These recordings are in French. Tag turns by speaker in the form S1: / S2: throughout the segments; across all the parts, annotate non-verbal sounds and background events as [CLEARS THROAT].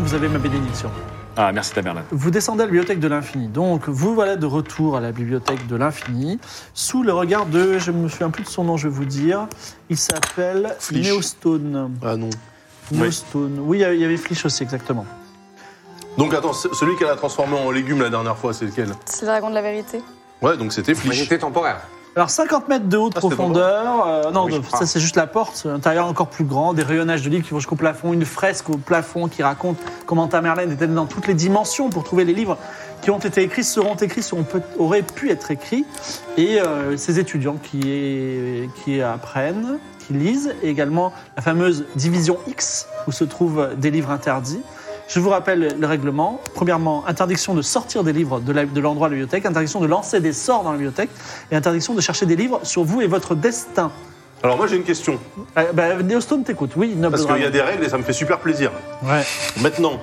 S1: Vous avez ma bénédiction.
S2: Ah, merci Tamerlan.
S1: Vous descendez à la bibliothèque de l'infini. Donc, vous voilà de retour à la bibliothèque de l'infini, sous le regard de, je me souviens plus de son nom, je vais vous dire. Il s'appelle
S3: Flish.
S1: Neostone.
S3: Ah non.
S1: Neostone. Oui, il y avait- il y avait Flish aussi, exactement.
S3: Donc attends, ce- celui qu'elle a transformé en légume la dernière fois, c'est lequel
S4: C'est le dragon de la vérité.
S3: Ouais, donc c'était
S1: Bah,
S3: Flish.
S5: Voyagité temporaire.
S1: Alors 50 mètres de haute
S3: Ah, c'était
S1: profondeur, euh, non,
S5: Oui,
S1: non,
S5: je crois.
S1: ça c'est juste la porte, l'intérieur encore plus grand, des rayonnages de livres qui vont jusqu'au plafond, une fresque au plafond qui raconte comment Tamerlane est allé dans toutes les dimensions pour trouver les livres qui ont été écrits, seront écrits, seront peut- auraient pu être écrits, et euh, ses étudiants qui, qui apprennent, qui lisent, et également la fameuse division X où se trouvent des livres interdits. Je vous rappelle le règlement. Premièrement, interdiction de sortir des livres de la- de l'endroit de la bibliothèque, interdiction de lancer des sorts dans la bibliothèque et interdiction de chercher des livres sur vous et votre destin.
S3: Alors moi j'ai une question,
S1: Euh, bah, Neostone t'écoute, oui, Noble
S3: parce qu'il y a
S1: Dragon.
S3: des règles et ça me fait super plaisir.
S1: Ouais.
S3: Maintenant,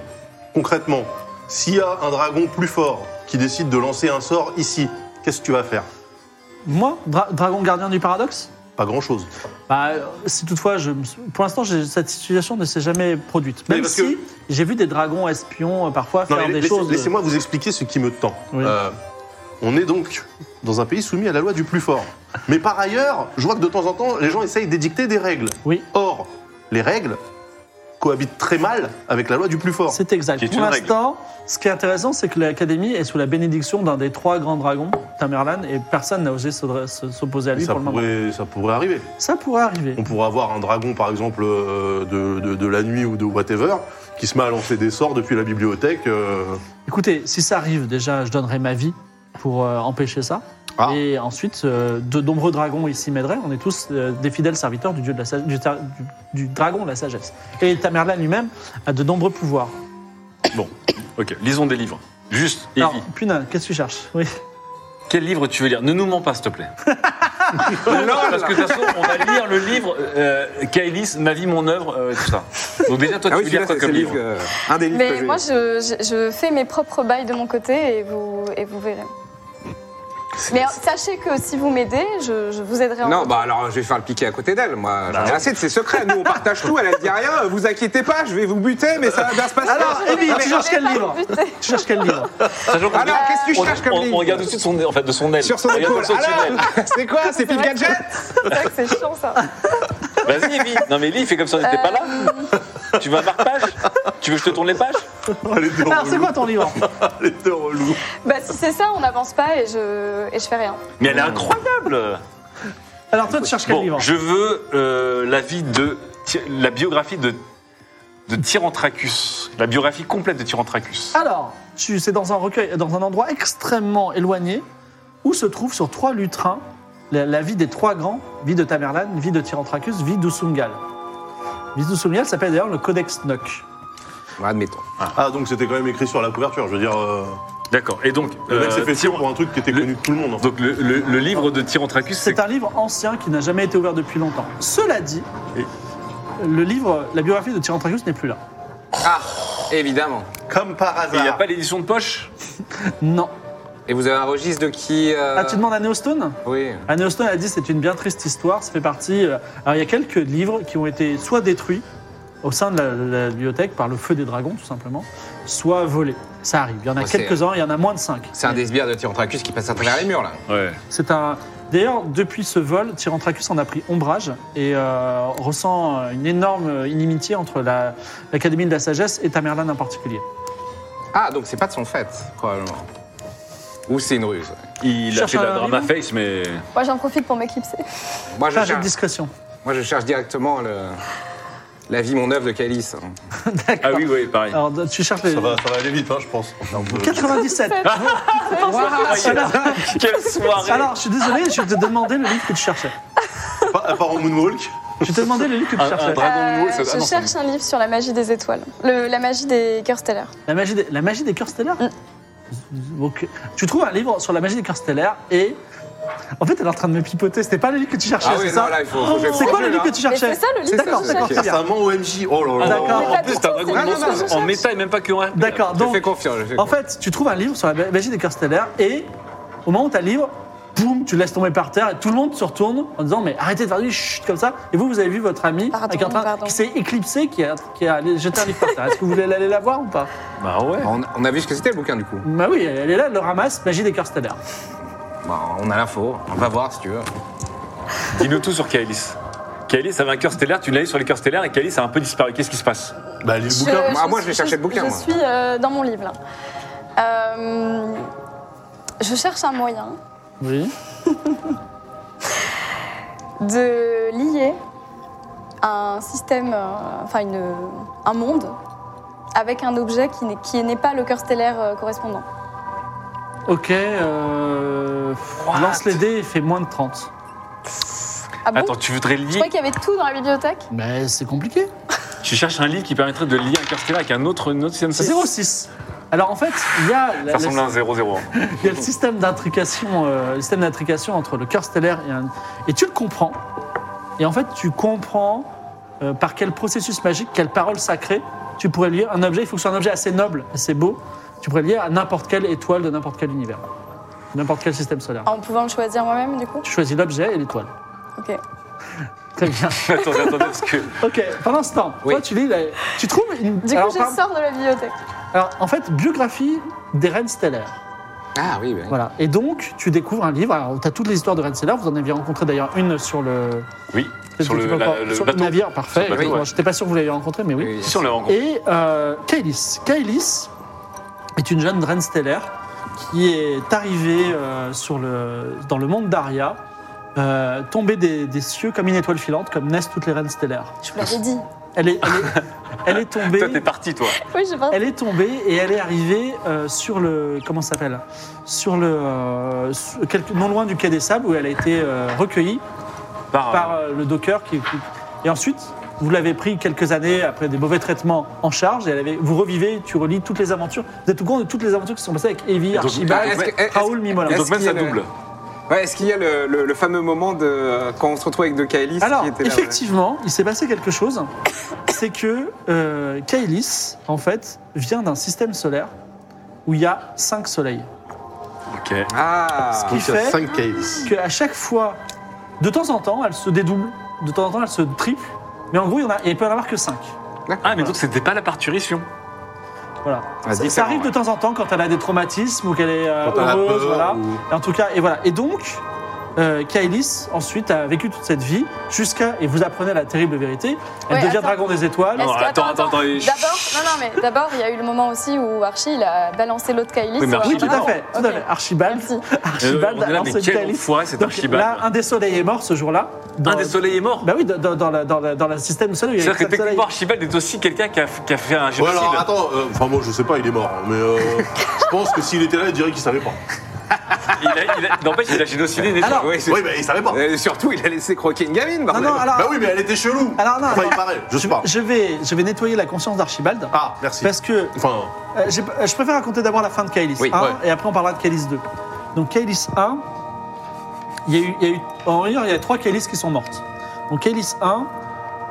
S3: concrètement, s'il y a un dragon plus fort qui décide de lancer un sort ici, qu'est-ce que tu vas faire
S1: Moi, Dra- Dragon Gardien du Paradoxe
S3: Pas grand-chose.
S1: bah, euh, Si toutefois, je, me sou- pour l'instant, j'ai- cette situation ne s'est jamais produite.
S3: Mais
S1: Même
S3: parce
S1: si j'ai vu des dragons espions euh, parfois
S3: Non,
S1: faire
S3: mais
S1: des
S3: laissez-
S1: choses. Mm.
S3: laissez-moi vous expliquer ce qui me tend.
S1: Oui.
S5: Mmh.
S3: Euh, on est donc dans un pays soumis à la loi du plus fort. Mais par ailleurs, je vois que de temps en temps, les gens essayent d'édicter des règles.
S1: Oui.
S3: Or, les règles cohabitent très mal avec la loi du plus fort.
S1: C'est exact.
S2: Qui est
S1: Pour
S2: une règle.
S1: l'instant, ce qui est intéressant, c'est que l'Académie est sous la bénédiction d'un des trois grands dragons, Tamerlan, et personne n'a osé se- se- s'opposer à lui
S3: ça,
S1: pour le moment.
S3: pourrait, ça pourrait arriver.
S1: Ça pourrait arriver.
S3: On pourrait avoir un dragon, par exemple, euh, de, de- de la nuit ou de whatever, qui se met à lancer des sorts depuis la bibliothèque. euh.
S1: Écoutez, si ça arrive, déjà, je donnerai ma vie pour euh, empêcher ça.
S3: Ah.
S1: Et ensuite, euh, de nombreux dragons ici m'aideraient. On est tous euh, des fidèles serviteurs du dieu de la sage- du, tar- du- du dragon de la sagesse. Et Tamerlan lui-même a de nombreux pouvoirs.
S2: Bon, ok, lisons des livres. Juste, Evie,
S1: Alors, Punain, qu'est-ce que tu cherches Oui.
S2: quel livre tu veux lire Ne nous mens pas, s'il te
S5: [LAUGHS]
S2: plaît. non, parce que de toute façon, on va lire le livre euh, Kaelis, Ma vie, mon œuvre, euh, tout ça. Donc déjà, toi, tu
S5: Ah oui,
S2: veux lire
S5: celui-là,
S2: quoi
S5: c'est
S2: comme
S5: c'est le
S2: livre
S5: livre. euh, un des livres que
S4: Mais
S5: j'ai.
S4: moi, je, je- je fais mes propres bails de mon côté et vous, et vous verrez. Mais euh, sachez que si vous m'aidez, je, je vous aiderai en
S5: Non,
S4: retour.
S5: bah alors je vais faire le piqué à côté d'elle, moi. J'en ai assez de ses secrets. Nous, on partage tout. Elle, elle dit rien. Vous inquiétez pas, je vais vous buter, mais ça va bien se passer.
S1: Alors, Evie, tu cherches quel
S4: Mais-
S1: livre Tu cherches quel livre
S2: Sachant qu'on-
S5: Alors, qu'est-ce que Ah tu
S2: on,
S5: cherches comme
S2: on-
S5: livre
S2: on regarde tout de suite son, en fait, de son aile.
S5: Sur son
S2: On regarde
S5: épaule. Ah
S2: comme ça au-dessus de
S5: Alors, c'est quoi C'est Phil Gadget
S4: C'est vrai que c'est chiant
S5: [LAUGHS]
S4: ça.
S2: l'aile. Vas-y, Evie. Non, mais Evie, fais comme si on n'était pas là.
S5: Euh.
S2: Tu veux un marque-page Tu veux que je te tourne les pages
S3: Ah, les deux
S1: Alors, c'est
S3: relous,
S1: quoi ton livre
S3: les deux relous.
S4: Bah si c'est ça, on n'avance pas et je, et je fais rien.
S2: Mais elle est incroyable
S1: Alors, toi, tu cherches quel
S2: Bon,
S1: livre
S2: je veux euh, la vie de Ty- la biographie de de Tyrantracus, la biographie complète de Tyrantracus.
S1: Alors, tu, c'est dans un recueil, dans un endroit extrêmement éloigné, où se trouve sur trois lutrins la, la vie des trois grands, vie de Tamerlan, vie de Tyrantracus, vie d'Usungal. Vie d'Usungal s'appelle d'ailleurs le Codex Nock.
S5: Bon, Admettons.
S3: Ah, donc c'était quand même écrit sur la couverture. Je veux dire, euh,
S2: D'accord. Et donc
S3: le mec
S2: euh,
S3: s'est fait
S2: Tyran-
S3: tirer pour un truc qui était
S2: le-
S3: connu de tout le monde. en fait.
S2: Donc le, le- le livre de Tyrantracus, c'est
S1: C'est un livre ancien qui n'a jamais été ouvert depuis longtemps. Cela dit,
S3: Et-
S1: le livre, la biographie de Tyrantracus n'est plus là.
S5: Ah, évidemment.
S3: Comme par
S2: il n'y a
S3: hasard.
S2: pas l'édition de poche
S1: Non.
S5: Et vous avez un registre de qui euh,
S1: Ah, tu demandes à Neostone
S5: Oui.
S1: Anéostone a dit c'est une bien triste histoire, ça fait partie. euh, alors il y a quelques livres qui ont été soit détruits au sein de la, la bibliothèque par le feu des dragons tout simplement, soit volés. Ça arrive. Il y en a
S5: Ouais, c'est-
S1: quelques-uns, il y en a moins de 5.
S5: C'est un des sbires de Tyrantracus qui passe à travers les murs, là.
S2: Ouais.
S1: C'est un. D'ailleurs, depuis ce vol, Tyrantracus en a pris ombrage et euh, ressent euh, une énorme inimitié entre la- l'Académie de la Sagesse et Tamerlan en particulier.
S5: Ah, donc c'est pas de son fait, probablement. Ou c'est une ruse.
S2: Il a
S1: Cherche
S2: fait de la
S1: un
S2: drama
S1: livre
S2: face, mais
S4: Moi j'en profite pour m'éclipser.
S5: Moi je,
S1: Charge de
S5: cherche,
S1: discrétion.
S5: moi, je cherche directement le. La vie, mon œuvre de hein. Calice.
S2: Ah oui, oui, pareil.
S1: Alors, tu cherches les.
S3: Ça va, ça va aller vite, hein, je pense.
S1: 97. alors,
S2: Quelle soirée
S1: alors, je suis désolé, je te demandais le livre que tu cherchais.
S3: Pas- À part en moonwalk.
S1: Je te demandais le livre que tu
S3: Un- un
S1: cherchais.
S3: drap. Dragon Ball, ça- ah
S4: Euh, je
S3: non,
S4: cherche un livre sur la magie des étoiles. Le- la magie des cœurs stellaires.
S1: La magie des, la magie des cœurs stellaires
S4: Euh.
S1: Donc, tu trouves un livre sur la magie des cœurs stellaires et. En fait, elle est en train de me pipoter. C'était pas le livre que tu cherchais,
S5: Ah oui,
S1: c'est
S5: non,
S1: ça
S5: là, il faut- faut que je
S1: C'est quoi le
S5: formule,
S1: livre que
S5: hein.
S1: tu
S4: Mais
S1: cherchais
S4: c'est ça le livre
S1: D'accord,
S4: que je
S1: d'accord,
S4: cherche.
S1: très bien.
S3: Sincèrement, OMG. Oh là là.
S1: D'accord.
S2: En plus, t'as un dragon
S4: Non,
S2: de
S4: non, non,
S2: monstre
S4: je
S2: en
S4: cherche.
S2: méta et même pas que en RP.
S1: D'accord,
S5: Je fais
S1: donc.
S5: confiance. je fais
S1: En
S5: confiance.
S1: fait, tu trouves un livre sur la magie des cœurs stellaires et au moment où tu as le livre, boum, tu le laisses tomber par terre et tout le monde se retourne en disant Mais arrêtez de faire du chut comme ça. Et vous, vous avez vu votre ami
S4: Pardon,
S1: qui est en train-
S4: pardon.
S1: qui s'est éclipsé, qui a, qui a jeté un livre par terre. Est-ce que vous voulez aller la voir ou pas
S2: Bah ouais.
S5: On, on a vu ce que c'était le bouquin du coup.
S1: Bah oui, elle est là, elle le ramasse, magie des cœurs stellaires.
S5: Bah, on a l'info. On va voir si tu veux.
S2: Dis-nous tout sur Kaelis. Kaelis avait un cœur stellaire, tu l'as eu sur les cœurs stellaires et Kaelis a un peu disparu. Qu'est-ce qui se passe
S3: Bah, les bouquins.
S5: Moi, moi, je vais chercher le bouquin,
S4: Je
S5: moi.
S4: suis euh, dans mon livre, là. Euh, je cherche un moyen
S1: Oui.
S4: de lier un système, euh, enfin une, un monde, avec un objet qui n'est- qui n'est pas le cœur stellaire euh, correspondant.
S1: Ok, euh, lance les dés et fais moins de 30.
S4: Ah bon
S2: Attends, tu voudrais
S4: Je
S2: lier
S4: crois qu'il y avait tout dans la bibliothèque.
S1: Mais c'est compliqué.
S2: Tu cherches un livre qui permettrait de lier un cœur stellaire avec un autre, une autre système
S1: C'est 06. Alors en fait, il y a, la-
S2: Ça ressemble à
S1: la-
S2: un [LAUGHS] 0-0.
S1: il y a le système d'intrication, euh, le système d'intrication entre le cœur stellaire et un... Et tu le comprends. Et en fait, tu comprends euh, par quel processus magique, quelle parole sacrée, tu pourrais lier un objet. Il faut que ce soit un objet assez noble, assez beau. Tu pourrais le lier à n'importe quelle étoile de n'importe quel univers, n'importe quel système solaire.
S4: En pouvant le choisir moi-même, du coup
S1: Tu choisis l'objet et l'étoile.
S4: Ok.
S1: Très bien.
S2: attendez, attendez, parce que.
S1: Ok, pendant ce temps,
S5: Oui.
S1: toi tu lis, la- tu trouves une.
S4: Du
S1: alors,
S4: coup, je
S1: par-
S4: sors de la bibliothèque.
S1: alors, en fait, biographie des reines stellaires.
S5: Ah oui, oui.
S1: Voilà. Et donc, tu découvres un livre. Alors, tu as toutes les histoires de reines stellaires. Vous en aviez rencontré d'ailleurs une sur le,
S2: Oui, sur le, la-
S1: sur
S2: le
S1: le
S2: bateau.
S1: navire. Parfait.
S2: Sur le bateau,
S1: Bon,
S2: ouais.
S1: Je n'étais pas sûr que vous l'ayez rencontré, mais oui.
S5: Oui, oui.
S2: Si on l'a rencontré.
S1: Et euh, Kailis. Kailis est une jeune reine stellaire qui est arrivée euh, sur le, dans le monde d'Aria, euh, tombée des, des cieux comme une étoile filante, comme naissent toutes les reines stellaires.
S4: Je vous l'avais dit.
S1: Elle est, elle
S5: [LAUGHS]
S1: est, elle est tombée.
S2: Toi, t'es parti, toi.
S4: Oui, je pense.
S1: Elle est tombée et elle est arrivée euh, sur le comment ça s'appelle sur le euh, sur- quelque- non loin du quai des sables où elle a été euh, recueillie
S5: Ah
S2: Par,
S1: par euh, le docker qui, qui- et ensuite vous l'avez pris quelques années après des mauvais traitements en charge et elle avait, vous revivez tu relis toutes les aventures vous êtes au courant de toutes les aventures qui se sont passées avec Evie
S2: donc,
S1: Archibald
S5: est-ce que- est-ce-
S1: Raoul Mimola
S2: euh,
S5: est-ce
S2: Donc même
S5: qu'il y
S2: ça
S5: a le-
S2: double.
S5: Ouais, est-ce qu'il y a le, le- le fameux moment de quand on se retrouve avec de Kaelis
S1: alors
S5: qui était là ouais.
S1: effectivement il s'est passé quelque chose c'est que euh, Kaelis en fait vient d'un système solaire où il y a cinq soleils
S2: Ok.
S5: Ah.
S1: Ce qui
S3: Donc, il y a
S1: fait-
S3: 5 Kailis.
S1: qu'à chaque fois, de temps en temps, elle se dédouble, de temps en temps, elle se triple, mais en gros, il, y en a, il peut y en avoir que 5.
S2: Ah, mais donc c'était pas la parturition.
S1: Voilà.
S5: Ah,
S1: Ça,
S5: différent,
S1: arrive de
S5: ouais.
S1: temps en temps quand elle a des traumatismes ou qu'elle est euh,
S3: Quand t'as la
S1: heureuse,
S3: peur
S1: voilà.
S3: ou-
S1: Et en tout cas, et voilà. Et donc, euh, Kailis, ensuite, a vécu toute cette vie jusqu'à, et vous apprenez la terrible vérité, elle
S4: Ouais,
S1: devient
S4: attends.
S1: dragon des étoiles.
S4: Est-ce
S2: Non,
S4: que-
S2: attends, attends, attends, et-
S4: D'abord, non, non, mais d'abord, il y a eu le moment aussi où Archie il a balancé l'autre Kailis.
S2: Oui, mais
S4: sur
S2: Archie,
S1: Oui,
S4: un
S1: tout à
S4: dragon.
S1: fait, tout à
S4: Ah, Ok.
S1: fait. Archibald,
S4: Merci.
S1: Archibald
S2: Euh, on est
S1: a
S2: là, mais
S1: lancé
S2: quel
S1: Kailis.
S2: enfoiré, cet
S1: Donc
S2: Archibald. hein.
S1: Là, un des soleils est mort ce jour-là. Dans-
S2: Un des soleils est mort.
S1: Bah oui, dans, dans- dans la- dans la- dans le système solaire. il y a
S2: C'est-à-dire que
S1: cinq soleils.
S2: techniquement, Archibald est aussi quelqu'un qui a, qui a fait un
S3: Ouais,
S2: génocide.
S3: alors attends, euh, enfin moi je sais pas, il est mort, hein, mais euh, je pense que s'il était là, il dirait qu'il savait pas.
S2: il a, il a, n'empêche, il a génocidé une étoile.
S1: Alors-
S5: Ouais, c'est-
S3: Oui, mais il savait pas.
S5: Euh, surtout, il a laissé croquer une gamine,
S1: Non,
S5: bordel.
S1: non, alors,
S3: Bah oui, mais elle était chelou.
S1: Alors, non,
S3: enfin,
S1: alors-
S3: il paraît, je sais pas.
S1: Je vais, je vais nettoyer la conscience d'Archibald.
S3: Ah, merci.
S1: Parce que
S3: Enfin,
S1: euh, j'ai- euh, je préfère raconter d'abord la fin de Kailis
S5: Oui,
S1: 1
S3: ouais.
S1: et après on parlera de Kailis 2. Donc Kailis 1, il y a eu, il y a eu- en rire, il y a trois Kailis qui sont mortes. Donc Kailis 1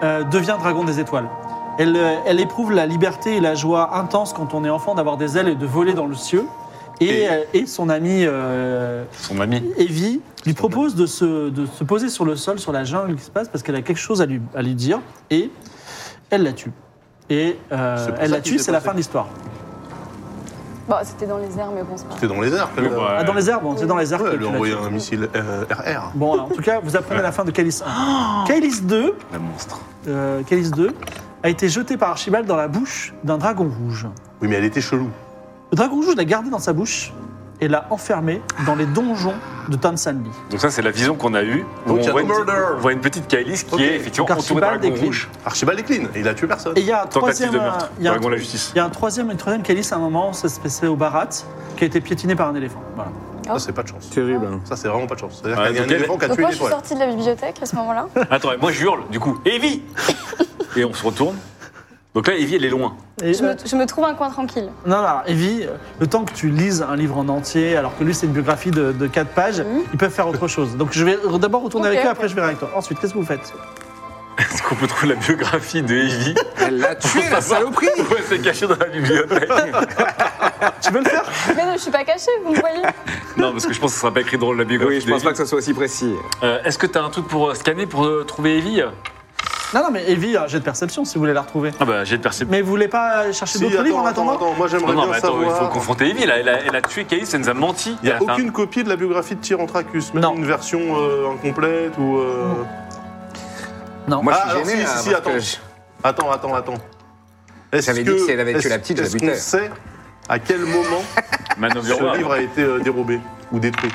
S1: euh, devient dragon des étoiles. Elle, euh, elle éprouve la liberté et la joie intense quand on est enfant d'avoir des ailes et de voler dans le ciel. Et,
S3: Et-
S1: euh, et son ami euh,
S2: Son ami.
S1: Evie lui propose de se, de se poser sur le sol, sur la jungle qui se passe, parce qu'elle a quelque chose à lui, à lui dire, et elle la tue. Et euh,
S3: C'est pour
S1: elle
S3: ça
S1: la
S3: qu'il
S1: tue,
S3: s'est
S1: c'est la
S3: passé.
S1: fin de l'histoire.
S4: Bon, c'était dans les airs, mais bon, c'est pas grave.
S3: c'était dans les airs. quand même.
S1: Ah, dans les airs, bon, c'est dans les airs
S3: Ouais,
S1: que
S3: elle lui
S1: tu
S3: a
S1: la
S3: envoyé
S1: tues.
S3: un missile euh, RR.
S1: Bon, alors, en tout cas, vous apprenez la fin de Calis 1. Calis 2,
S2: Le Oh monstre.
S1: euh, Calis 2 a été jeté par Archibald dans la bouche d'un dragon rouge.
S3: Oui, mais elle était chelou.
S1: Le dragon rouge l'a gardé dans sa bouche et l'a enfermé dans les donjons de Tansanbi.
S2: Donc ça, c'est la vision qu'on a eue. où
S3: il y a
S2: on, voit
S3: no
S2: une, petite-
S3: murder.
S2: on voit une petite Kailis qui
S3: Ok.
S2: est effectivement
S1: Car
S2: entourée d'un
S1: Archibald
S2: dragon
S1: décline.
S2: rouge.
S3: Archibald est clean et il a tué personne.
S1: Et il y a un
S2: Tentative
S1: troisième,
S2: de
S1: euh,
S2: meurtre.
S1: il y a un
S2: Dragon de la justice.
S1: Il y a un troisième, une troisième calice à un moment, ça se passait au Barat, qui a été piétiné par un éléphant. Voilà.
S3: Ça, c'est pas de chance.
S6: Terrible. hein.
S3: Ça, c'est vraiment pas de chance. C'est-à-dire
S2: Ah,
S3: qu'il y a un
S2: donc elle-
S3: éléphant qui a
S4: Donc
S3: tué
S4: moi,
S3: une
S4: je suis
S3: étoile.
S4: sortie de la bibliothèque à ce moment-là.
S2: [LAUGHS] Attends, et moi je hurle, du coup, Evie Et on se retourne. Donc là, Evie, elle est loin.
S1: Et,
S4: Je me,
S1: euh,
S4: je me trouve un coin tranquille.
S1: Non, non, Evie, euh, le temps que tu lises un livre en entier, alors que lui, c'est une biographie de, de 4 pages,
S4: Mhm.
S1: ils peuvent faire autre chose. Donc je vais re- d'abord retourner
S4: Ok,
S1: avec eux,
S4: ok.
S1: après je verrai avec toi. Ensuite, qu'est-ce que vous faites
S2: Est-ce qu'on peut trouver la biographie de [LAUGHS] Evie
S5: Elle l'a tué,
S1: [LAUGHS]
S5: la saloperie
S2: Pourquoi elle s'est cachée dans la bibliothèque
S1: Tu veux le faire
S4: Mais non, je suis pas cachée, vous me voyez.
S2: Non, parce que je pense que ça sera pas écrit dans la biographie
S5: Oui, je pense
S2: d'Evie.
S5: pas que ça soit aussi précis.
S2: Euh, Est-ce que t'as un truc pour euh, scanner pour euh, trouver Evie
S1: Non, non, mais Evie, euh, j'ai de perception si vous voulez la retrouver.
S2: Ah bah, j'ai de perception.
S1: Mais vous voulez pas chercher
S3: Si,
S1: d'autres livres en
S3: attends,
S1: attendant
S3: attends, attends, moi j'aimerais
S2: Non, non, mais
S3: bien
S2: attends, il faut
S3: savoir.
S2: confronter Evie. là. Elle a, elle a tué Kailis, elle nous a menti.
S3: Il n'y a
S2: Elle fait un-
S3: aucune copie de la biographie de Tyrantracus, même
S1: Non.
S3: une version euh, incomplète ou. euh,
S1: Non.
S5: Moi,
S3: Ah,
S5: je
S3: alors
S5: suis gêné.
S3: si, si,
S5: hein,
S3: si,
S5: parce
S3: attends.
S5: que je-
S3: Attends, attends, attends. Est-ce
S5: J'avais dit que si elle avait tué
S3: est-ce-
S5: la petite, je la
S3: Est-ce qu'on
S5: butais.
S3: sait à quel moment
S2: [LAUGHS]
S3: ce
S2: manœuvre.
S3: livre a été euh, dérobé ou détruit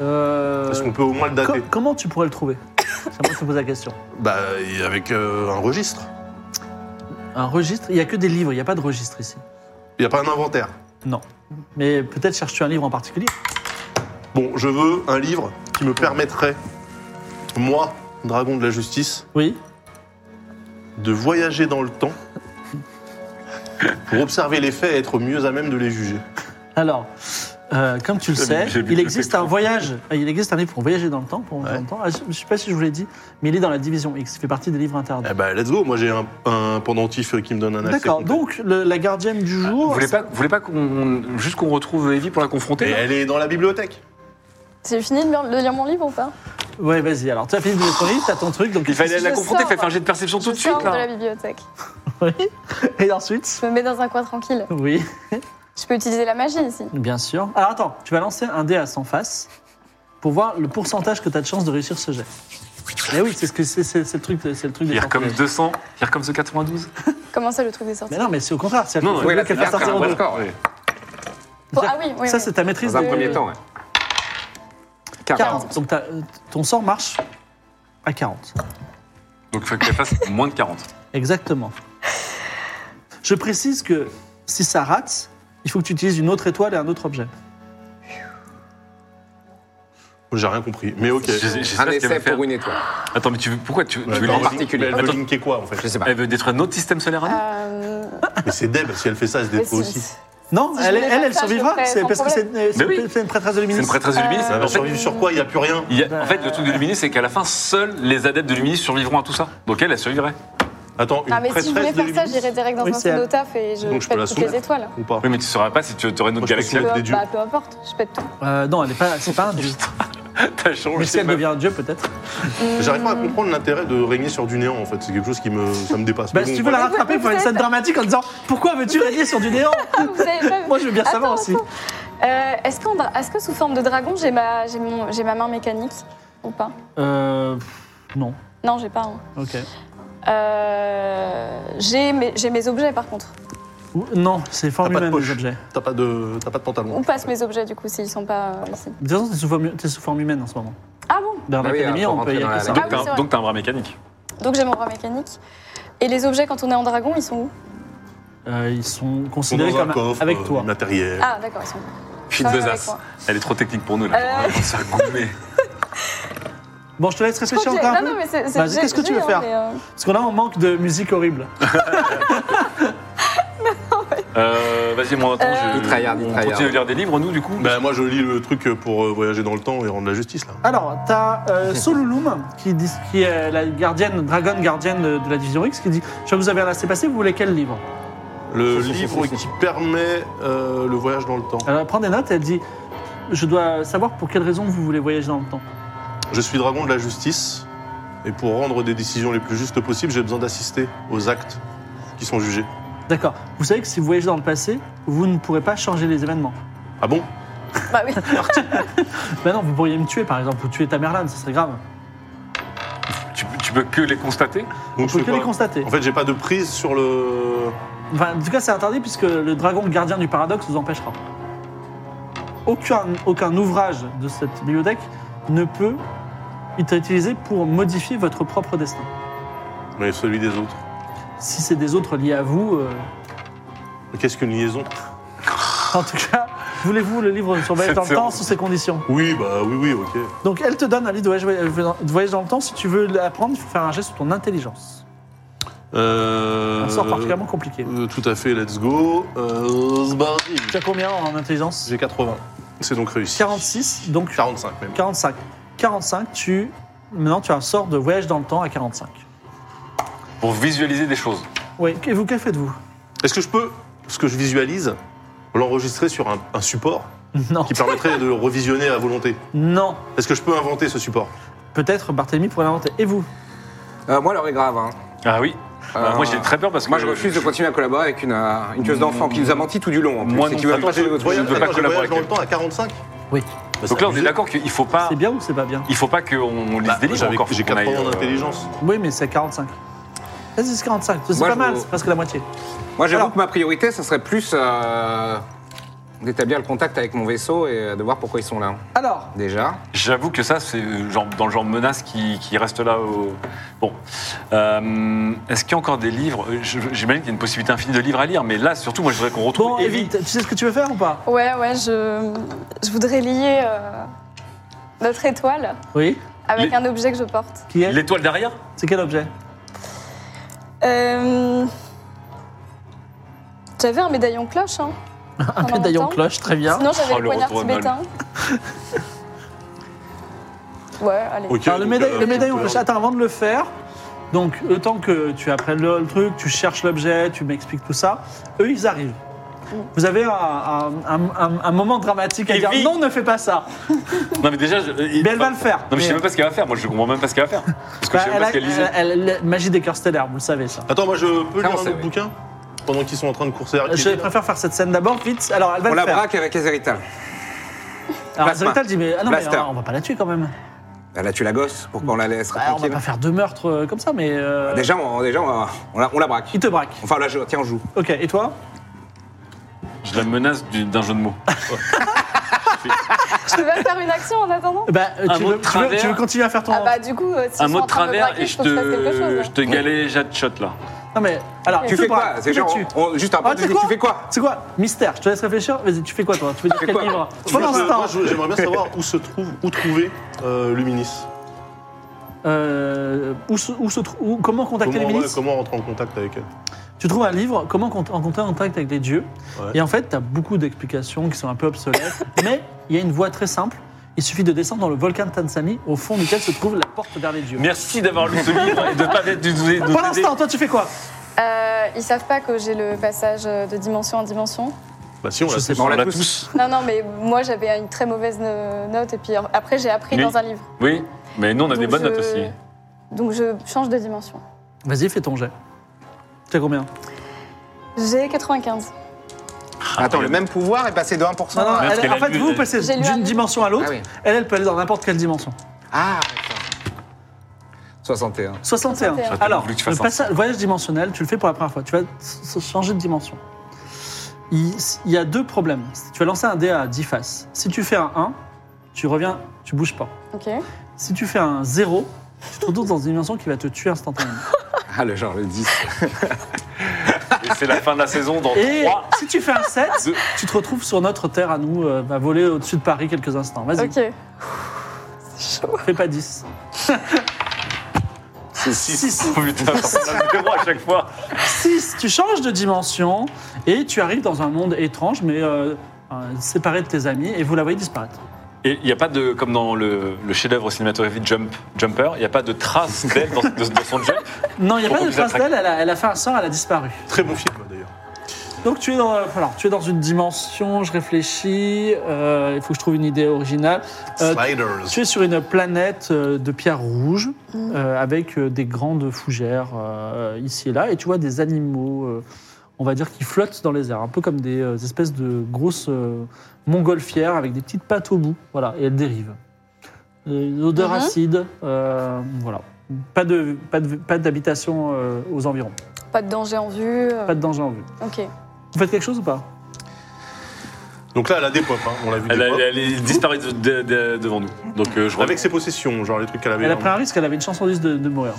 S1: Euh,
S3: Est-ce qu'on peut au moins le
S1: co-
S3: dater
S1: comment tu pourrais le trouver C'est moi qui te pose la question.
S3: Bah, et avec euh, un registre.
S1: Un registre Il y a que des livres, il n'y a pas de registre ici.
S3: Il n'y a pas un inventaire.
S1: Non. Mais peut-être cherches-tu un livre en particulier
S3: Bon, je veux un livre qui me permettrait, moi, dragon de la justice,
S1: Oui.
S3: de voyager dans le temps pour observer les faits et être mieux à même de les juger.
S1: Alors, euh, comme tu le
S2: J'ai
S1: sais,
S2: bu- j'ai bu
S1: il
S2: le
S1: existe un voyage, il existe un livre pour voyager dans le temps, pour voyager dans le temps. Ah, je ne sais pas si je vous l'ai dit, mais il est dans la division X, il fait partie des livres interdits.
S3: Eh ben, let's go. Moi, j'ai un, un pendentif qui me donne
S2: Eh ben,
S3: un accès.
S1: D'accord,
S3: complet.
S1: donc le- la gardienne du
S2: Ah, Vous
S1: jour,
S2: voulez pas, vous voulez pas qu'on, juste qu'on retrouve Evie pour la
S3: Et
S2: confronter là
S3: elle est dans la bibliothèque.
S4: J'ai fini de lire- de lire mon livre ou pas
S1: ouais vas-y, alors tu as fini de lire ton livre, tu as ton truc, donc
S2: Il fallait
S4: Je
S2: la confronter,
S4: sors.
S2: fallait faire un jet de perception tout
S4: Je
S2: de suite
S4: sors de
S2: là.
S4: la bibliothèque.
S1: Oui. Et ensuite
S4: Je me mets dans un coin tranquille.
S1: Oui,
S4: Je peux utiliser la magie ici.
S1: bien sûr. Alors attends, tu vas lancer un dé à 100 faces pour voir le pourcentage que tu as de chance de réussir ce jet. Et oui, c'est ce que c'est, c'est- c'est le truc, c'est le truc des
S2: Hier
S1: sorties.
S2: comme 200, hier comme ce 92.
S4: Comment ça, le truc des sorties
S1: Mais non, mais c'est au contraire, c'est
S2: Non, non,
S5: Oui, là,
S1: qu'elle
S5: c'est
S1: fasse
S5: bien, c'est
S1: sortir
S5: un
S1: au
S5: bon
S1: deux.
S5: score. ouais.
S4: Bon, Ah oui, oui.
S1: Ça,
S4: oui.
S1: c'est ta maîtrise
S5: Dans
S2: Ah,
S5: un
S1: de-
S5: premier temps, ouais. 40.
S1: 40. Donc t'as- euh, ton sort marche à 40.
S2: Donc il faut qu'elle fasse [LAUGHS] moins de 40.
S1: Exactement. Je précise que si ça rate, il faut que tu utilises une autre étoile et un autre objet.
S3: J'ai rien compris. Mais ok. Euh,
S2: J'ai- j'ai- j'espère
S5: Un
S2: qu'elle va
S5: essai
S2: faire-
S5: pour une étoile.
S2: Attends, mais tu veux, pourquoi tu, tu
S3: Ouais,
S2: veux
S3: attends,
S2: les-
S3: mais
S5: particulier.
S3: Elle veut
S2: Attends.
S3: linker quoi en fait
S5: Je sais pas.
S2: Elle veut détruire notre système solaire à nous
S4: Euh,
S3: Mais c'est Deb, si elle fait ça, elle se
S4: mais
S3: détruit
S4: si-
S3: aussi.
S1: Non,
S4: Si je
S1: elle,
S4: voulais
S1: elle,
S4: faire
S1: elle
S4: ça, je
S1: survivra,
S4: le ferais
S1: c'est
S4: sans
S1: parce que c'est
S4: problème.
S1: euh, c'est
S2: Mais oui.
S1: une, c'est une prêtresse de
S2: C'est une
S1: luminis.
S2: prêtresse de Luminis.
S4: Euh,
S3: Elle va
S2: En fait,
S3: survivre sur quoi Il n'y a plus rien.
S2: il y a- en fait, le truc de Luminis, c'est qu'à la fin, seuls les adeptes de Luminis survivront à tout ça. Donc elle, elle survivrait.
S3: Attends, une
S4: Ah, mais si
S3: prêtresse
S4: je voulais
S3: de
S4: faire ça,
S3: Luminis
S4: j'irais direct dans
S1: Oui,
S4: un
S1: c'est
S4: pseudo
S1: elle.
S4: taf et je
S3: Donc, je peux la
S4: pète toutes les
S3: soumettre.
S4: étoiles.
S3: ou pas
S2: Oui, mais tu saurais pas si tu aurais notre
S3: Moi, je
S2: galaxie.
S3: peux
S4: Peu,
S3: des dieux.
S4: bah, peu importe, je pète tout.
S1: Euh, non, elle est pas, c'est pas un dieu.
S2: T'as changé.
S1: Mais si elle
S2: même.
S1: devient un dieu, peut-être.
S3: J'arrive
S4: Euh.
S3: pas à comprendre l'intérêt de régner sur du néant en fait. C'est quelque chose qui me, ça me dépasse.
S1: Bah,
S3: Mais
S1: si
S3: bon,
S1: tu veux la
S3: voilà.
S1: rattraper pour une scène dramatique en disant Pourquoi veux-tu régner sur du néant
S4: Ah, vous savez pas.
S1: Moi, je veux bien savoir
S4: Attends,
S1: aussi.
S4: attends. Euh, Est-ce qu'on a- est-ce que sous forme de dragon, j'ai ma, j'ai mon- j'ai ma main mécanique ou pas
S1: Euh. Non,
S4: Non, j'ai pas. hein.
S1: ok.
S4: Euh, j'ai mes, j'ai mes objets par contre.
S1: Ou- Non, c'est
S3: pas
S1: formule
S3: de
S1: même les
S3: poche.
S1: objets.
S3: T'as pas de, t'as pas de pantalon.
S4: On passe mes objets du coup s'ils sont pas euh, ici.
S1: De toute façon, t'es sous forme, t'es sous forme humaine en ce moment.
S4: Ah bon
S1: Dans
S5: Bah oui,
S1: l'académie,
S5: hein, pour
S1: on peut y aller
S5: rentrer dans
S1: que ça.
S5: la-
S4: Ah
S2: Donc
S4: oui,
S2: t'as
S4: c'est
S2: un-
S4: vrai.
S2: donc, t'as un bras mécanique.
S4: Donc j'ai mon bras mécanique. Et les objets quand on est en dragon, ils sont où
S1: Euh, ils sont
S3: Ils sont dans
S1: considérés
S3: un
S1: comme
S3: coffre,
S1: avec
S3: euh,
S1: toi.
S3: matériel.
S4: Ah d'accord, ils sont.
S2: Fille de
S4: Ouais, avec
S2: Zas.
S4: moi.
S2: Elle est trop technique pour nous là.
S4: Euh.
S2: Ça a gommé.
S1: Bon, je te laisse
S4: Je
S1: réfléchir
S4: crois que j'ai-
S1: encore un
S4: non,
S1: peu.
S4: non, mais c'est- c'est-
S1: Vas-y,
S4: j'ai-
S1: qu'est-ce que tu veux
S4: j'ai, hein,
S1: faire
S4: mais, euh,
S1: Parce qu'on a un manque de musique horrible.
S2: Euh, Vas-y, moi, attends,
S4: Euh.
S2: je.
S5: Il tryhard, il
S2: on
S5: tryhard.
S2: continue de lire des livres, nous, du coup
S3: Bah moi je lis le truc pour euh, voyager dans le temps et rendre la justice là.
S1: Alors, t'as euh, Solulum, qui, dit- qui est la gardienne, dragon gardienne de, de la division X, qui dit Je vois que vous avez un laissé passer, vous voulez quel livre
S3: Le
S5: Si, si, si,
S3: livre
S5: si, si.
S3: qui permet euh, le voyage dans le temps.
S1: Alors, Elle prend des notes et elle dit Je dois savoir pour quelle raison vous voulez voyager dans le temps.
S3: Je suis dragon de la justice et pour rendre des décisions les plus justes possibles, j'ai besoin d'assister aux actes qui sont jugés.
S1: D'accord. Vous savez que si vous voyagez dans le passé, vous ne pourrez pas changer les événements.
S3: Ah bon
S4: Bah
S1: [LAUGHS]
S4: oui.
S1: Ben non, vous pourriez me tuer, par exemple, ou tuer ta Merlane, ce serait grave.
S2: tu, tu peux que les constater
S3: Donc
S1: Vous
S3: je
S1: pouvez
S3: fais
S1: que les
S3: quoi
S1: constater.
S3: En fait, j'ai pas de prise sur le.
S1: Enfin, en tout cas, c'est interdit puisque le dragon gardien du paradoxe vous empêchera. aucun, aucun ouvrage de cette bibliothèque ne peut être utilisé pour modifier votre propre destin.
S3: Mais celui des autres.
S1: Si c'est des autres liés à vous, euh,
S3: Mais Qu'est-ce qu'une liaison
S1: en tout cas, voulez-vous le livre sur voyage dans le
S2: Cette
S1: temps
S2: séance.
S1: sous ces conditions
S3: Oui, bah oui, oui, ok.
S1: Donc elle te donne un livre de voyage- de voyage dans le temps. Si tu veux l'apprendre, il faut faire un geste sur ton intelligence.
S3: Euh,
S1: Un sort particulièrement compliqué.
S3: euh, tout à fait, let's go. Euh, Zbardi.
S1: Tu as combien en intelligence
S3: J'ai 80. C'est donc réussi.
S1: 46, donc
S3: 45 même.
S1: 45. 45, tu. Maintenant, tu as un sort de voyage dans le temps à 45.
S2: Pour visualiser des choses.
S1: Oui, et vous, que faites-vous
S3: Est-ce que je peux, ce que je visualise, l'enregistrer sur un, un support
S1: Non.
S3: qui permettrait de le revisionner à volonté
S1: Non.
S3: Est-ce que je peux inventer ce support
S1: Peut-être Barthélemy pourrait l'inventer. Et vous
S5: Euh, moi, l'heure est grave. hein.
S2: Ah oui. Bah,
S5: Euh,
S2: moi j'ai très peur parce que.
S5: Moi, je refuse de continuer à collaborer avec une, euh, une tueuse d'enfants qui nous a menti tout du long. En plus,
S2: Moi
S5: et
S2: non
S5: qui veut
S2: plus.
S5: même pas
S2: Attends,
S5: tuer
S2: je-
S5: notre
S2: je-
S5: voyage.
S2: ne veux pas
S3: Attends, j'ai
S2: collaborer
S3: voyage dans le
S2: avec
S3: temps à 45
S1: Oui.
S2: Donc
S3: Bah, c'est
S2: là on est
S3: abusé.
S2: d'accord qu'il faut pas.
S1: C'est bien ou c'est pas bien
S2: Il faut pas qu'on lise
S3: Bah,
S2: des livres
S3: j'avais-
S2: encore. faut
S3: J'ai
S2: qu'on
S3: 4
S2: aille,
S3: ans
S2: euh,
S3: d'intelligence.
S1: Oui, mais c'est à 45. Vas-y, c'est 45. C'est
S5: Moi,
S1: pas
S5: je
S1: mal,
S5: vous-
S1: c'est presque la moitié.
S5: Moi, j'avoue
S1: Alors-
S5: que ma priorité, ça serait plus euh, d'établir le contact avec mon vaisseau et euh, de voir pourquoi ils sont là.
S1: Alors,
S5: Déjà.
S2: J'avoue que ça, c'est euh, genre, dans le genre menace qui, qui reste là. Au... Bon. Euh, Est-ce qu'il y a encore des livres Euh, Je- J'imagine qu'il y a une possibilité infinie de livres à lire, mais là, surtout, moi, je voudrais qu'on retrouve
S1: bon,
S2: Evie.
S1: Evie, tu sais ce que tu veux faire ou pas
S4: Ouais, ouais, je, je voudrais lier euh, notre étoile
S1: Oui.
S4: avec
S2: Les-
S4: un objet que je porte.
S1: Qui est
S2: L'étoile derrière
S1: C'est quel objet
S4: Euh, J'avais un médaillon cloche, hein.
S1: Un
S4: pendant
S1: médaillon
S4: longtemps.
S1: cloche, hein. très bien.
S4: Sinon, j'avais
S2: Oh,
S4: le
S2: le
S4: poignard
S2: retour de balle.
S4: tibétain. [LAUGHS] ouais, allez.
S3: Ok,
S1: Alors, Ah, le,
S3: donc,
S1: médaille-
S3: euh,
S1: le médaillon
S3: tu peux-
S1: cloche, attends, avant de le faire, donc le temps que tu apprennes le, le truc, tu cherches l'objet, tu m'expliques tout ça, eux, ils arrivent. Vous avez un, un- un- un- un moment dramatique à
S2: Evie.
S1: dire non, ne fais pas ça.
S2: Non, mais déjà. je- il-
S1: Mais elle va
S2: enfin,
S1: le faire.
S2: Non, mais je sais même pas ce qu'elle va faire. Moi, je comprends même pas ce qu'elle va
S1: [LAUGHS]
S2: faire. Parce que je sais
S1: Bah,
S2: même
S1: elle
S2: pas
S1: a-
S2: ce qu'elle lisait.
S1: elle- elle- elle- magie des cœurs stellaires, vous le savez ça.
S3: Attends, moi je peux
S5: Ah,
S3: lire
S5: on
S3: un
S5: sait,
S3: autre
S5: oui.
S3: bouquin pendant qu'ils sont en train de courser à
S1: Je
S3: Arcade.
S1: préfère faire cette scène d'abord, vite. Alors, elle va
S5: On
S1: le
S5: la
S1: faire.
S5: braque avec Azerital.
S1: Alors,
S5: Plasma.
S1: Zerital dit mais ah non, mais
S5: Blaster.
S1: on va pas la tuer quand même.
S5: Elle a tué Bah, la gosse, pourquoi on la laisse
S1: Bah, on va
S5: tranquille Bah,
S1: pas faire deux meurtres euh, comme ça, mais euh,
S5: Déjà, on, déjà, on, on la, on la braque.
S1: il te braque.
S5: Enfin, là, je, tiens, on joue.
S1: Ok, et toi
S2: Je la menace du- d'un jeu de mots.
S4: Je peux pas faire une action en attendant
S1: bah, euh,
S2: Un
S1: tu,
S2: mot
S1: veux,
S2: de
S1: tu veux-
S2: travers.
S1: tu veux continuer à faire ton.
S4: Ah bah du coup, euh, si
S2: Un
S4: ils
S2: mot
S4: sont
S2: de
S4: en train me
S2: travers
S4: braquer,
S2: et
S4: il
S2: je
S4: faut que je fasse quelque
S2: te,
S4: chose. hein.
S2: je te galais Jade Shot là.
S1: Non mais alors
S5: Tu
S1: te
S5: fais quoi
S1: braques,
S5: C'est
S1: tu
S5: genre,
S1: tues.
S5: on- juste un
S1: Ah, tu
S5: parti,
S1: sais quoi
S5: tu fais quoi
S1: C'est quoi Mystère, je te laisse réfléchir. Vas-y, tu fais quoi toi Tu veux dire
S5: fais
S1: quel
S5: quoi
S1: livre
S3: Tu
S1: Pour
S3: veux que-
S1: l'instant.
S3: moi, je- J'aimerais bien savoir où se trouve, où trouver euh, Luminis.
S1: euh, où se, où se trou- où- Comment contacter
S3: Comment,
S1: les
S3: ouais,
S1: milices
S3: comment rentrer en contact avec elle
S1: Tu trouves un livre, comment cont- en compter en contact avec les dieux.
S3: Ouais.
S1: Et en fait, tu as beaucoup d'explications qui sont un peu obsolètes. [LAUGHS] mais il y a une voie très simple. Il suffit de descendre dans le volcan de Tanzanie, au fond duquel se trouve la porte vers les dieux.
S2: Merci d'avoir lu ce livre et de pas être du nous
S1: Pour
S2: aider.
S1: l'instant, toi, tu fais quoi
S4: Euh, ils savent pas que j'ai le passage euh, de dimension en dimension.
S3: Bah si, on
S1: Je
S3: l'a
S1: sais
S3: tous.
S1: pas.
S5: On
S3: On
S5: la
S3: l'a
S5: tous.
S3: tous.
S4: Non, non, mais moi j'avais une très mauvaise no- note et puis euh, après j'ai appris
S2: Mais-
S4: dans un livre.
S2: Oui, mais nous, on a des
S4: Donc,
S2: bonnes
S4: je-
S2: notes aussi.
S4: Donc je change de dimension.
S1: Vas-y, fais ton jet. Tu as combien
S4: J'ai 95.
S5: Attends, le même pouvoir est passé de 1%.
S1: Non, non,
S5: à-
S1: elle-
S2: qu'elle
S1: en
S2: a
S1: fait,
S2: lu-
S1: vous, vous passez
S4: J'ai lu un
S1: d'une
S4: livre.
S1: dimension à l'autre.
S5: Ah oui.
S1: Elle, elle peut aller dans n'importe quelle dimension.
S5: Ah, putain. 61.
S1: 61.
S4: 61.
S1: Alors,
S2: J'aurais voulu que tu
S1: le
S2: fasses un
S1: passage- voyage dimensionnel, tu le fais pour la première fois. Tu vas s- changer de dimension. Il, il y a deux problèmes. Tu vas lancer un dé à 10 faces. Si tu fais un 1, tu reviens, tu bouges pas.
S4: Ok.
S1: Si tu fais un 0, tu te retrouves dans une dimension qui va te tuer
S2: [LAUGHS]
S1: instantanément.
S5: Ah, le genre, le 10.
S2: Et c'est la fin de la saison dans
S1: [LAUGHS] Et
S2: 3.
S1: si tu fais un 7,
S2: Deux.
S1: tu te retrouves sur notre terre à nous, euh, va voler au-dessus de Paris quelques instants. Vas-y,
S4: Ok.
S1: fais pas 10.
S5: C'est
S1: 6.
S2: Oh putain, ça me zéro à chaque fois.
S1: 6, tu changes de dimension et tu arrives dans un monde étrange, mais euh, euh, séparé de tes amis, et vous la voyez disparaître.
S2: Et il n'y a pas de, comme dans le, le chef-d'œuvre cinématographique Jump, Jumper, il n'y a pas de trace d'elle dans, de- dans son jump.
S1: Non, il n'y a
S2: Pour
S1: pas de
S2: qu'on
S1: trace
S2: puisse la
S1: d'elle, elle, a- elle a fait un sort, elle a disparu.
S3: Très bon film d'ailleurs.
S1: Donc tu es dans, alors, tu es dans une dimension, je réfléchis, euh, il faut que je trouve une idée originale. Euh,
S3: Sliders.
S1: tu es sur une planète euh, de pierre rouge euh, avec euh, des grandes fougères euh, ici et là, et tu vois des animaux, euh, on va dire, qui flottent dans les airs, un peu comme des euh, espèces de grosses euh, montgolfières avec des petites pattes au bout, voilà, et elles dérivent. Euh, Une odeur
S4: Mhm.
S1: acide, euh, voilà. Pas de pas de- pas d'habitation euh, aux environs,
S4: Pas de danger en vue. euh,
S1: pas de danger en vue.
S4: Ok.
S1: Vous faites quelque chose ou pas
S3: Donc là, elle a des pops, hein, on l'a vu. des
S2: Elle, a-
S3: pops.
S2: elle est disparue de- de- de- devant nous. Donc euh, je
S3: Avec ses possessions, genre les trucs qu'elle avait.
S1: Elle a
S3: hein.
S1: pris un risque, elle avait une chance sur 10 de, de mourir.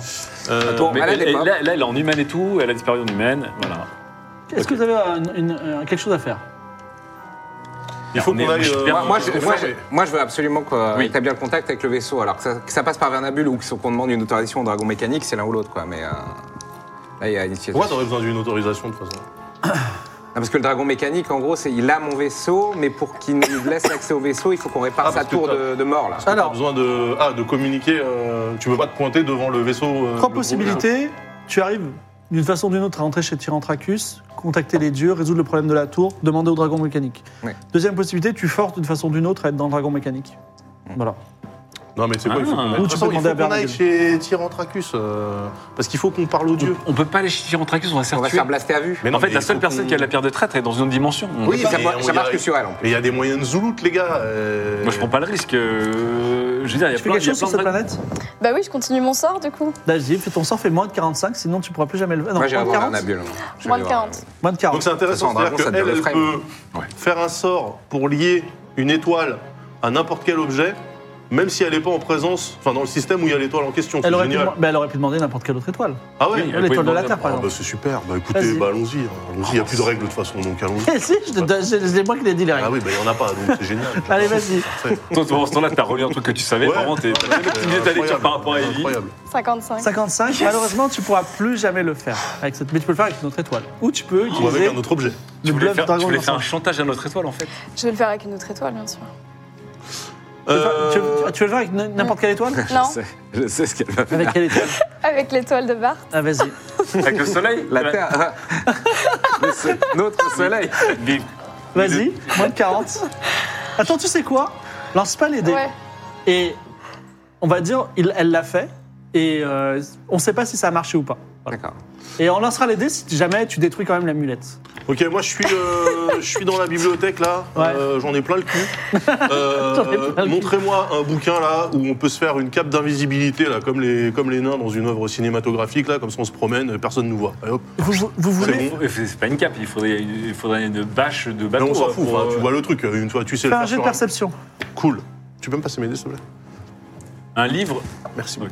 S3: Euh,
S2: Attends, mais
S5: elle a
S2: elle-
S5: des
S2: elle-
S5: pops.
S2: là, là, elle est en humaine et tout, elle a disparu en humaine. Voilà.
S1: Est-ce que vous avez un- une- un- quelque chose à faire
S3: il faut
S2: on est-
S3: qu'on aille.
S2: je
S3: euh,
S2: perds
S5: Moi,
S2: mon-
S5: moi, je,
S2: Ouais,
S5: moi,
S2: ouais.
S5: je- moi, je veux absolument qu'on
S2: Oui.
S5: établir le contact avec le vaisseau. Alors que ça, que ça passe par Vernabule ou que- qu'on demande une autorisation au dragon mécanique, c'est l'un ou l'autre, quoi. Mais euh, là, il y a initiative.
S3: Pourquoi t'aurais besoin d'une autorisation de toute façon
S5: Non, parce que le dragon mécanique, en gros, c'est il a mon vaisseau, mais pour qu'il nous laisse accès au vaisseau, il faut qu'on répare
S3: Ah,
S5: sa
S3: parce que
S5: tour
S3: t'as-
S5: de, de mort, là.
S3: T'as
S1: Alors,
S3: besoin de, ah, de communiquer. euh, tu peux pas te pointer devant le vaisseau. euh,
S1: Trois
S3: le gros vaisseau.
S1: possibilités. Tu arrives d'une façon ou d'une autre à entrer chez Tyrantracus, contacter les dieux, résoudre le problème de la tour, demander au dragon mécanique.
S5: Ouais.
S1: Deuxième possibilité, tu forces d'une façon ou d'une autre à être dans le dragon mécanique.
S2: Mm.
S1: Voilà.
S3: Non, mais c'est quoi Il faut qu'on aille-
S2: Ah.
S3: De toute
S1: Ou tu
S3: façon,
S1: peux
S3: il faut
S1: demander à
S3: qu'on aille
S1: Bernadette.
S3: chez Tyrantracus. euh, parce qu'il faut qu'on parle aux dieux.
S2: On peut pas aller chez Tyrantracus, on va se
S5: On
S2: faire
S5: va se
S2: tuer.
S5: faire blaster à vue.
S3: Mais non,
S2: en fait,
S3: mais
S2: la
S3: il
S2: seule
S3: faut
S2: personne
S3: qu'on-
S2: qui a la pierre de traître est dans une autre dimension. On-
S3: Oui,
S5: Et ça,
S3: mais
S5: mar-
S3: on
S5: ça
S3: y
S5: marche que
S3: arrive.
S5: sur elle, hein. en plus.
S3: Mais il y a des moyens de zouloute, les gars. euh,
S2: Moi, je prends pas le risque. euh, Je veux dire, il y a
S1: Tu fais
S2: plein,
S1: quelque
S2: il y a
S1: chose
S2: plein
S1: sur cette
S2: de...
S1: planète
S4: Bah oui, je continue mon sort du coup.
S1: Vas-y, fais ton sort, fait moins de 45, sinon tu pourras plus jamais le. Non,
S5: Moi,
S1: moins de
S5: j'irai voir
S1: 40
S5: Vernabule. Je
S4: Moins
S5: vais
S4: de
S5: voir.
S4: 40.
S1: Moins de 40.
S3: Donc c'est intéressant,
S5: Ça, c'est un
S3: c'est-à-dire
S5: dragon, ça
S3: qu'elle, elle
S5: devient frame.
S3: peut
S2: Ouais.
S3: faire un sort pour lier une étoile à n'importe quel objet, même si elle n'est pas en présence, enfin dans le système où il y a l'étoile en question. C'est
S1: Elle aurait, pu,
S3: génial.
S1: demander- bah, elle aurait pu demander n'importe quelle autre étoile. [LAUGHS]
S3: Ah ouais
S2: Oui, elle pouvait
S1: L'étoile de la
S2: demander-
S1: Terre, par
S3: Ah bah
S1: exemple.
S3: c'est super, bah écoutez,
S1: Vas-y.
S3: bah allons-y, hein. allons-y, il n'y a plus de règles de toute façon, donc allons-y.
S1: Eh si, je te donne- [LAUGHS] c'est c'est moi qui l'ai dit les
S3: Ah
S1: règles.
S3: oui, bah il n'y en a pas, donc c'est génial.
S1: [LAUGHS] Allez, vas-y.
S3: Parfait.
S2: Toi, pendant ce temps-là, t'as relié un truc que tu savais.
S3: Ouais.
S2: Vraiment, t'es t'as jamais optimisé ta lecture
S3: Incroyable,
S2: par rapport à Ellie.
S3: Incroyable.
S4: 55.
S1: 55, malheureusement, tu pourras plus jamais le faire. Avec cette... Mais tu peux le faire avec une autre étoile. Ou tu peux
S3: Ou avec
S1: utiliser
S3: un autre objet.
S1: le
S2: Tu voulais,
S1: bluff
S2: faire, tu
S1: dragon
S2: voulais faire un
S1: d'enfant.
S2: chantage à notre étoile,
S1: [LAUGHS]
S2: en fait.
S4: Je vais le faire avec une autre étoile, bien sûr.
S1: Tu veux faire- tu
S3: Euh,
S1: veux- tu veux le faire avec n- n'importe quelle [LAUGHS] étoile
S4: non,
S5: Je sais- Je sais ce qu'elle va faire.
S1: Avec quelle étoile
S4: avec l'étoile de Barth.
S1: Ah, vas-y.
S2: Avec le soleil
S5: La Terre. [LAUGHS] Mais c'est notre soleil.
S2: Mais-
S1: [LAUGHS] Vas-y, moins de 40. Attends, tu sais quoi Lance pas les dés.
S4: Ouais.
S1: Et on va dire, il- elle l'a fait. Et euh, on sait pas si ça a marché ou pas. Voilà.
S5: D'accord.
S1: Et on lancera les dés si jamais tu détruis quand même l'amulette.
S3: Ok, moi je suis, euh, je suis dans la bibliothèque là,
S1: Ouais.
S3: Euh, j'en ai plein
S1: [LAUGHS]
S3: le cul. Euh,
S1: J'en ai plein le cul.
S3: Montrez-moi un bouquin là où on peut se faire une cape d'invisibilité là, comme les, comme les nains dans une œuvre cinématographique là, comme ça on se promène, personne nous voit. Allez, hop.
S1: Vous, vous- vous voulez
S3: bon.
S2: Mais C'est c'est pas une cape, il faudrait, il faudrait une bâche de
S3: Mais
S2: bateau.
S3: on s'en fout,
S2: pour,
S3: hein,
S2: euh,
S3: tu vois le truc, une fois tu sais
S1: faire un
S3: le
S1: jet de
S3: faire. sur
S1: perception
S3: un- Cool. Tu peux me passer mes dés s'il te plaît
S2: Un livre
S3: Merci.
S2: Ok.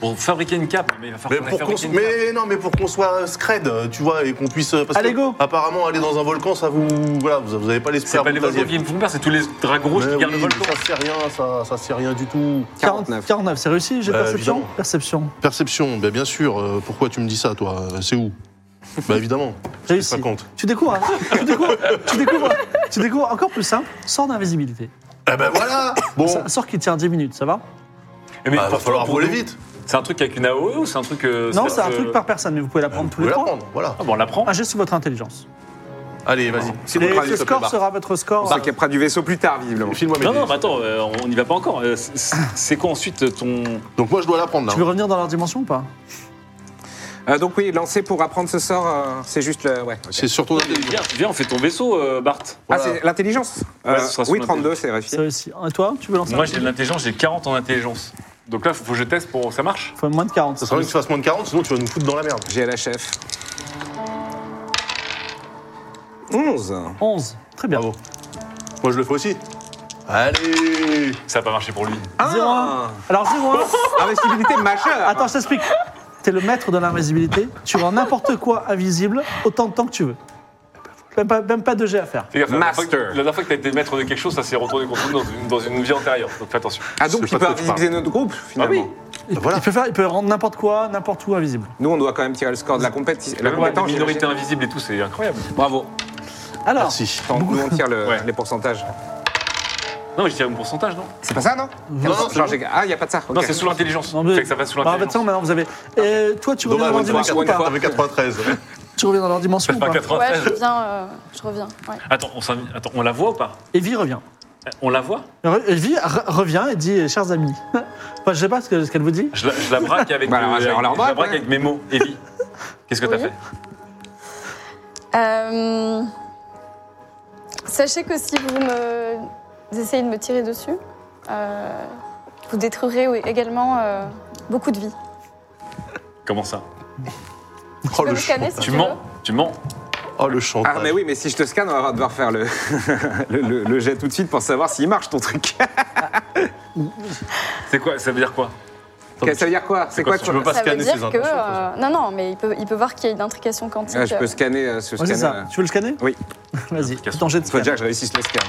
S2: Pour fabriquer une cape, mais il va
S3: Mais
S2: falloir qu'on aille
S3: pour qu'on
S2: fabriquer une cape.
S3: mais non mais pour qu'on soit scred, euh, tu vois, et qu'on puisse. parce
S1: Allez,
S3: que
S1: go.
S3: Apparemment aller dans un volcan, ça vous, voilà, vous, vous avez pas l'esprit.
S2: C'est pas les volcans qui me font peur, c'est tous les dragons rouges qui
S3: Mais
S2: gardent
S3: oui,
S2: le volcan.
S3: ça sert rien, ça, ça sert rien du tout.
S1: 49.
S5: 49.
S1: 49, c'est réussi, j'ai
S3: Bah,
S1: perception
S3: évidemment.
S1: Perception.
S3: Perception, ben bien sûr. euh, pourquoi tu me dis ça, toi Euh, C'est où
S2: [LAUGHS]
S3: Bah évidemment.
S1: Réussi.
S3: 50.
S1: Tu découvres, [LAUGHS] hein tu, découvres, tu, découvres, tu découvres encore plus simple, sort d'invisibilité.
S3: Eh ben voilà Bon,
S1: Ça- Sort qui tient 10 minutes, ça va
S2: Et mais
S3: bah, va
S2: pour-
S3: falloir
S2: pour
S3: voler
S2: nous,
S3: vite.
S2: C'est un truc avec une AOE ou c'est un truc. euh,
S1: Non, c'est un
S2: euh,
S1: truc par personne, mais vous pouvez la prendre
S3: Vous
S1: tous les
S3: pouvez la
S1: trois.
S3: prendre, voilà.
S2: Ah bon, on la prend.
S1: Un jet sous votre intelligence.
S3: Allez, vas-y. C'est
S1: Et
S3: votre avis,
S1: ce
S3: s'il te plaît,
S1: score
S3: Bart.
S1: sera votre
S5: On
S1: score.
S5: sait qu'il y a près du vaisseau plus tard, visiblement.
S3: File-moi mes
S2: Non,
S3: dés.
S2: non, mais attends, euh, on n'y va pas encore. Euh, c'est- C'est quoi ensuite euh, ton.
S3: Donc moi, je dois la prendre, là.
S1: Tu veux revenir dans leur dimension ou pas
S5: Euh, donc oui, lancer pour apprendre ce sort, euh, c'est juste le... Ouais. ok.
S3: C'est surtout...
S2: Viens, viens, on fait ton vaisseau, euh, Bart.
S5: Ah,
S3: Voilà.
S5: c'est l'intelligence
S2: Ouais,
S5: Euh,
S2: ce sera sur
S5: Oui, 32, c'est
S1: C'est
S5: réussi.
S1: réussi. Et toi, tu veux lancer
S2: Moi, j'ai de l'intelligence, j'ai 40 en intelligence. Donc là, faut faut que je teste pour. Ça marche
S1: Faut moins de 40.
S3: Ça sera bien que tu fasses moins de 40, sinon tu vas nous foutre dans la merde.
S5: J'ai la chef. 11.
S1: 11. Très bien.
S3: Bravo. Moi, je le fais aussi. Allez
S2: Ça n'a pas marché pour lui.
S1: 0-1.
S3: Ah.
S1: Alors
S3: [LAUGHS]
S1: 0-1.
S5: Investibilité majeure
S1: Attends, je t'explique. T'es le maître de l'invisibilité. Tu rends n'importe quoi invisible autant de temps que tu veux. Même pas, même pas de jet à faire.
S2: Fais gaffe, la dernière fois que-
S5: Master.
S2: La dernière fois que t'as été maître de quelque chose, ça s'est retourné contre nous dans une, dans une vie antérieure. Donc fais attention.
S5: Ah donc
S3: Je sais
S5: il
S3: pas
S5: peut
S3: de quoi tu parles.
S5: invisibiliser notre groupe finalement.
S2: Ah oui.
S1: Il,
S3: Bah Voilà.
S1: il peut faire, il peut rendre n'importe quoi, n'importe où invisible.
S5: Nous on doit quand même tirer le score de la, compéti- la
S2: La
S5: compétence.
S2: minorité
S5: j'imagine.
S2: invisible et tout, c'est incroyable.
S5: Bravo.
S1: Alors,
S3: Merci.
S5: Tant que nous on tire le-
S2: Ouais.
S5: les pourcentages.
S2: Non, mais j'ai tiré mon pourcentage, non
S5: C'est pas ça non
S3: non, c'est
S5: Genre,
S3: bon.
S5: j'ai- Ah il n'y a pas de ça. ok.
S2: Non, c'est sous l'intelligence.
S1: Non, mais-
S2: Fait que ça passe sous
S1: Bah, en fait, ça,
S2: l'intelligence.
S1: maintenant vous avez. Et toi, tu reviens dans leur
S3: Dommage,
S1: dimension ou
S3: t'avais
S1: pas
S3: 93. [LAUGHS]
S1: Tu reviens dans leur dimension ou pas
S2: Pas
S4: Ouais,
S2: 93.
S4: je reviens. euh, je reviens. Ouais.
S2: Attends, on s'en- attends, on la voit ou pas
S1: Evie revient.
S2: On la voit
S1: Re- Evie re- revient et dit Chers amis. [LAUGHS] Enfin, je sais pas ce que- ce qu'elle vous dit.
S2: Je la, je la braque avec,
S5: Bah, alors,
S2: euh,
S5: je la
S2: avec-
S5: rebraque,
S2: je la braque
S5: ouais.
S2: avec mes mots. Evie, qu'est-ce que t'as
S4: Oui.
S2: fait
S4: Euh, sachez que si vous, me, vous essayez de me tirer dessus, euh, vous détruirez oui, également euh, beaucoup de vies.
S2: Comment ça
S3: Oh,
S4: peux
S3: le
S4: me scanner si
S2: Tu
S4: veux.
S2: mens Tu mens
S3: Oh, le chantage.
S5: Ah, mais oui, mais si je te scanne, on va devoir faire le, [LAUGHS] le, le- le jet tout de suite pour savoir s'il marche ton truc.
S2: C'est quoi Ça veut dire quoi
S5: Qu'est-ce que ça veut dire quoi C'est
S2: quoi,
S5: quoi,
S2: si
S5: ton-
S3: tu peux pas
S4: Ça veut
S3: scanner ses
S4: dire que.
S3: intentions.
S4: euh, non, non, mais il peut, il peut voir qu'il y a une intrication quantique.
S5: Ah, Je peux
S4: euh,
S5: scanner euh, ce
S1: Ouais, Oh, c'est
S5: scanner.
S1: ça.
S5: là.
S1: Tu veux le scanner
S5: Oui,
S1: Vas-y, t'en jettes
S5: il faut
S1: scan.
S5: déjà que je réussisse le scan.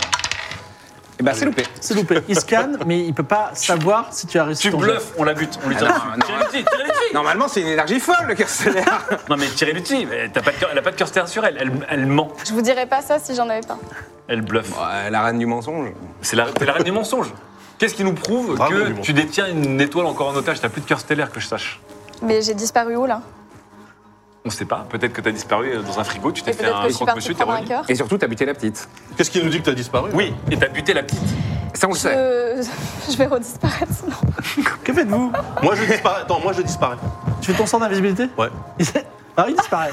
S5: Eh ben, c'est loupé.
S1: C'est loupé. Il scanne, mais il peut pas savoir si tu as réussi
S2: Tu
S1: ton jet.
S2: bluffes, on la bute, on lui tire
S5: Ah,
S2: dessus.
S5: non,
S2: Tirez l'outil, tirez l'outil
S5: Normalement, c'est une énergie folle, le carcellaire.
S2: Non mais tirez l'outil, mais t'as pas de cœur- elle a pas de cœur sur elle, elle, elle ment,
S4: Je vous dirais pas ça si j'en avais pas.
S2: elle bluffe.
S5: Ouais, la reine du mensonge.
S2: C'est la, t'es la reine du mensonge. Qu'est-ce qui nous prouve
S3: Bravo,
S2: que
S3: du mensonge.
S2: tu détiens une étoile encore en otage T'as plus de cœur stellaire que je sache.
S4: Mais j'ai disparu où là
S2: On sait pas, peut-être que t'as disparu euh, dans un frigo, tu
S4: Et
S2: t'es fait
S4: peut-être que
S2: un
S4: je suis partie
S2: croque-monsieur, t'es
S4: prendre un
S2: revenu.
S4: cœur.
S5: Et surtout, t'as buté la petite.
S3: Qu'est-ce qui nous dit que t'as disparu
S2: Oui, et t'as buté la petite.
S5: Ça, on le sait.
S4: Je, je [LAUGHS] vais redisparaître. sinon.
S3: Bah,
S1: Que faites-vous
S3: Moi, je disparais. Attends, moi, je disparais.
S1: Tu fais ton sort d'invisibilité [LAUGHS]
S3: Ouais.
S1: Ah, il disparaît.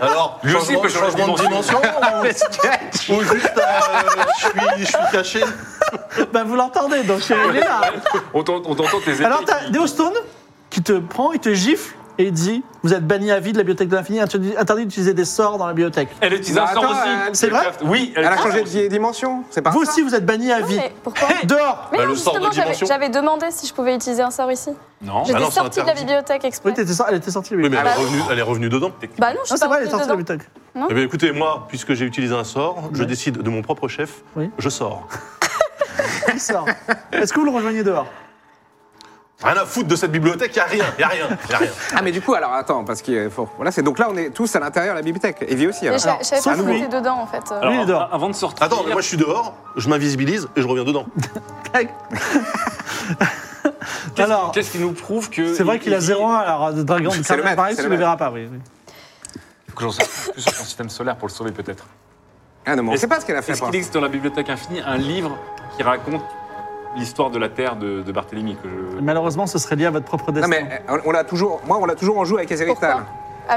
S3: Alors,
S2: Lui aussi
S3: changement-
S2: peut changer
S3: changement de
S2: de
S3: dimension ou, ou juste euh, je, suis, je suis caché
S1: ben, vous l'entendez, donc il est là.
S2: On t'en- on t'entend tes épées.
S1: Alors, t'as Deostone qui te prend, il te gifle et il dit Vous êtes banni à vie de la bibliothèque de l'infini, interdit interdit d'utiliser des sorts dans la bibliothèque.
S2: Elle utilise un
S5: Bah,
S2: sort
S5: attends,
S2: aussi.
S5: elle-
S1: C'est vrai
S2: Oui,
S5: Elle a
S2: utilise
S5: changé
S2: un sort
S5: de dimension. C'est pas
S1: Vous
S5: ça
S1: aussi, vous êtes banni à
S4: Non,
S1: vie.
S4: mais pourquoi
S1: Dehors
S4: Mais
S3: Bah,
S4: non,
S3: le sort de
S4: justement, j'avais-
S3: dimension.
S4: j'avais demandé si je pouvais utiliser un sort ici.
S2: Non,
S4: J'étais
S3: bah non, c'est
S4: sortie de la
S3: interdit.
S4: bibliothèque exprès.
S1: Oui, t'étais sorti- elle était sortie. Oui.
S3: Oui, mais elle est
S4: Ah bah.
S3: revenue, elle est revenue dedans.
S4: Bah non, je
S1: Non,
S4: suis
S1: c'est vrai, elle est sortie
S4: sortie
S1: de la
S4: dedans.
S1: bibliothèque.
S3: Eh bien, écoutez, moi, puisque j'ai utilisé un sort, je
S1: Ouais.
S3: décide de mon propre chef,
S1: Oui.
S3: je sors.
S1: Il
S4: [LAUGHS]
S1: sort. Est-ce que vous le rejoignez dehors
S3: Rien à foutre de cette bibliothèque, y a rien, y a rien, y a rien.
S5: Ah, mais du coup, alors attends, parce qu'il faut. Voilà, c'est donc là, on est tous à l'intérieur de la bibliothèque. Et vie aussi,
S4: Mais
S5: alors.
S4: je je savais
S1: sauf
S4: pas que
S1: lui.
S4: j'étais dedans en fait. Euh,
S2: Alors,
S1: Oui, il dort.
S2: Avant de sortir.
S3: Attends, moi je suis dehors, je m'invisibilise et je reviens dedans.
S2: Qu'est-ce-
S1: Alors,
S2: Qu'est-ce qui nous prouve que.
S1: c'est vrai qu'il a 0-1, alors de dragon,
S5: C'est le maître,
S1: pareil,
S5: c'est
S1: tu
S5: le
S1: le verras
S5: maître.
S1: pas, oui. oui.
S2: Faut que j'en sache plus sur son système solaire pour le sauver peut-être.
S5: Ah non, mais on
S2: Est-ce-
S5: sait pas ce qu'elle a fait.
S2: Est-ce
S5: pour
S2: qu'il existe dans la bibliothèque infinie un livre qui raconte l'histoire de la Terre de, de Barthélemy que je...
S1: Malheureusement, ce serait lié à votre propre
S5: Non
S1: destin.
S5: mais euh, on on l'a toujours, moi on l'a toujours en joue avec Ezeric
S4: Pourquoi
S5: Tal.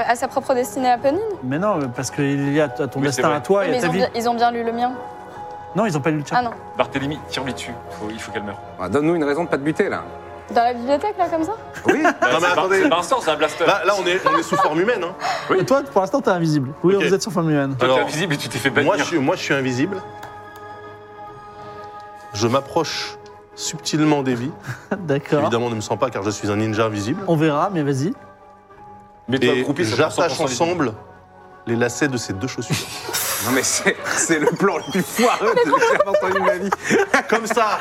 S4: à, à sa propre destinée à Penin
S1: Mais non, euh, parce qu'il y a t- ton
S2: Oui, c'est
S1: destin
S2: vrai.
S1: à toi et
S4: Mais
S1: à
S4: ils
S1: ta
S4: ont,
S1: vie.
S4: bien, ils ont bien lu le mien.
S1: Non, ils ont pas lu le
S4: Ah
S1: chat.
S4: non.
S2: Barthélemy, tire-lui dessus. Faut- il faut qu'elle meure.
S5: Bah, Donne-nous une raison de pas te buter là.
S4: Dans la bibliothèque là comme ça
S5: Oui.
S3: Non, mais
S2: Bah, C'est pas-
S3: attendez. Bah,
S2: C'est pas un sort, c'est un blaster.
S3: Là, là, on, est, on est sous forme humaine. hein.
S1: Et toi, pour l'instant, t'es invisible. Oui,
S3: Ok.
S1: vous êtes sur forme humaine.
S2: Toi, t'es
S3: Alors,
S2: invisible et tu t'es fait bannir.
S3: Moi je, suis, moi, je suis invisible. Je m'approche subtilement d'Evie.
S1: [LAUGHS] D'accord.
S3: Évidemment, on ne me sent pas car je suis un ninja invisible.
S1: On verra, mais vas-y.
S2: Mais toi,
S3: Et
S2: accroupi, ça prend 100%
S3: j'attache
S2: des-
S3: ensemble les lacets de ses deux chaussures.
S5: Non mais c'est c'est le plan le plus foireux que j'ai jamais entendu de ma vie.
S3: [LAUGHS] Comme ça,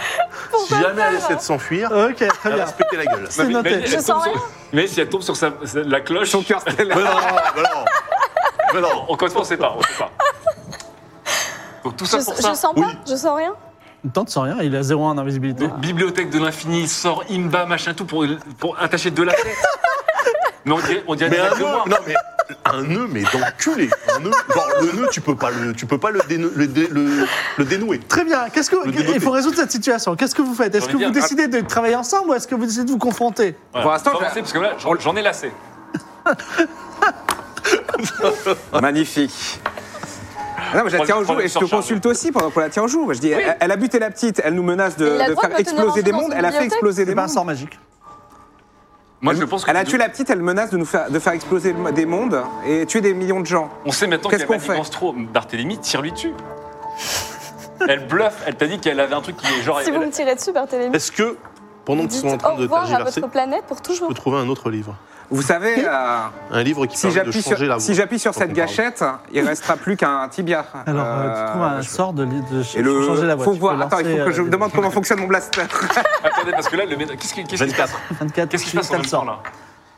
S3: si jamais elle essaie de s'enfuir,
S1: Ok, très
S3: elle va
S1: bien.
S3: se péter la gueule.
S1: C'est
S2: Mais-
S1: noté.
S2: mais-
S4: Je sens rien.
S2: Mais si elle tombe sur sa- sa- la cloche,
S5: Son cœur
S3: [LAUGHS]
S5: stellaire.
S3: Mais non, mais non, mais non.
S2: on ne sait pas. On sait pas. Donc tout
S4: Je,
S2: ça pour
S4: je
S2: ça.
S4: sens pas, je sens rien.
S1: Tente sans rien, il a 0-1 d'invisibilité.
S2: Donc, bibliothèque de l'infini, sort Imba, machin tout pour, pour attacher de la
S4: [LAUGHS]
S2: tête. Mais on dirait, on dirait
S3: Mais
S2: des
S3: un
S2: mecs de
S3: nœud,
S2: moi.
S3: non mais un nœud, mais d'enculé. Un nœud, genre le nœud, tu peux pas le, tu peux pas le, dénou- le, dé- le- le dénouer.
S1: Très bien. Qu'est-ce que
S3: développé.
S1: il faut résoudre cette situation Qu'est-ce que vous faites Est-ce
S2: J'ai
S1: que
S2: envie
S1: vous
S2: de dire-
S1: décidez de travailler ensemble ou est-ce que vous décidez de vous confronter
S2: Voilà.
S5: Pour l'instant,
S2: Faut
S5: je-
S2: avancer, parce que là, j'en- j'en ai lassé.
S5: Magnifique. Ah Non mais je la tiens en joue et je te
S2: Troisième
S5: consulte aussi pendant qu'on la tient en joue. Je dis, elle, elle a buté la petite, elle nous menace de,
S4: Et il a
S5: de
S4: le droit
S5: faire
S4: de tenir en
S5: exploser
S4: joue
S5: des
S4: dans une
S5: mondes, elle a fait
S4: bibliothèque
S5: exploser des
S1: C'est pas un
S5: mondes.
S1: sort magique.
S2: Moi, je pense que.
S5: Elle a tué la petite, elle menace de nous faire de faire exploser le- des mondes et tuer des millions de gens.
S2: On sait maintenant
S5: Qu'est-ce
S2: qu'elle
S5: qu'on
S2: manipulance trop. Barthélemy, tire-lui dessus. Elle bluffe, elle t'a dit qu'elle avait un truc qui est genre.
S4: Si vous me tirez dessus, Barthélémy,
S3: Est-ce que pendant qu'ils
S4: dites
S3: sont en
S4: au
S3: train de
S4: revoir à
S3: tergiverser,
S4: votre planète pour
S3: je peux
S4: toujours.
S3: trouver un autre livre,
S5: Vous savez, euh,
S3: un livre qui
S5: si
S3: permet de
S5: j'appuie
S3: changer la
S5: sur,
S3: voix.
S5: si j'appuie sur
S3: quand
S5: cette
S3: on parle.
S5: gâchette, il restera plus qu'un tibia.
S1: Alors, euh,
S5: Euh,
S1: tu trouves un sort de, de, de
S5: Et le.
S1: changer la voix.
S5: faut
S1: Tu peux
S5: voir. Attends, il
S1: lancer,
S5: faut que
S1: euh,
S5: je me
S1: des-
S5: demande comment fonctionne mon blaster.
S2: Attendez, parce que là, le méta- Qu'est-ce qui qu'est-ce qui se passe
S1: 24,
S2: Qu'est-ce qui se passe
S1: t'as
S2: en
S1: le
S2: même
S1: sort.
S2: temps là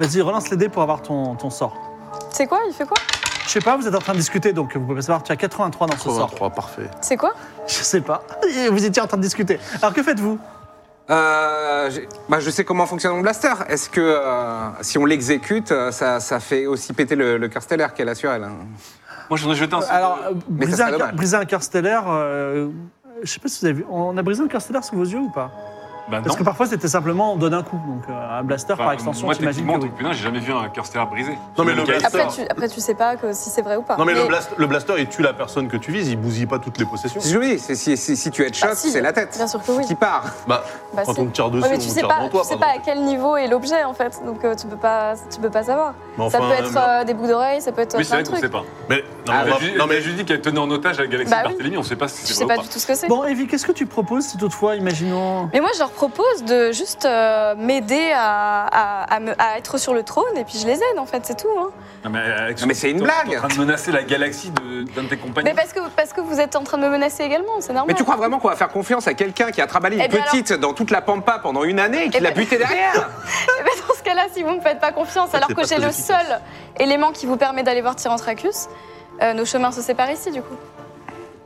S1: Vas-y, relance les dés pour avoir ton, ton sort.
S4: C'est quoi Il fait quoi
S1: Je sais pas, vous êtes en train de discuter, donc vous pouvez savoir, tu as 83 dans ce sort.
S3: 83, parfait.
S4: C'est quoi
S1: Je sais pas. Et Vous étiez en train de discuter. Alors que faites-vous
S5: Euh, j'ai- bah, je sais comment fonctionne mon blaster. Est-ce que euh, si on l'exécute, euh, ça, ça fait aussi péter le, le cœur stellaire qu'elle a sur elle hein
S2: Moi, je voudrais jeter un sort.
S1: Alors, euh,
S5: mais ça
S1: briser,
S5: serait
S1: un, cœur-
S5: dommage.
S1: briser un cœur stellaire, euh, je sais pas si vous avez vu, on a brisé un cœur stellaire sous vos yeux ou pas
S2: Bah,
S1: Parce
S2: non.
S1: que parfois c'était simplement on donne un coup. Donc euh, un blaster par
S2: Enfin,
S1: extension,
S2: moi,
S1: j'imagine que
S2: techniquement,
S1: oui.
S2: putain, j'ai jamais vu un cœur stellaire brisé.
S3: Non, mais
S2: Même
S3: le
S2: Kaelis,
S4: Après
S3: ça.
S4: tu, après, tu sais pas que si c'est vrai ou pas.
S3: Non, mais le, blast- le blaster, il tue la personne que tu vises, il bousille pas toutes les possessions.
S5: C'est joli, c'est- si, si, si tu headshot,
S4: Bah, si,
S5: c'est la tête
S4: Bien sûr que oui.
S5: qui part.
S3: Bah,
S4: Bah,
S3: quand
S4: si.
S3: on te tire dessus,
S4: Ouais, mais
S3: on
S4: tu
S3: te
S4: sais
S3: tire
S4: pas,
S3: devant toi.
S4: tu sais pas
S3: par
S4: à quel niveau est l'objet en fait, donc euh, tu peux pas, tu peux pas savoir.
S3: exemple. Mais
S4: ça
S3: enfin,
S4: peut être euh, des boucles d'oreilles, ça peut être
S2: Oui, c'est
S4: plein
S2: vrai
S4: de
S2: qu'on ne
S4: trucs.
S2: sait pas.
S3: mais- non,
S5: Ah,
S3: mais
S2: Bah,
S3: on va-
S2: Ju-
S3: non, mais
S2: bah, Judy qui est tenue en otage avec Galaxy
S4: Bah oui.
S2: Barthélemy, on ne sait pas si
S4: Je
S2: c'est
S4: sais
S2: vrai
S4: pas
S2: ou
S4: du tout ce que c'est.
S1: Bon, Evie, qu'est-ce que tu proposes si toutefois, imaginons.
S4: Mais moi, je leur propose de juste euh, m'aider à, à- à me- à être sur le trône et puis je les aide en fait, c'est tout. hein.
S2: Non, mais, Alex,
S5: Non, mais c'est une
S2: t'es-
S5: blague.
S2: T'es en train de menacer la galaxie de- d'un de tes compagnons.
S4: Mais parce que, parce que vous êtes en train de me menacer également, c'est normal.
S5: Mais tu crois vraiment qu'on va faire confiance à quelqu'un qui a travaillé
S4: Eh
S5: une
S4: bien
S5: petite dans toute la pampa pendant une année et qui
S4: Eh
S5: l'a
S4: ben-
S5: butée derrière
S4: [LAUGHS] Eh ben, dans ce cas-là, si vous me faites pas confiance, alors
S3: c'est
S4: que
S3: pas
S4: j'ai
S3: très
S4: le
S3: efficace.
S4: seul élément qui vous permet d'aller voir Tyrantracus, euh, nos chemins se séparent ici du coup.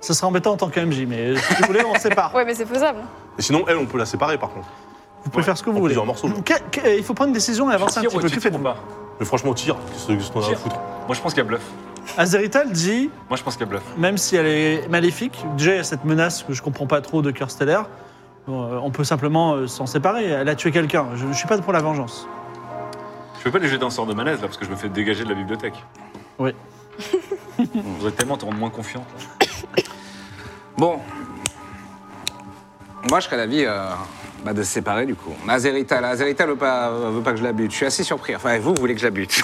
S1: Ce serait embêtant en tant qu'MJ, mais si vous voulez, on se sépare.
S4: Ouais, mais c'est faisable.
S3: Et Sinon, elle, on peut la séparer par contre.
S1: Vous pouvez
S3: Ouais,
S1: faire ce que vous
S3: en
S1: voulez.
S3: plusieurs morceaux.
S1: Que- que- euh, Il faut prendre une décision et avancer un
S2: Tire
S1: petit
S2: ou
S1: peu.
S2: tu
S1: Que
S2: tires
S1: faites-vous
S2: pas
S3: Mais franchement, tire. Qu'est-ce que- ce qu'on a à
S2: Tire.
S3: foutre
S2: Moi, je pense qu'il y a bluff.
S1: Azerital dit,
S2: Moi, je pense qu'il y a bluff.
S1: même si elle est maléfique, déjà il y a cette menace que je comprends pas trop de cœur stellaire. Bon, euh, on peut simplement euh, s'en séparer. Elle a tué quelqu'un. Je, ne suis pas pour la vengeance.
S2: Je peux pas les jeter un sort de malaise là parce que je me fais dégager de la bibliothèque.
S1: Oui.
S2: Vous êtes tellement te rendre moins confiant.
S5: Bon. Moi, je serais d'avis euh, bah, de se séparer du coup. Azerita, la Azerita veut pas, veut pas que je la bute. Je suis assez surpris. Enfin, vous, vous voulez que je la bute.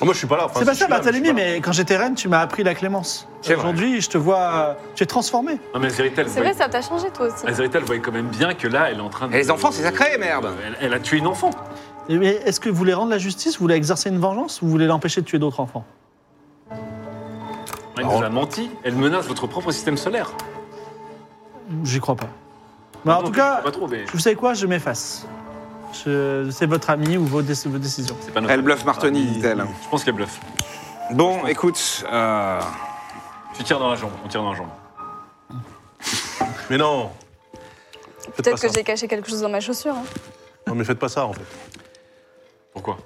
S3: Ah, Moi, je suis pas là. Enfin,
S1: C'est pas
S3: si,
S1: ça,
S3: je suis là,
S1: Barthélemy,
S3: mais je suis
S1: mais quand j'étais reine, tu m'as appris la clémence.
S5: C'est vrai.
S1: Aujourd'hui, je te vois. euh, Tu es transformé.
S2: Non mais Azerital,
S4: C'est vrai, ça t'a changé toi aussi.
S2: Azerital voyait quand même bien que là, elle est en train de. Euh,
S5: Et les enfants, c'est sacré, merde.
S2: Elle, elle a tué une enfant.
S1: Mais est-ce que vous voulez rendre la justice Vous voulez exercer une vengeance Ou vous voulez l'empêcher de tuer d'autres enfants
S2: Elle
S3: Alors-
S2: nous a menti. Elle menace votre propre système solaire.
S1: J'y crois pas. Mais en
S2: Non,
S1: tout
S2: je
S1: cas,
S2: sais Pas trop, mais
S1: vous savez quoi Je m'efface. Je- C'est votre ami ou vos, déc- vos décisions.
S2: c'est pas notre.
S5: Elle bluffe Martoni,
S3: Ah, il-
S5: dit-elle.
S2: Je pense qu'elle bluffe.
S5: Bon, écoute, euh,
S2: Tu tires dans la jambe. On tire dans la jambe.
S3: là. Mais non. Faites pas
S4: Peut-être
S3: ça.
S4: que j'ai caché quelque chose dans ma chaussure. hein.
S3: Non, mais faites pas ça en fait.
S2: Pourquoi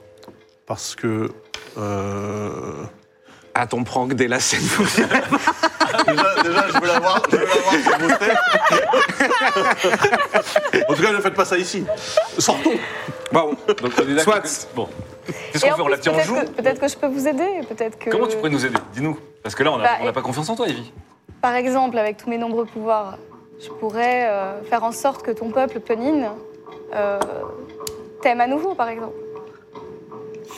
S3: Parce que. euh,
S5: à ton prank dès la scène. [LAUGHS]
S3: déjà, déjà, je veux la voir, je veux la voir sur vos têtes. [LAUGHS] en tout cas, ne faites pas ça ici. Sortons.
S5: bon,
S2: Donc on est d'accord
S5: Soit.
S2: que- Bon. Qu'est-ce
S4: Et
S2: qu'on
S4: en
S2: fait On
S4: plus,
S2: la tire en
S4: peut-être
S2: joue
S4: que- Peut-être que je peux vous aider. Peut-être que.
S2: Comment tu pourrais nous aider Dis-nous. Parce que là, on
S4: Bah,
S2: a- on n'a
S4: et-
S2: pas confiance en toi, Evie.
S4: [LAUGHS] Par exemple, avec tous mes nombreux pouvoirs, je pourrais euh, faire en sorte que ton peuple, Penine, euh, t'aime à nouveau, par exemple.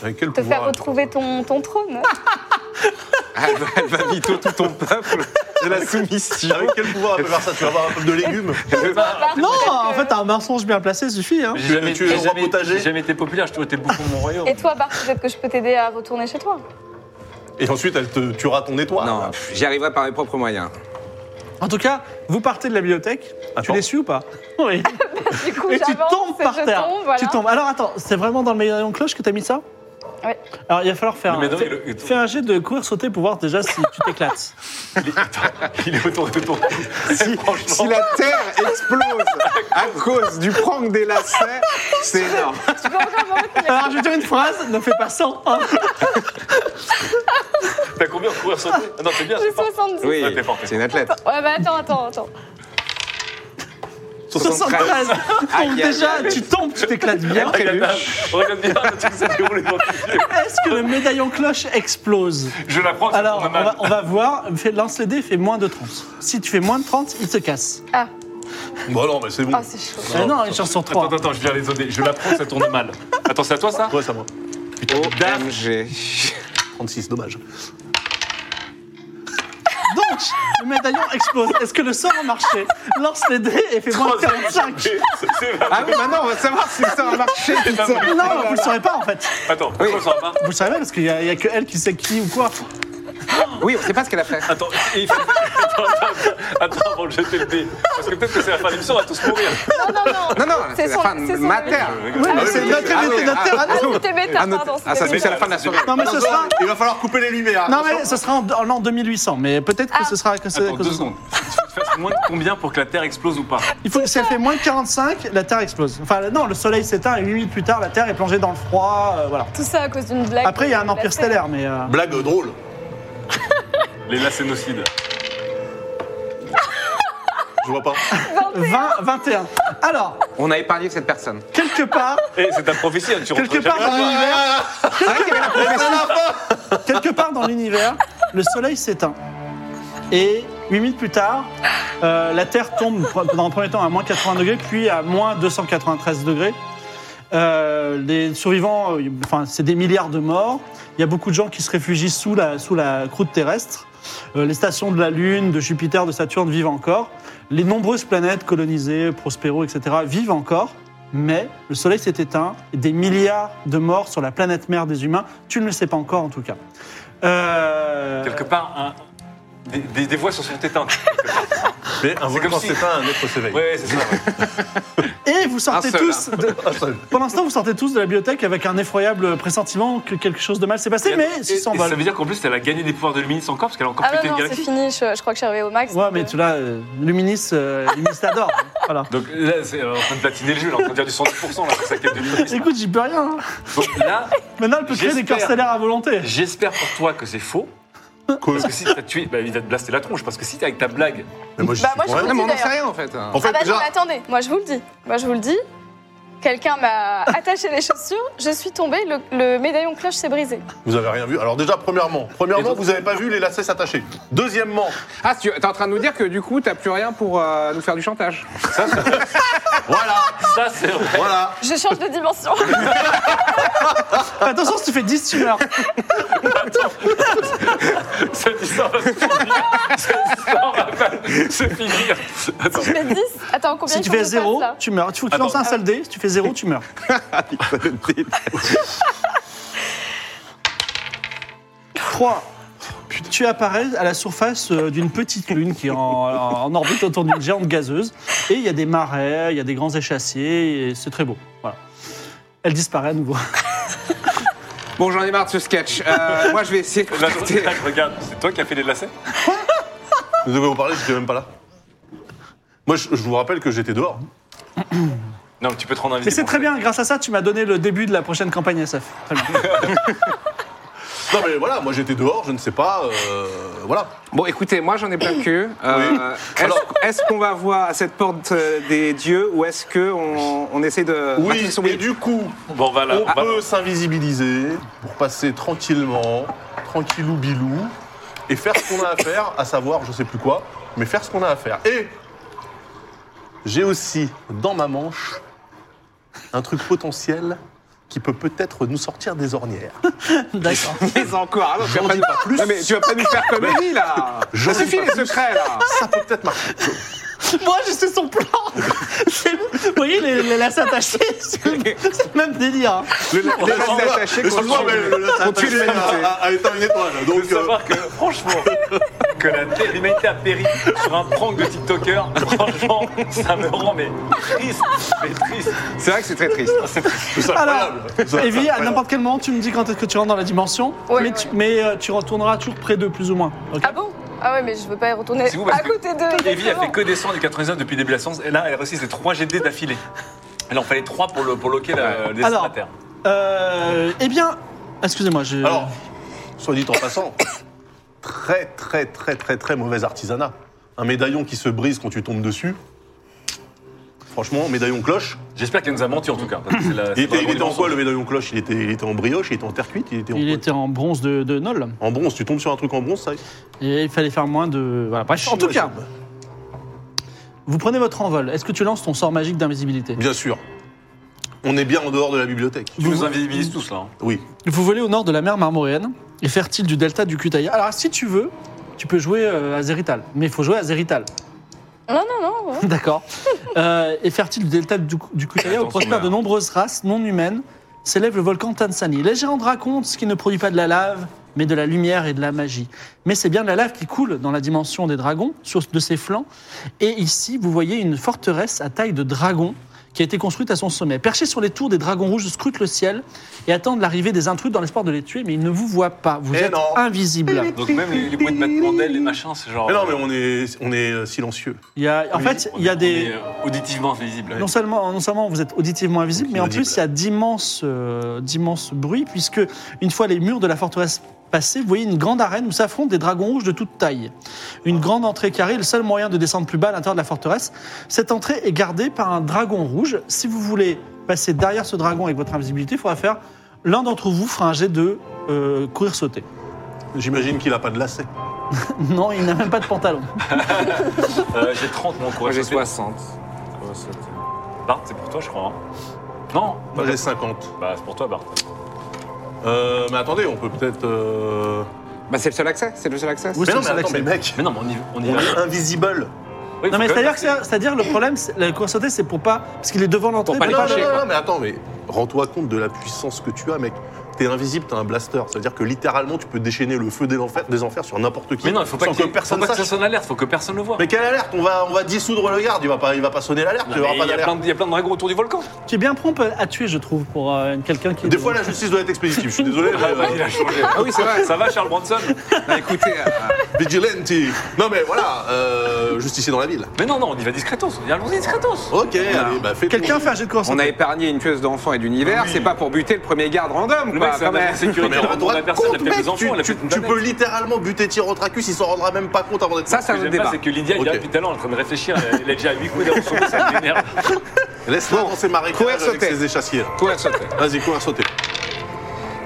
S3: Avec quel
S4: Te
S3: pouvoir
S4: faire retrouver ton, ton trône.
S5: elle va, elle va mytho tout ton peuple.
S3: C'est la soumission. Avec quel pouvoir elle peut faire ça Tu vas avoir un peu de légumes
S1: Non, en
S4: Peut-être
S1: fait, un mensonge bien placé suffit. Hein.
S2: J'ai
S3: Tu-
S2: jamais,
S3: tu es
S2: j'ai
S3: roi
S2: jamais-
S3: potager
S2: j'ai jamais été populaire, j'ai toujours été le bouffon de mon royaume.
S4: que- Et toi, Bart, peut-être que je peux t'aider à retourner chez toi.
S3: Et ensuite, elle te tuera ton étoile.
S5: Non, pff, j'y arriverai par mes propres moyens.
S1: En tout cas, vous partez de la bibliothèque. Tu
S3: Attends.
S1: les suis ou pas Ah, [LAUGHS]
S4: [LAUGHS]
S1: Oui.
S4: Du coup,
S1: Et tu
S4: j'avance,
S1: tombes par
S4: je
S1: terre.
S4: tombe, voilà.
S1: Tu tombes. Alors attends, c'est vraiment dans le médaillon de cloche que t'as mis ça
S4: Ouais.
S1: Alors il va falloir faire
S2: Le
S1: un,
S2: médaillon
S1: fais,
S2: et le- et tout.
S1: fais un jet de courir sauter pour voir déjà si tu
S4: [LAUGHS]
S1: t'éclates.
S2: Il est, attends, il est autour de ton. [LAUGHS]
S5: Si,
S2: Franchement.
S5: si la Terre explose à cause du prank des lacets, c'est énorme.
S4: Tu peux encore
S1: [LAUGHS]
S4: m'en mettre une-
S1: Alors je vais dire une phrase, ne fais pas 100. hein.
S2: T'as combien de courir sauter Ah Non, t'es bien,
S4: J'ai
S2: c'est fort.
S4: 70.
S5: Oui,
S2: Ah, t'es fort, t'es
S5: c'est une athlète.
S4: Ouais, mais attends, attends, attends.
S1: [LAUGHS] 73. Donc
S5: Aïe, aïe,
S1: déjà,
S5: aïe.
S1: tu tombes, tu t'éclates bien.
S2: Regarde bien, regarde bien le truc s'est déroulé devant tes yeux.
S1: Est-ce que le médaillon cloche explose
S2: Je la prends,
S1: Alors
S2: c'est
S1: on
S2: pour ma
S1: va,
S2: mal.
S1: on va voir, fais, lance les dés, fais moins de 30. Si tu fais moins de 30, il se casse.
S4: Ah,
S3: Bon, non, mais c'est bon.
S4: oh, c'est chaud.
S1: Ah non, une chanson 3.
S2: Attends, attends, je viens les donner. Je la prends, ça tourne mal. Attends, c'est à toi ça
S3: Ouais, ça va. Putain, dame.
S5: OMG.
S3: 36, dommage.
S1: Donc, le médaillon explose. Est-ce que le sort a marché Lance les dés et fais moins de 45.
S2: Oh, C'est pas
S5: Ah oui, maintenant on va savoir si ça a marché, putain.
S2: Ah,
S1: Non, vous le saurez pas en fait.
S2: Attends, pourquoi on s'en va
S1: Vous le saurez pas parce qu'il n'y a, il y a que elle qui sait qui ou quoi.
S5: Oui, on sait pas ce qu'elle a fait.
S2: Attends, et il faut- attends, attends, attends, avant de jeter le dé. Parce que peut-être que c'est la fin de l'émission, on va tous mourir.
S4: Non, non, non.
S5: Non, non, c'est la
S4: son-
S5: fin de
S4: c'est son
S5: ma
S4: avis.
S5: Terre.
S1: Oui, mais c'est
S5: Ah oui,
S1: notre
S5: oui.
S1: invité, notre
S5: Ah,
S4: Ah,
S1: terrain.
S4: c'était bêta,
S5: Ah, notre-
S4: pardon.
S5: ah, ça
S4: c'était
S5: se met, c'est
S4: bêta.
S5: la fin de la soirée.
S1: Non mais ce sera,
S3: Ah, Il va falloir couper les lumières.
S1: non mais ce sera en, en l'an 2800. Mais peut-être que
S4: Ah.
S1: ce sera que c'est.
S2: Attends,
S1: que
S2: deux
S1: ce-
S2: secondes. Il faut que tu fasses moins de combien pour que la Terre explose ou pas
S1: Il faut, si elle fait moins de 45, la Terre explose. Enfin non, le Soleil s'éteint et 8 minutes plus tard, la Terre est plongée dans le froid. euh, voilà.
S4: Tout ça à cause d'une blague.
S1: Après, il y a un
S4: de la
S1: empire
S4: Terre.
S1: stellaire, mais euh,
S3: Blague drôle.
S2: Les lacénocides.
S3: Je vois
S1: [LAUGHS]
S3: pas.
S1: 20, 21. Alors,
S5: On a épargné cette personne.
S1: quelque part,
S2: Et c'est ta prophétie, hein, tu rentres
S1: quelque part
S2: jamais.
S1: dans l'univers,
S5: C'est vrai qu'il y avait la prophétie.
S1: quelque part dans l'univers, le soleil s'éteint. Et 8 minutes plus tard, euh, la Terre tombe [LAUGHS] pre- dans un premier temps à moins 80 degrés, puis à moins 293 degrés. Euh, les survivants, euh, enfin, c'est des milliards de morts. Il y a beaucoup de gens qui se réfugient sous la, sous la croûte terrestre. Euh, les stations de la Lune, de Jupiter, de Saturne vivent encore. Les nombreuses planètes colonisées, Prospero, etc., vivent encore. Mais le Soleil s'est éteint et des milliards de morts sur la planète mère des humains. Tu ne le sais pas encore, en tout cas. Euh,
S2: Quelque part, un- des, des- des voix se sont éteintes.
S3: Mais un
S2: comme
S3: volcan
S2: si-
S3: s'éteint, un autre s'éveille. [LAUGHS]
S2: Ouais, ouais, c'est ça. ouais.
S1: Et vous sortez
S5: Un seul, hein.
S1: tous. de-
S3: Un seul.
S1: pour l'instant, vous sortez tous de la bibliothèque avec un effroyable pressentiment que quelque chose de mal s'est passé, mais
S2: Et-
S1: ils
S2: et Ça
S1: s'envolent.
S2: veut dire qu'en plus, elle a gagné des pouvoirs de luminis encore, parce qu'elle a encore
S4: Ah
S2: pété
S4: non,
S2: une
S4: non, c'est
S2: galaxie.
S4: fini, je, je crois que je suis arrivée au max.
S1: Ouais,
S4: donc,
S1: mais
S4: euh,
S1: tu l'as, euh, Luminis, euh, Luminis
S2: [LAUGHS]
S1: t'adore. Voilà.
S2: Donc là, c'est euh, en train de platiner le jeu, là, en train de dire du 110% là, c'est sa quête de luminis.
S1: Écoute, j'y peux rien. hein.
S2: Donc là,
S1: Maintenant, elle peut créer des
S2: J'espère.
S1: corps stellaires à volonté.
S2: j'espère pour toi que c'est faux. Parce que si t'as tué, bah, il va te blaster la tronche. Parce que si t'es avec ta blague,
S3: Mais moi, j'y
S4: Bah,
S3: suis
S4: moi,
S3: pour
S4: je
S3: rien.
S5: Non, mais on n'en
S4: d'ailleurs.
S5: sait rien en fait. Hein.
S3: En fait,
S4: Ah bah non,
S3: déjà,
S4: mais attendez, moi je vous le dis. Moi je vous le dis. Quelqu'un m'a [LAUGHS] attaché les chaussures, je suis tombée, le, le médaillon cloche s'est brisé.
S3: vous avez rien vu. Alors déjà, premièrement, premièrement,
S2: donc-
S3: vous avez pas vu les lacets s'attacher. Deuxièmement,
S5: Ah, tu es en train de nous dire que du coup, t'as plus rien pour euh, nous faire du chantage.
S3: voilà,
S2: ça c'est vrai.
S3: voilà.
S4: Je change de dimension.
S1: Attention, si tu fais 10, tu meurs.
S2: Cette histoire va se finir. Cette histoire va se finir. Attends.
S4: je fais 10. Attends, combien
S1: Si
S4: il
S1: tu
S4: faut que
S1: fais
S4: je
S1: 0,
S4: fasse, là
S1: tu meurs. Il faut que tu lances
S2: Attends.
S1: un seul dé. Si tu fais 0, tu meurs. [LAUGHS] Trois. Tu apparais à la surface euh, d'une petite lune qui est en, en- en orbite autour d'une géante gazeuse. Et il y a des marais, il y a des grands échassiers, et c'est très beau. Voilà. Elle disparaît à nouveau.
S5: Bon, j'en ai marre de ce sketch. Euh, moi, je vais essayer de
S2: Là,
S5: contacter-
S2: je- regarde, c'est toi qui as fait les lacets
S3: De quoi vous parlez, j'étais même pas là. Moi, je, je vous rappelle que j'étais dehors.
S2: Non, mais tu peux te rendre
S1: Mais
S2: invisible.
S1: c'est très
S2: en fait.
S1: bien, grâce à ça, tu m'as donné le début de la prochaine campagne SF. Très bien.
S3: Non, mais voilà, moi j'étais dehors, je ne sais pas. euh, voilà.
S5: Bon, écoutez, moi, j'en ai plein le cul. Euh, est-ce-
S3: Alors-
S5: Est-ce qu'on va voir à cette porte euh, des dieux ou est-ce qu'on on essaie de.
S3: Oui,
S5: Martin Souris.
S3: et du coup,
S2: Bon, voilà.
S3: on
S2: va-
S3: peut s'invisibiliser pour passer tranquillement, tranquillou bilou, et faire ce qu'on a à faire, à savoir, je sais plus quoi, mais faire ce qu'on a à faire. Et j'ai aussi dans ma manche un truc potentiel qui peut peut-être nous sortir des ornières.
S1: D'accord.
S5: Mais encore, ah non, tu vas
S3: J'en
S5: pas
S3: dis
S5: nous-
S3: pas plus.
S5: Non, mais tu vas pas nous faire comédie là
S3: J'en
S5: Ça
S3: dis
S5: suffit
S3: pas
S5: les
S3: plus.
S5: secrets là
S3: Ça peut peut-être marcher.
S1: [LAUGHS] Moi, je sais son plan. [LAUGHS] C'est- Vous voyez, les, les lacets attachés, c'est le même délire. hein.
S5: Le,
S3: [LAUGHS]
S5: le, le-
S3: Excuse-moi,
S5: c'est attaché contre-
S3: mais Ah, le- le-
S5: contre
S3: attaché
S5: l'humanité.
S3: à- à- à éteindre une étoile.
S2: Faut
S3: Donc, euh,
S2: savoir que, franchement, que la terre- l'humanité a péri sur un prank de TikToker, franchement, ça me rend mais triste, mais triste.
S5: C'est vrai que c'est très triste.
S3: c'est
S1: Alors,
S3: incroyable. C'est
S1: Evie, à
S3: incroyable.
S1: n'importe quel moment, tu me dis quand est-ce que tu rentres dans la dimension,
S4: Ouais,
S1: mais,
S4: ouais.
S1: Tu, mais, euh, tu retourneras toujours près d'eux, plus ou moins. ok
S4: Ah bon Ah ouais, mais je veux pas y retourner
S2: C'est vous, parce
S4: à
S2: que
S4: côté de.
S2: Evie a fait que descendre du 99 depuis le début de la science, et là, elle réussit les 3 GD d'affilée. Elle en fallait 3 pour, le, pour loquer la, le dessin de
S1: Alors.
S2: la terre.
S1: Euh, eh bien, excusez-moi, je...
S3: Alors, soit dit en passant, [COUGHS] très très très très très mauvais artisanat. Un médaillon qui se brise quand tu tombes dessus. Franchement, médaillon cloche.
S2: J'espère qu'elle nous a menti en tout cas. Parce que c'est
S1: Bah,
S2: la- c'est
S3: Il était,
S2: vraiment
S3: il était en
S2: une
S3: quoi le médaillon cloche il était, il était en brioche, il était en terre cuite, il était en,
S1: il
S3: quoi
S1: était en bronze de, de Nol,
S3: en bronze. Tu tombes sur un truc en bronze, ça
S1: et il fallait faire moins de... Voilà, bref, en tout cas, vous prenez votre envol. Est-ce que tu lances ton sort magique d'invisibilité
S3: Bien sûr. On est bien en dehors de la bibliothèque.
S2: Tu nous invisibilises tous là. hein.
S3: Oui.
S1: Vous volez au nord de la mer Marmoréenne et fertile du delta du Kutaya. Alors, si tu veux, tu peux jouer euh, à Zerital, mais il faut jouer à Zerital.
S4: Ah Non, non, non. ouais.
S1: [LAUGHS] D'accord. Euh, et fertile du delta du, du Kutaya, où
S2: Attention,
S1: prospèrent de
S2: là.
S1: nombreuses races non humaines, s'élève le volcan Tanzanie. Les géants racontent ce qui ne produit pas de la lave, mais de la lumière et de la magie. Mais c'est bien de la lave qui coule dans la dimension des dragons, sur de ses flancs. Et ici, vous voyez une forteresse à taille de dragon qui a été construite à son sommet. Perchés sur les tours, des dragons rouges scrutent le ciel et attendent l'arrivée des intrus dans l'espoir de les tuer, mais ils ne vous voient pas. Vous
S3: Eh
S1: êtes
S3: non.
S1: invisible.
S2: Donc même les, les bruits de battement d'ailes, les machins, c'est genre.
S3: Mais non, mais on est, on est euh, silencieux.
S1: Il y a, en fait, il y a
S2: on
S1: des...
S2: est, euh, auditivement invisible.
S1: Non seulement, non seulement vous êtes auditivement invisible,
S3: Donc
S1: mais en
S3: inaudible.
S1: plus il y a d'immenses, euh, d'immenses bruits, puisque une fois les murs de la forteresse passez, vous voyez une grande arène où s'affrontent des dragons rouges de toute taille. Une grande entrée carrée est le seul moyen de descendre plus bas à l'intérieur de la forteresse. Cette entrée est gardée par un dragon rouge. Si vous voulez passer derrière ce dragon avec votre invisibilité, il faudra faire l'un d'entre vous fera un jet de euh, courir sauter. [LAUGHS]
S3: J'imagine qu'il a pas de lacet.
S1: Non, il n'a même pas de pantalon.
S2: Euh, j'ai 30, mon
S5: Moi
S2: courage.
S5: j'ai
S2: sauté.
S5: 60.
S2: Courage sauté. Bart, c'est pour toi, je crois. hein. Non
S3: Moi j'ai 50.
S2: Bah, c'est pour toi, Bart.
S3: Euh, mais attendez, on peut peut-être. euh,
S5: Bah c'est le seul accès, c'est le seul accès.
S1: Oui,
S3: Mais non, mais
S1: c'est le
S3: attends,
S1: seul
S3: mais mec,
S2: Mais non, mais on y, on y
S3: on
S2: va.
S3: est invisible.
S2: Oui,
S1: Non mais
S2: faut quand
S1: c'est-à-dire
S2: même
S1: que c'est- c'est-à-dire le problème, c'est- la course sautée, c'est pour pas parce qu'il est devant l'entrée.
S5: Pour
S1: pour
S5: pas les
S3: Non,
S1: pas
S3: non,
S5: toucher.
S1: le-
S3: non,
S5: quoi.
S3: non, mais attends, mais rends-toi compte de la puissance que tu as, mec. T'es invisible, t'as un blaster. C'est-à-dire que littéralement, tu peux déchaîner le feu des enfers, des enfers sur n'importe qui.
S2: Mais non, il faut pas,
S3: sans
S2: qu'il-
S3: que personne
S2: faut pas que ça
S3: sache.
S2: sonne alerte, faut que personne le voie.
S3: Mais quelle alerte on va, on va dissoudre le garde, il va pas, il va pas sonner l'alerte, il
S2: Non,
S3: n'y aura
S2: mais
S3: pas
S2: il, y a
S3: d'alerte.
S2: plein de, il y a plein de dragons autour du volcan.
S1: Tu es bien prompt à tuer, je trouve, pour euh, quelqu'un qui. est
S3: Des
S1: devant.
S3: fois, la justice doit être expéditive, je suis désolé. mais,
S2: Ah, bah,
S3: euh,
S2: il a changé.
S5: Ah oui, c'est vrai.
S2: Ça va, Charles Bronson
S5: Bah, écoutez, euh,
S3: vigilante Non, mais voilà, euh, justicier dans la ville.
S2: Mais non, non, on y va discretos. On y allons-y discretos.
S3: Ok, allez, bah fais ton-
S1: Quelqu'un fait un jet de course
S5: on a épargné une tueuse d'enfants et d'univers, c'est pas pour buter le premier garde random,
S2: Le
S5: quoi,
S2: mec, c'est
S5: quand
S2: un agent
S5: même.
S2: de
S3: Non,
S5: [LAUGHS]
S2: sécurité.
S3: mais
S2: Il retourne
S3: rends-toi
S2: la personne, il a
S3: compte,
S2: fait
S3: mec,
S2: des enfants, il a
S3: tu,
S2: fait
S3: tu-
S2: une
S3: tu peux
S2: planète.
S3: littéralement buter Tyrantracus, il s'en rendra même pas compte avant d'être
S5: Ça, c'est
S2: Ce
S5: un
S2: que
S5: autre
S2: j'aime pas,
S5: débat.
S2: c'est que Lydia, il est
S3: Ok.
S2: là depuis tout à l'heure en train de réfléchir. Elle est déjà à 8 coups d'avance sur nous, ça m'énerve.
S3: Ah, Laisse-le
S5: Bon.
S3: dans ses marais
S5: Courir,
S3: avec
S5: sauter.
S3: ses échassiers. là.
S5: Courir, sauter.
S3: Vas-y, courir, sauter.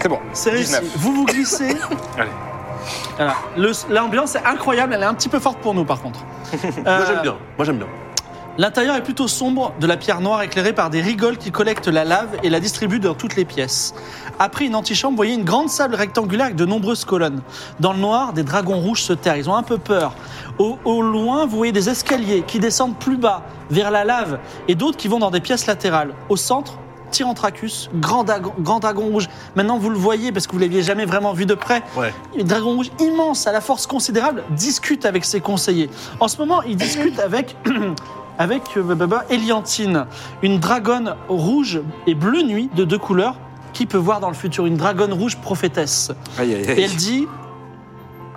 S5: C'est bon.
S1: C'est réussi.
S5: 19.
S1: Vous vous glissez.
S2: Allez.
S1: Voilà. Le- L'ambiance est incroyable. Elle est un petit peu forte pour nous, par contre. Euh,
S3: Moi, j'aime bien. Moi, j'aime bien.
S1: L'intérieur est plutôt sombre, de la pierre noire éclairée par des rigoles qui collectent la lave et la distribuent dans toutes les pièces. Après une antichambre, vous voyez une grande salle rectangulaire avec de nombreuses colonnes. Dans le noir, des dragons rouges se terrent, ils ont un peu peur. Au, au loin, vous voyez des escaliers qui descendent plus bas, vers la lave, et d'autres qui vont dans des pièces latérales. Au centre, Tyrantracus, grand, dag- grand dragon rouge. Maintenant, vous le voyez parce que vous l'aviez jamais vraiment vu de près.
S3: Ouais.
S1: Le dragon rouge immense, à la force considérable, discute avec ses conseillers. En ce moment, il discute avec, [CLEARS THROAT] avec euh, Baba Eliantine, une dragonne rouge et bleu nuit de deux couleurs qui peut voir dans le futur, une dragonne rouge prophétesse.
S5: Aïe, aïe, aïe.
S1: Et elle dit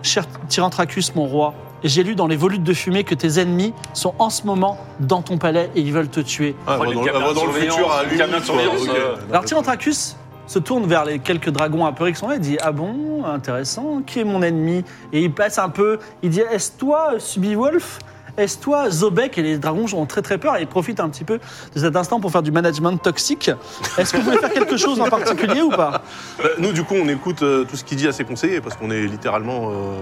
S1: Cher Tyrantracus, mon roi, j'ai lu dans les volutes de fumée que tes ennemis sont en ce moment dans ton palais et ils veulent te tuer.
S3: Ah,
S2: Oh,
S3: va
S2: les
S3: dans,
S2: gamins
S3: va
S2: de
S3: dans le
S2: surveillance,
S3: futur à
S2: les
S3: lui.
S2: gamins de surveillance, euh.
S1: Alors Tyrantracus Bah, se tourne vers les quelques dragons apeurés qui sont là et dit Ah bon, intéressant, qui est mon ennemi Et il passe un peu, il dit Est-ce toi, euh, Subiwolf Est-ce toi, Zobek Et les dragons ont très très peur et ils profitent un petit peu de cet instant pour faire du management toxique. Est-ce que vous voulez faire quelque chose en particulier ou pas
S3: Bah, nous, du coup, on écoute euh, tout ce qu'il dit à ses conseillers parce qu'on est littéralement. euh,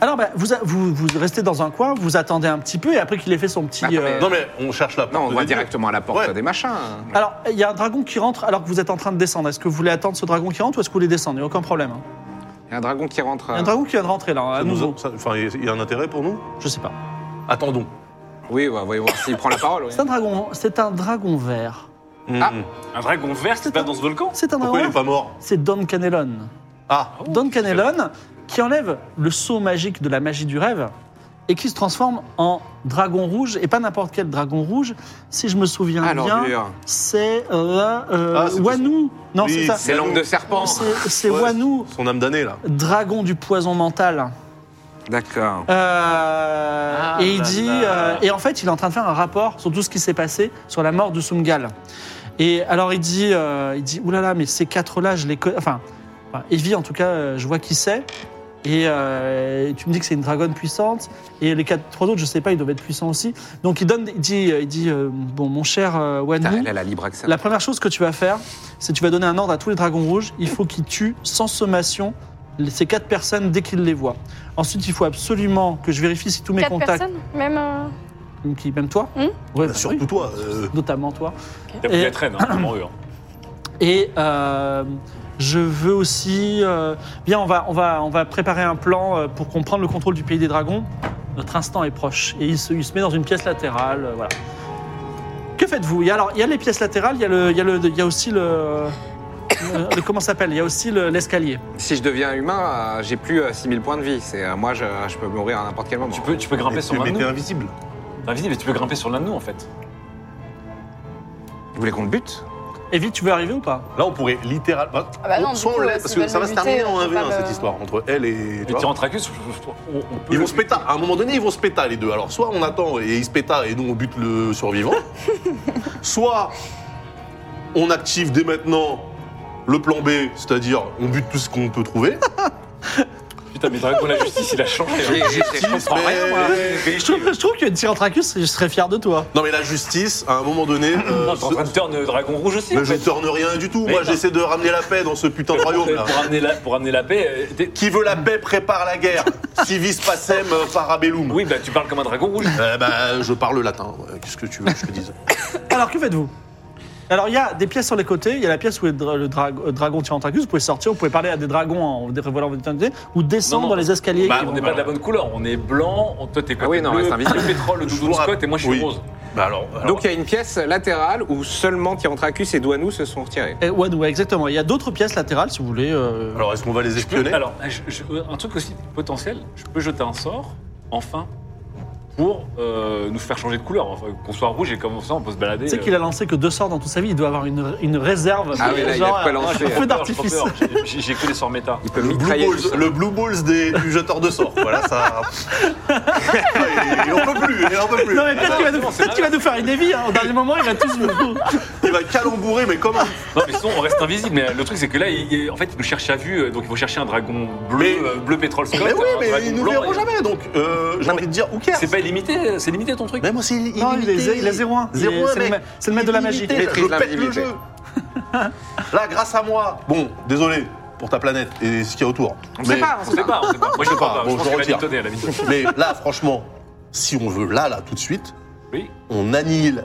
S1: Alors bah, vous, vous, vous restez dans un coin, vous attendez un petit peu et après qu'il ait fait son petit.
S5: Ah, mais-
S1: euh,
S3: Non, mais on cherche la porte.
S5: Non, on
S3: de
S5: va
S3: Dieu.
S5: directement à la porte
S3: Ouais.
S5: des machins. hein.
S1: Alors, il y a un dragon qui rentre alors que vous êtes en train de descendre. Est-ce que vous voulez attendre ce dragon qui rentre ou est-ce que vous voulez descendre Il n'y a aucun problème. hein.
S5: Il y a un dragon qui rentre.
S1: Il y a
S5: euh,
S1: un dragon qui vient de rentrer là, à
S3: Ça nous-
S1: nouveau.
S3: ça- Enfin, il y a un intérêt pour nous
S1: Je sais pas.
S3: Attendons.
S5: Oui, ouais, voyons voir s'il prend la parole. oui.
S1: C'est un dragon, c'est un dragon vert.
S5: Ah.
S3: Mm.
S4: Bah
S2: Un dragon vert qui se bat dans ce volcan
S1: C'est un
S3: Pourquoi il
S1: dragon
S3: est
S1: vert.
S3: pas mort
S1: C'est Don Canelon.
S3: Ah,
S1: Don Canelon qui enlève le sceau magique de la magie du rêve et qui se transforme en dragon rouge, et pas n'importe quel dragon rouge. Si je me souviens
S5: Ah,
S1: bien,
S5: l'ordure.
S1: c'est euh, euh,
S3: hein. Ah, c'est
S1: Wanu. Non,
S3: Oui,
S1: c'est ça.
S5: C'est l'angle de serpent.
S1: C'est- C'est
S3: Ouais.
S1: Wanu,
S3: Ah, son âme d'année, là.
S1: dragon du poison mental.
S5: D'accord.
S1: Euh,
S2: Ah
S1: et il
S2: là
S1: dit,
S2: là.
S1: euh, et en fait, il est en train de faire un rapport sur tout ce qui s'est passé sur la mort de Sumgal. Et alors il dit, euh, il dit, oulala, mais ces quatre-là, je les connais. Enfin, enfin, Evie, en tout cas, euh, je vois qui c'est. Et euh, tu me dis que c'est une dragonne puissante. Et les quatre, trois autres, je sais pas, ils doivent être puissants aussi. Donc il donne, il dit, euh, il dit, euh, bon, mon cher euh, Wanu,
S5: Putain, Elle a la libre accès.
S1: la première chose que tu vas faire, c'est que tu vas donner un ordre à tous les dragons rouges. Il faut qu'ils tuent sans sommation ces quatre personnes dès qu'ils les voient. Ensuite, il faut absolument que je vérifie si tous mes
S4: Quatre
S1: contacts,
S4: personnes Même. euh,
S1: qui- même toi,
S4: Hmm
S1: Ouais, bah
S3: Bah,
S1: oui,
S3: surtout toi. euh,
S1: notamment toi.
S2: T'as pris
S1: Et-
S2: la
S3: [CLEARS THROAT]
S2: traîne, hein, vraiment eux. hein.
S1: Et euh, je veux aussi, euh, bien, on va, on va, on va préparer un plan euh, pour qu'on prenne le contrôle du pays des dragons. Notre instant est proche et il se, il se met dans une pièce latérale. euh, voilà. Que faites-vous Il y a alors, il y a les pièces latérales, il y a le, il y a le, il y a aussi le, le- le- comment ça s'appelle Il y a aussi le- l'escalier.
S5: Si je deviens humain, euh, j'ai plus euh, 6000 points de vie. C'est euh, moi, je, je peux mourir à n'importe quel moment.
S2: Tu peux, tu peux grimper
S3: mais-
S2: sur l'un
S3: mais
S2: de nous.
S3: t'es invisible.
S2: T'es Invisible, mais tu peux grimper sur l'un de nous en fait.
S5: Vous voulez qu'on le bute
S1: Evie, tu veux arriver ou pas
S3: Là, on pourrait littéralement.
S4: Ah bah non,
S3: soit
S4: du
S3: on
S4: coup,
S3: l'aide,
S4: euh,
S3: parce
S4: s'ils
S3: que ça
S4: veulent
S3: va se
S4: le
S3: terminer
S4: buter,
S3: en
S4: on
S3: 1v1
S4: peut pas euh,
S3: cette
S4: le-
S3: histoire entre elle et. tu
S2: Et
S3: vois.
S2: Tyrantracus, on, on peut.
S3: Ils vont se péter. À un moment donné, ils vont se péter les deux. Alors, soit on attend et ils se pétent et nous on bute le survivant. soit on active dès maintenant Le plan B, c'est-à-dire on bute tout ce qu'on peut [LAUGHS] trouver.
S2: Putain, mais Dragon, la justice, il a changé. hein.
S3: [LAUGHS]
S5: J'ai- j'ai- Je comprends rien, moi.
S1: Je trouve, je trouve que Tyrantracus, je serais fier de toi.
S3: Non mais la justice, à un moment donné, [LAUGHS] euh,
S2: Non, t'es en train de turn euh, Dragon Rouge aussi.
S3: mais
S2: en
S3: je
S2: fait.
S3: tourne rien du tout.
S2: Mais
S3: Moi
S2: non.
S3: j'essaie de ramener la paix dans ce [LAUGHS] putain de royaume là.
S2: Pour amener la, pour amener la paix. euh, t'es-
S3: Qui veut la paix prépare la [LAUGHS] guerre. Civis pacem euh, parabellum.
S2: Oui, bah tu parles comme un dragon rouge.
S3: Euh, bah, je parle latin. ouais. Qu'est-ce que tu veux que je te dise
S1: Alors, que faites-vous Alors, il y a des pièces sur les côtés. Il y a la pièce où est le, dra- le dra- euh, dragon Tyrantracus. Vous pouvez sortir, vous pouvez parler à des dragons en révélant votre identité ou descendre
S2: Non, non.
S1: dans les escaliers.
S2: Bah,
S1: qui
S2: on
S1: vont-
S2: n'est pas de la bonne couleur. On est blanc. On, toi, t'es quoi
S5: Ah oui,
S2: T'es
S5: non,
S2: bleu,
S5: reste invisible.
S2: Le pétrole, le
S3: Je
S2: doudou
S3: vous
S2: de
S3: rapp-
S2: Scott, et moi, je suis
S3: Oui.
S2: rose.
S3: Bah alors, alors,
S5: Donc il y a une pièce latérale où seulement Tyrantracus et Douanou se sont retirés.
S1: Eh, ouais, ouais, exactement. Il y a d'autres pièces latérales, si vous voulez. euh,
S3: alors, est-ce qu'on va les
S2: Je peux-
S3: espionner
S2: alors, euh, je- je- un truc aussi potentiel, je peux jeter un sort, enfin, pour euh, nous faire changer de couleur. Enfin, qu'on soit rouge et comme ça, on peut se balader. euh,
S1: Tu sais qu'il a lancé que deux sorts dans toute sa vie. Il doit avoir une, une réserve.
S5: Ah oui, là, il a de quoi
S1: euh,
S5: lancer.
S1: un
S2: J'ai
S1: feu
S2: peur, j'ai
S1: d'artifice.
S2: peur. J'ai- J'ai j'ai que des sorts méta.
S5: Il peut
S3: le blue,
S5: mitrailler. tout
S3: balls,
S5: ça.
S3: le blue balls des- du jeteur de sort. Voilà, [LAUGHS] ça. Ouais, il en peut plus, il en peut plus.
S1: Non, mais peut-être qu'il va, nous-
S2: c'est
S1: peut-être qu'il va nous faire une évi. Hein. Au dernier moment, il va tous nous.
S3: Il va calembourer, mais comment
S2: Non, mais sinon, on reste invisible. Mais le truc, c'est que là, il- il- en fait, il nous cherche à vue. euh, Donc, il faut chercher un dragon bleu,
S3: Mais-
S2: euh, bleu pétrole Scott.
S3: Mais oui,
S2: un
S3: mais
S2: dragon
S3: ils nous
S2: blanc,
S3: verront
S2: et-
S3: jamais. Donc, euh, j'ai
S2: Non, mais-
S3: envie de dire, ou cares
S2: C'est pas illimité, c'est limité ton truc.
S3: Mais moi, c'est illimité.
S1: Non, il est, il est 0-1. Il est- c'est le ma- c'est le maître de la magie.
S3: Illimité,
S5: Maîtrise
S3: Je pète le
S5: l'invisibilité.
S3: jeu. Là, grâce à moi. Bon, désolé pour ta planète et ce qu'il y a autour.
S5: On sait pas, Ah, on
S2: On
S5: sait
S2: sait
S5: pas.
S2: pas, on sait pas. Moi, je sais
S3: pas,
S2: pas.
S3: bon,
S2: Je
S3: je
S2: pense qu'il va
S3: retire.
S2: mitonner, elle a mitonné.
S3: Mais là, franchement, si on veut là, là, tout de suite,
S2: Oui.
S3: on annihile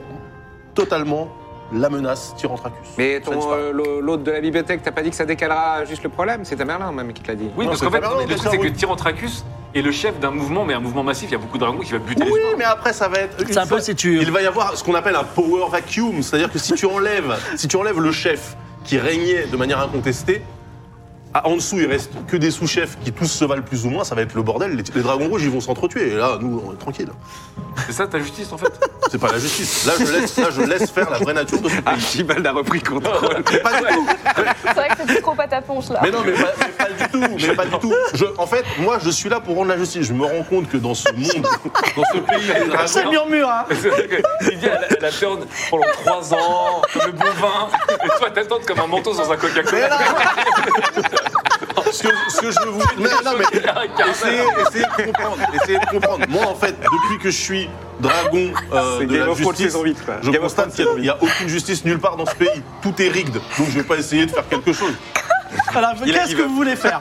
S3: totalement la menace Tyrantracus.
S5: Mais
S3: Ça
S5: ton
S3: disparaît.
S5: euh, l'au- l'autre de la bibliothèque, t'as pas dit que ça décalera juste le problème C'est ta Merlin même qui te l'a dit.
S2: Oui,
S3: Non,
S2: parce
S3: c'est
S2: qu'en fait,
S3: pas grave,
S2: le truc,
S3: bien
S2: c'est
S3: sûr,
S2: que
S3: oui.
S2: Tyrantracus est le chef d'un mouvement, mais un mouvement massif. Il y a beaucoup de dragons qui va buter les
S3: Oui,
S2: humains.
S3: mais après, ça va être. une
S1: C'est un peu
S3: fois-
S1: si tu-
S3: Il va y avoir ce qu'on appelle un power vacuum, c'est-à-dire que si tu enlèves, si tu enlèves le chef qui régnait de manière incontestée. ah, En dessous, il reste que des sous-chefs qui tous se valent plus ou moins, ça va être le bordel. Les, les dragons rouges, ils vont s'entretuer. Et là, nous, on est tranquille.
S2: C'est ça ta justice, en fait
S3: C'est pas la justice. Là, je laisse, là, je laisse faire la vraie nature de ce pays.
S5: Archibald Ah, a repris contrôle.
S3: Mais pas du tout.
S4: C'est vrai que c'est plus trop pataponche là.
S3: Mais non, mais pas, mais pas du tout. Mais pas du tout. Je, en fait, moi, je suis là pour rendre la justice. Je me rends compte que dans ce monde, dans ce pays, des
S1: C'est le
S2: [LAUGHS]
S3: dragons,
S1: murmure, hein.
S2: Il dit, elle, elle a turn pendant 3 ans, comme le bon vin. Et toi, t'attends comme un manteau dans un
S3: Mais
S2: Coca-Cola.
S3: non [LAUGHS] ce que, ce que je veux vous mais, non, mais essayez, essayez de comprendre. Essayez de comprendre. Moi, en fait, depuis que je suis dragon euh,
S5: C'est
S3: de
S5: Game
S3: la
S5: of Thrones
S3: justice,
S5: saison 8, quoi.
S3: je
S5: Game of
S3: constate
S5: Thrones
S3: qu'il
S5: saison
S3: n'y a, aucune justice nulle part dans ce pays. Tout est rigged. Donc, je vais pas essayer de faire quelque chose.
S1: Alors,
S5: Il a
S1: qu'est-ce que
S5: give up.
S1: vous voulez faire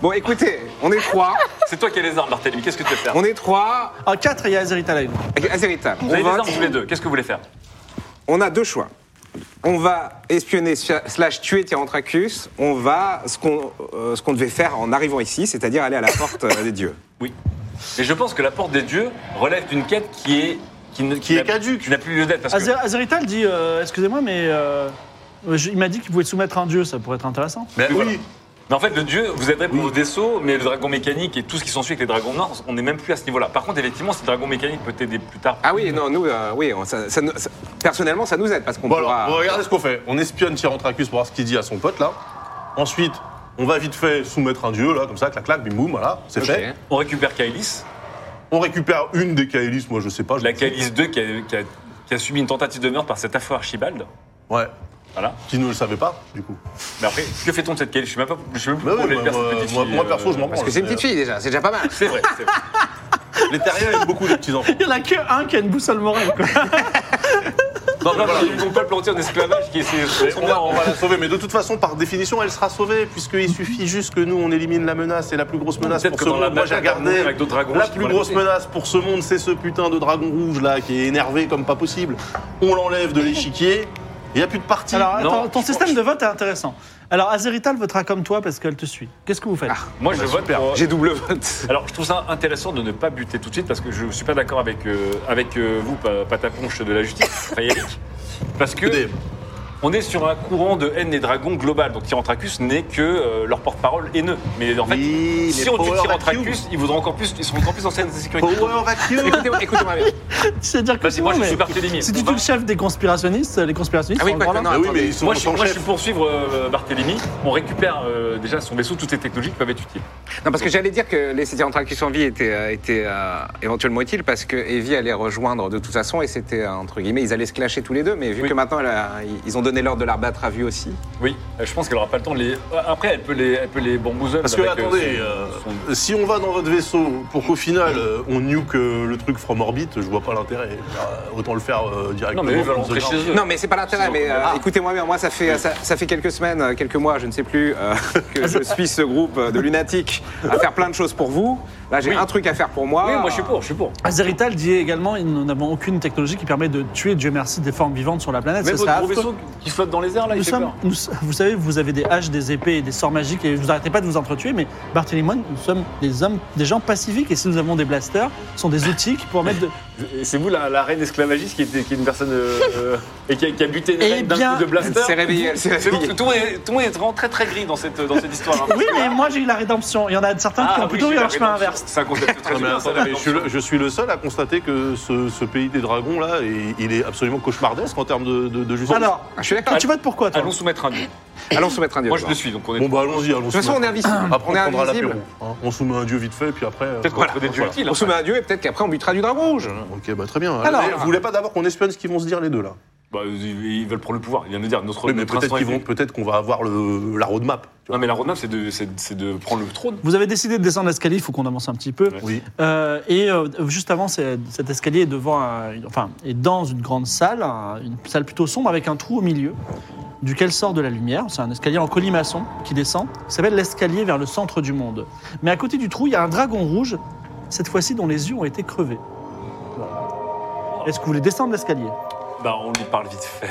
S5: Bon, écoutez, on est trois.
S2: C'est toi qui as les armes, Barthélemy. Qu'est-ce que tu veux faire
S5: On est trois.
S1: En 4, il y a Azerita à la une.
S5: Azerita,
S2: Vous avez
S5: on
S2: les
S5: vote.
S2: armes tous les deux. Qu'est-ce que vous voulez faire
S5: On a deux choix. On va espionner sia- slash tuer Tyrantracus. On va ce qu'on euh, ce qu'on devait faire en arrivant ici, c'est-à-dire aller à la porte euh, des dieux.
S2: Oui. Mais je pense que la porte des dieux relève d'une quête qui est. Qui, ne-
S3: Qui est
S2: n'a-
S3: caduque.
S2: Qui n'a plus lieu d'être.
S5: Ah,
S2: Parce que.
S1: Azer- Azerita, elle dit euh, Excusez-moi, mais euh, je- il m'a dit qu'il pouvait soumettre un dieu, ça pourrait être intéressant.
S3: Mais oui,
S2: voilà. Mais en fait, le dieu vous aiderait pour vos vaisseaux, mais le dragon mécanique et tout ce qui s'ensuit avec les dragons noirs, on n'est même plus à ce niveau-là. Par contre, effectivement, si le dragon mécanique peut t'aider plus tard.
S5: Ah oui, non, nous, euh, oui, on- ça- ça nous- ça- personnellement, ça nous aide parce qu'on
S3: Bon
S5: pourra.
S3: alors, bon, regardez ce qu'on fait. On espionne Tyrantracus pour voir ce qu'il dit à son pote là. Ensuite, on va vite fait soumettre un dieu là, comme ça, clac clac, bim boum, voilà, c'est
S5: Ok.
S3: fait.
S2: On récupère Kaelis,
S3: On récupère une des Kaelis, moi je sais pas. je-
S2: la Kaelis 2 qui a, qui a- qui a subi une tentative de meurtre par cet affreux Archibald.
S3: Ouais.
S2: Voilà.
S3: Qui ne le savait pas, du coup.
S2: Mais après, que fait-on de cette Kaelis Je sais même pas. Je sais même plus
S3: Mais
S2: pourquoi
S3: oui,
S2: on
S3: moi,
S2: les perd,
S3: moi,
S2: cette petite
S3: moi-
S2: fille,
S3: moi,
S2: euh,
S3: perso, je m'en
S5: Parce
S3: branle.
S5: que c'est une petite fille déjà, c'est déjà pas mal.
S2: C'est vrai, c'est
S3: [LAUGHS]
S2: vrai.
S3: Les terriens aiment beaucoup les petits enfants.
S1: Il y en a que un qui a une boussole morale. quoi.
S2: Non, non, ils vont pas le planter en esclavage qui est.
S3: Mais On va, on va la sauver, mais de toute façon, par définition, elle sera sauvée, puisqu'il suffit juste que nous, on élimine la menace, et la plus grosse menace
S2: Peut-être
S3: pour
S2: que
S3: ce
S2: dans la
S3: monde, moi j'ai
S2: bataille, on va
S3: regardé,
S2: mourir avec d'autres dragons
S3: la
S2: rouges qui
S3: plus
S2: vont
S3: grosse
S2: arriver.
S3: menace pour ce monde, c'est ce putain de dragon rouge là, qui est énervé comme pas possible. On l'enlève de l'échiquier, il n'y a plus de partie.
S1: Alors,
S2: Non,
S1: attends, ton
S2: je
S1: système
S2: pense-
S1: de vote est intéressant. Alors, Azerita, elle votera comme toi parce qu'elle te suit. Qu'est-ce que vous faites
S2: [LAUGHS] Moi, je vote pour. euh,
S5: J'ai double vote.
S2: Alors, je trouve ça intéressant de ne pas buter tout de suite parce que je suis pas d'accord avec, euh, avec euh, vous, pa- Pataponche de la justice, enfin, Eric. Parce que
S3: Écoutez,
S2: on est sur un courant de haine des dragons global. Donc, Tyrantracus n'est que euh, leur porte-parole haineux. Mais en fait,
S3: Oui,
S2: si
S3: mais
S2: on tue
S3: Power Vacuum.
S2: Tyrantracus, ils, voudront encore plus, ils seront encore plus en scène de sécurité.
S3: Power vacuum
S5: Écoutez-moi écoutez bien.
S1: C'est-à-dire que
S2: Bah, c'est moi,
S1: non,
S2: je
S1: mais
S2: suis Barthélemy.
S1: Si tu
S2: On
S1: es
S2: va-
S1: le chef des conspirationnistes, euh, les conspirationnistes
S5: Ah oui,
S1: sont
S5: pas
S1: en
S5: que
S1: grand
S5: non.
S3: Ah oui, mais ils sont
S2: Moi, je suis,
S3: son
S2: moi, je
S3: chef.
S2: suis pour suivre euh, Barthélemy. On récupère euh, déjà son vaisseau, toutes les technologies qui peuvent être utiles.
S5: Non, parce que j'allais dire que les Cityrantracus en vie étaient, euh, étaient, euh, éventuellement utiles parce que Evie allait rejoindre de toute façon et c'était, euh, entre guillemets, ils allaient se clasher tous les deux, mais vu
S2: Oui.
S5: que maintenant elle a- ils ont donné l'ordre de l'arbattre à vue aussi.
S2: Oui, euh, je pense qu'elle aura pas le temps de les. euh, Après, elle peut les, elle peut les bambouser.
S3: Parce que
S2: avec, euh,
S3: attendez,
S2: son-
S3: euh,
S2: son-
S3: si on va dans votre vaisseau pour qu'au final euh, on nuke euh, le truc from orbite, je vois pas l'intérêt. Euh, Autant le faire euh, directement.
S2: Non, mais eux, ils veulent rentrer chez eux.
S5: Non, mais c'est pas l'intérêt, mais euh, écoutez-moi bien, moi ça fait, ça, ça fait quelques semaines, euh, quelques mois, je ne sais plus, euh, [LAUGHS] que je suis ce groupe euh, de lunatiques à faire plein de choses pour vous. Là, j'ai
S2: Oui.
S5: un truc à faire pour moi.
S2: Oui, moi, je suis pour, je suis pour.
S1: Azerital dit également nous n'avons aucune technologie qui permet de tuer, Dieu merci, des formes vivantes sur la planète.
S2: Même
S1: Ce serait
S2: votre gros
S1: affreux.
S2: vaisseau qui flotte dans les airs, là,
S1: Nous
S2: Ah, il fait
S1: sommes-
S2: peur.
S1: nous- vous savez, vous avez des haches, des épées et des sorts magiques et vous arrêtez pas de vous entretuer, mais Barthélemy, et moi, nous sommes des hommes, des gens pacifiques et si nous avons des blasters, ce sont des outils qui pourraient mettre
S2: [LAUGHS]
S1: de.
S2: Et C'est vous la, la reine esclavagiste qui, était, qui est une personne euh, euh, et qui a, qui a buté une
S1: Eh
S2: reine d'un
S1: bien,
S2: coup de
S5: Elle s'est
S2: blaster.
S5: réveillée, elle s'est
S2: C'est bon, parce
S5: réveillée.
S2: que tout le monde est- tout le monde est vraiment très très gris dans cette, dans cette histoire.
S1: [LAUGHS]
S2: hein.
S1: Oui, mais moi j'ai eu la rédemption. Il y en a certains qui ont
S2: Ah oui,
S1: Ah, plutôt
S2: j'ai
S1: eu
S2: la
S1: leur chemin
S2: rédemption.
S1: inverse.
S2: Ah, C'est un concept très
S3: Non, mais
S2: bien. ça, la
S3: attendez, je, suis
S2: rédemption.
S3: le, je suis le seul à constater que ce, ce pays des dragons là, il, il est absolument cauchemardesque en termes de, de- de justice.
S1: Alors,
S5: Ah, je suis d'accord.
S1: toi, tu votes pourquoi toi
S2: Allons soumettre un dieu.
S5: Allons soumettre un dieu.
S2: Moi, je
S5: alors.
S2: le suis, donc on est.
S3: bon bah allons-y, allons-y.
S5: De toute façon, on est invisible.
S3: Après,
S5: on est
S3: on prendra l'apéro.
S5: invisible.
S3: hein. On soumet un dieu vite fait, puis après. euh,
S2: Peut-être qu'on
S3: voilà.
S2: peut des dieux utiles.
S5: On soumet un dieu et peut-être qu'après on butera du dragon rouge.
S3: Ok, bah très bien.
S1: Alors-
S3: Mais vous voulez pas d'abord qu'on espionne ce qu'ils vont se dire les deux là
S2: Bah, ils ils veulent prendre le pouvoir. Ils viennent de dire notre.
S3: Oui, mais
S2: notre
S3: peut-être
S2: instant
S3: qu'ils
S2: est
S3: vont,
S2: venu.
S3: peut-être qu'on va avoir le, la roadmap.
S2: Non, mais la roadmap, c'est de, c'est- c'est de prendre le trône.
S1: Vous avez décidé de descendre l'escalier, il faut qu'on avance un petit peu.
S3: Oui.
S1: Euh, et euh, juste avant, c'est- cet escalier est devant, un- enfin, est dans une grande salle, un- une salle plutôt sombre avec un trou au milieu, duquel sort de la lumière. C'est un escalier en colimaçon qui descend. Ça s'appelle l'escalier vers le centre du monde. Mais à côté du trou, il y a un dragon rouge, cette fois-ci dont les yeux ont été crevés. Est-ce que vous voulez descendre l'escalier
S2: Bah, on lui parle vite fait.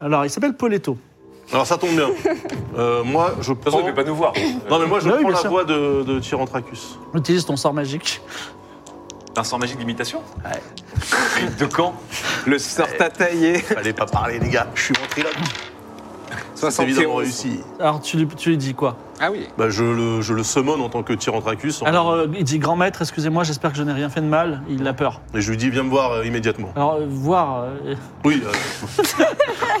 S1: Alors, il s'appelle Poletto.
S3: Alors ça tombe bien. Euh, moi, je
S2: De toute façon, il
S3: prends.
S2: peut pas nous voir.
S3: Non mais moi, je
S1: Bah oui,
S3: prends
S1: bien
S3: la
S1: sûr.
S3: voix de, de
S2: [LAUGHS]
S3: Tyrantracus.
S1: Utilise ton sort magique.
S2: Un sort magique d'imitation [LAUGHS] De quand
S5: Le sort à tailler.
S3: Fallait pas parler, les gars. Je suis ventriloque. C'est
S5: 71.
S3: évidemment réussi.
S1: Alors, tu lui, tu lui dis quoi
S5: Ah oui.
S3: Bah, je le, je le summon en tant que Tyrantracus. en-
S1: Alors, euh, il dit Grand maître, excusez-moi, j'espère que je n'ai rien fait de mal. Il a peur.
S3: Et je lui dis, viens me voir euh, immédiatement.
S1: Alors, euh, voir. euh, [LAUGHS]
S3: Oui. euh,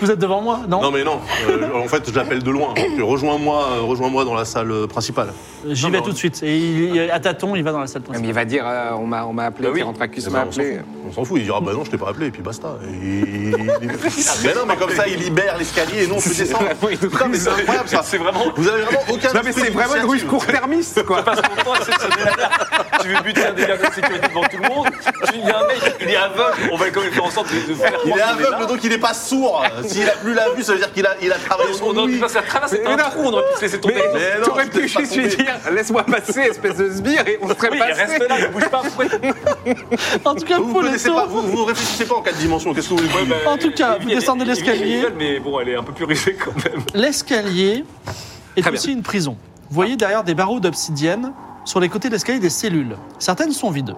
S1: Vous êtes devant moi Non,
S3: non mais non. Euh, en fait, je l'appelle de loin. Donc, Rejoins-moi, euh, rejoins-moi dans la salle euh, principale.
S1: J'y
S2: Non,
S1: vais
S2: mais on-
S1: tout de suite. Et il, il- à tâtons, il va dans la salle
S5: Ouais,
S1: principale.
S5: Mais il va dire euh, on m'a on m'a appelé,
S2: Bah oui.
S5: Tyrantracus
S3: Eh
S5: m'a
S3: ben, on s'en
S5: appelé.
S3: fout. on s'en fout. Il dira, bah non, je t'ai pas appelé, et puis basta. Et- mais non, mais comme ça, il libère l'escalier et nous, on peut
S5: [LAUGHS]
S3: descendre. Putain, mais c'est incroyable ça.
S2: C'est vraiment.
S3: Vous avez vraiment aucun.
S5: Non mais
S3: esprit
S5: c'est vraiment une ruse
S3: d'initiative.
S5: court-termiste quoi.
S2: Passe ton temps à essayer de se démerder. Tu veux buter un dégât de sécurité devant tout le monde. Tu- Il y a un mec, il est aveugle. On va quand même faire en sorte de, de faire. croire
S3: Il
S2: qu'il
S3: est
S2: là.
S3: aveugle, donc il est pas sourd. S'il a plus la vue, ça veut dire qu'il a, il a travaillé
S2: On
S3: son
S2: aurait
S3: ouïe.
S2: pu passer à travers, c'est
S5: Mais
S2: un
S5: non.
S2: trou, on aurait pu se laisser tomber.
S5: Mais
S3: Mais non,
S5: t'aurais
S3: je
S5: pu
S3: t'ai pas
S5: juste lui
S3: tombé.
S5: dire laisse-moi passer espèce de sbire et on serait
S2: Oui,
S5: passé.
S2: reste là, ne bouge pas. pourquoi-
S1: En tout cas,
S3: Vous, vous connaissez
S1: Poletto.
S3: pas, vous, vous réfléchissez pas en quatre dimensions. Qu'est-ce que vous voulez que je vous
S1: [LAUGHS]
S3: dise
S1: En tout cas, vous
S2: Evie, elle-
S1: descendez
S2: Evie, elle
S1: l'escalier.
S2: rigole, Mais bon, elle est un peu purisée quand même.
S1: L'escalier est
S5: Très
S1: aussi une prison. Vous voyez derrière des barreaux d'obsidienne, sur les côtés de l'escalier, des cellules. Certaines sont vides.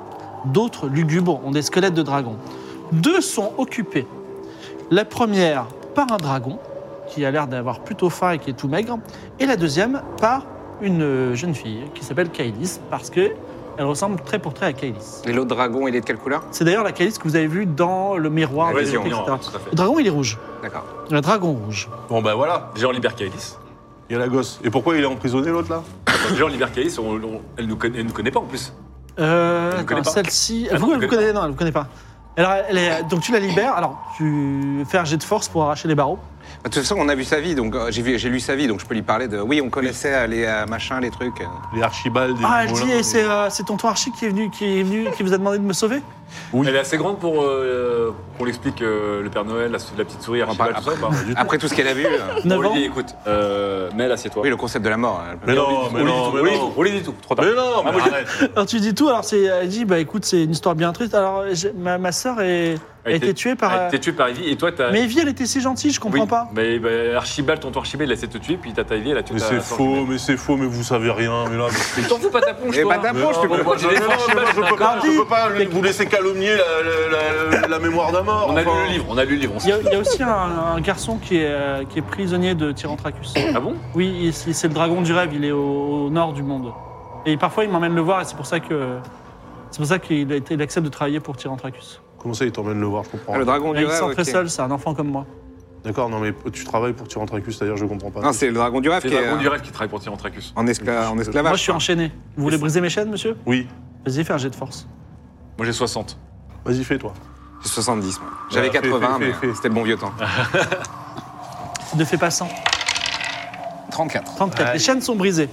S1: D'autres, lugubres, ont des squelettes de dragons. Deux sont occupées. La première par un dragon, qui a l'air d'avoir plutôt faim et qui est tout maigre. Et la deuxième par une euh, jeune fille qui s'appelle Kailis, parce que elle ressemble très pour trait à Kailis.
S5: Et l'autre dragon, il est de quelle couleur
S1: C'est d'ailleurs la calice que vous avez vue dans le miroir,
S5: Ouais,
S1: des
S5: vas-y, on
S1: autres,
S2: ira,
S1: etc.
S2: tout à fait.
S1: Le dragon, il est rouge.
S5: D'accord.
S1: Le dragon rouge.
S3: Bon, bah voilà,
S2: Déjà, on libère Kaelis.
S3: il y a la gosse. Et pourquoi il est emprisonné l'autre là
S2: Déjà, on libère Kaelis, on- on- elle nous connaît- elle nous connaît pas en plus.
S1: Euh,
S2: Elle vous connaît
S1: attends,
S2: pas
S1: celle-ci.
S2: Elle
S1: Vous,
S2: vous
S1: elle vous
S2: connaît
S1: connaissez Non, elle vous connaît pas. Alors, elle est- donc tu la libères. Alors, tu fais un jet de force pour arracher les barreaux.
S5: Bah, De toute façon, on a vu sa vie, donc euh, j'ai vu- j'ai lu sa vie, donc je peux lui parler de. Oui, on connaissait euh, les euh, machins, les trucs. euh.
S3: Les archibalds.
S1: Ah, elle dit, eh, c'est euh, c'est tonton Archie qui est venu, qui est venu, qui vous a demandé de me sauver.
S3: Oui.
S2: Elle est assez grande pour euh, qu'on l'explique euh, le Père Noël, la, la petite souris, Archibald,
S5: parle
S2: tout ça. ou pas
S5: Après tout ce qu'elle a vu. euh,
S2: On
S1: 9
S2: lui
S1: ans.
S2: dit, écoute, euh, Mel, assieds-toi.
S5: Oui, le concept de la mort. hein. elle peut-
S3: Mais
S2: On lui
S3: non,
S2: dit-
S3: mais
S2: on lui
S3: non,
S2: dit tout, on
S3: mais
S2: lui dit
S3: non.
S2: tout, on lui dit tout, trop tard.
S3: Mais non, mais
S2: Ah, moi, je-
S3: arrête.
S1: Alors tu dis tout. Alors c'est, elle dit, bah écoute, c'est une histoire bien triste. Alors j'ai- ma, ma sœur est, a été tuée par.
S2: Elle a
S1: euh,
S2: été tuée par Evie et toi, t'as.
S1: Mais Evie, elle était si gentille, je comprends
S2: Oui,
S1: pas.
S2: Mais bah, Archibald, tonton Archibald, il a essayé de te tuer, puis t'as ta Evie, elle a tué
S3: Mais
S2: ta-
S3: c'est
S2: ta-
S3: faux, mais c'est faux, mais vous savez rien. Mais là, mais-
S2: T'en fous pas ta ponche,
S5: Et
S2: toi
S5: pas Eh, bah, ta
S2: Mais
S5: ponche,
S2: non,
S5: tu peux
S2: mais moi,
S5: pas-
S2: j'ai les
S3: Mais non, mais
S2: Archibald,
S3: moi, je peux pas,
S2: d'accord.
S3: je peux pas vous laisser calomnier la, la- la- la- la mémoire d'un mort.
S2: On a lu
S3: enfin.
S2: le livre, on a lu le livre. on
S1: Il y,
S2: sait.
S1: a, il y a aussi un, un garçon qui est, euh, qui est prisonnier de Tyrantracus.
S2: Ah bon
S1: Oui, il- c'est c'est le dragon du rêve, il est au, au nord du monde. Et parfois, il m'emmène le voir et c'est pour ça que. C'est pour ça qu'il a été- il accepte de travailler pour Tyrantracus.
S3: Comment ça, il t'emmène le voir Je comprends.
S5: Ah, le dragon
S1: Il
S5: du
S1: il se
S5: rêve.
S1: sent très
S5: ok.
S1: seul, c'est un enfant comme moi.
S3: D'accord, non, mais tu travailles pour Tyrantracus, c'est-à-dire, je comprends pas.
S5: Non, c'est le dragon du rêve
S2: C'est
S5: qui
S2: le
S5: est
S2: dragon du
S5: euh,
S2: rêve qui travaille pour Tyrantracus.
S5: en, escla- en esclavage.
S1: Moi, je suis enchaîné. Vous voulez briser mes chaînes, monsieur
S3: Oui,
S1: Vas-y, fais un jet de force.
S2: Moi j'ai 60.
S3: vas-y, fais-toi.
S5: J'ai 70. moi. J'avais
S3: Ouais, fais, fais,
S5: 80, mais
S3: fais, fais.
S5: c'était le bon vieux temps.
S1: Ne fais pas 100.
S5: 34.
S1: 34. Les chaînes sont brisées.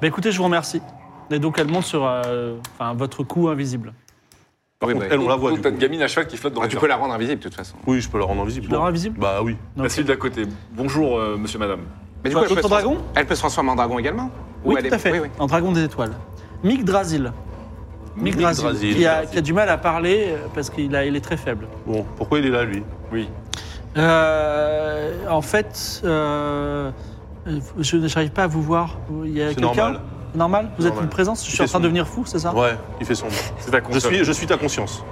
S1: Bah écoutez, je vous remercie. Et donc, elle monte sur euh, enfin, votre cou invisible.
S3: Par
S5: Oui,
S3: contre,
S5: bah,
S3: elle, on la voit.
S2: Donc
S3: Du
S2: t'as
S3: coup.
S2: une gamine à cheval qui flotte dans
S5: Ah,
S2: le
S5: tu
S2: verre.
S5: peux la rendre invisible de toute façon.
S3: Oui, je peux la rendre invisible.
S1: Tu la rends
S3: Bon.
S1: invisible
S3: Bah oui.
S2: La cible d'à côté. Bonjour euh, monsieur madame.
S5: Mais
S1: Bah,
S5: elle peut,
S1: d'autres
S5: se trans-
S1: dragons
S5: elle peut se transformer en dragon également Ou
S1: Oui,
S5: elle
S1: tout
S5: est-
S1: à fait.
S5: oui, oui.
S1: En dragon des étoiles. Mick Drasil. Mick
S3: Mick
S1: Drasil,
S3: Drasil,
S1: qui, a,
S3: Drasil.
S1: qui a du mal à parler euh, parce qu'il a- il est très faible.
S3: Bon, pourquoi il est là, lui
S2: Oui.
S1: Euh, en fait, euh, je n'arrive pas à vous voir. Il y a
S3: C'est
S1: quelqu'un
S3: normal.
S1: Normal Vous êtes
S3: Normal.
S1: une présence Je suis
S3: C'est
S1: en train de
S3: son-
S1: devenir fou, c'est ça
S3: Ouais, il fait son.
S2: C'est ta
S3: Je
S2: console.
S3: suis, je suis ta conscience.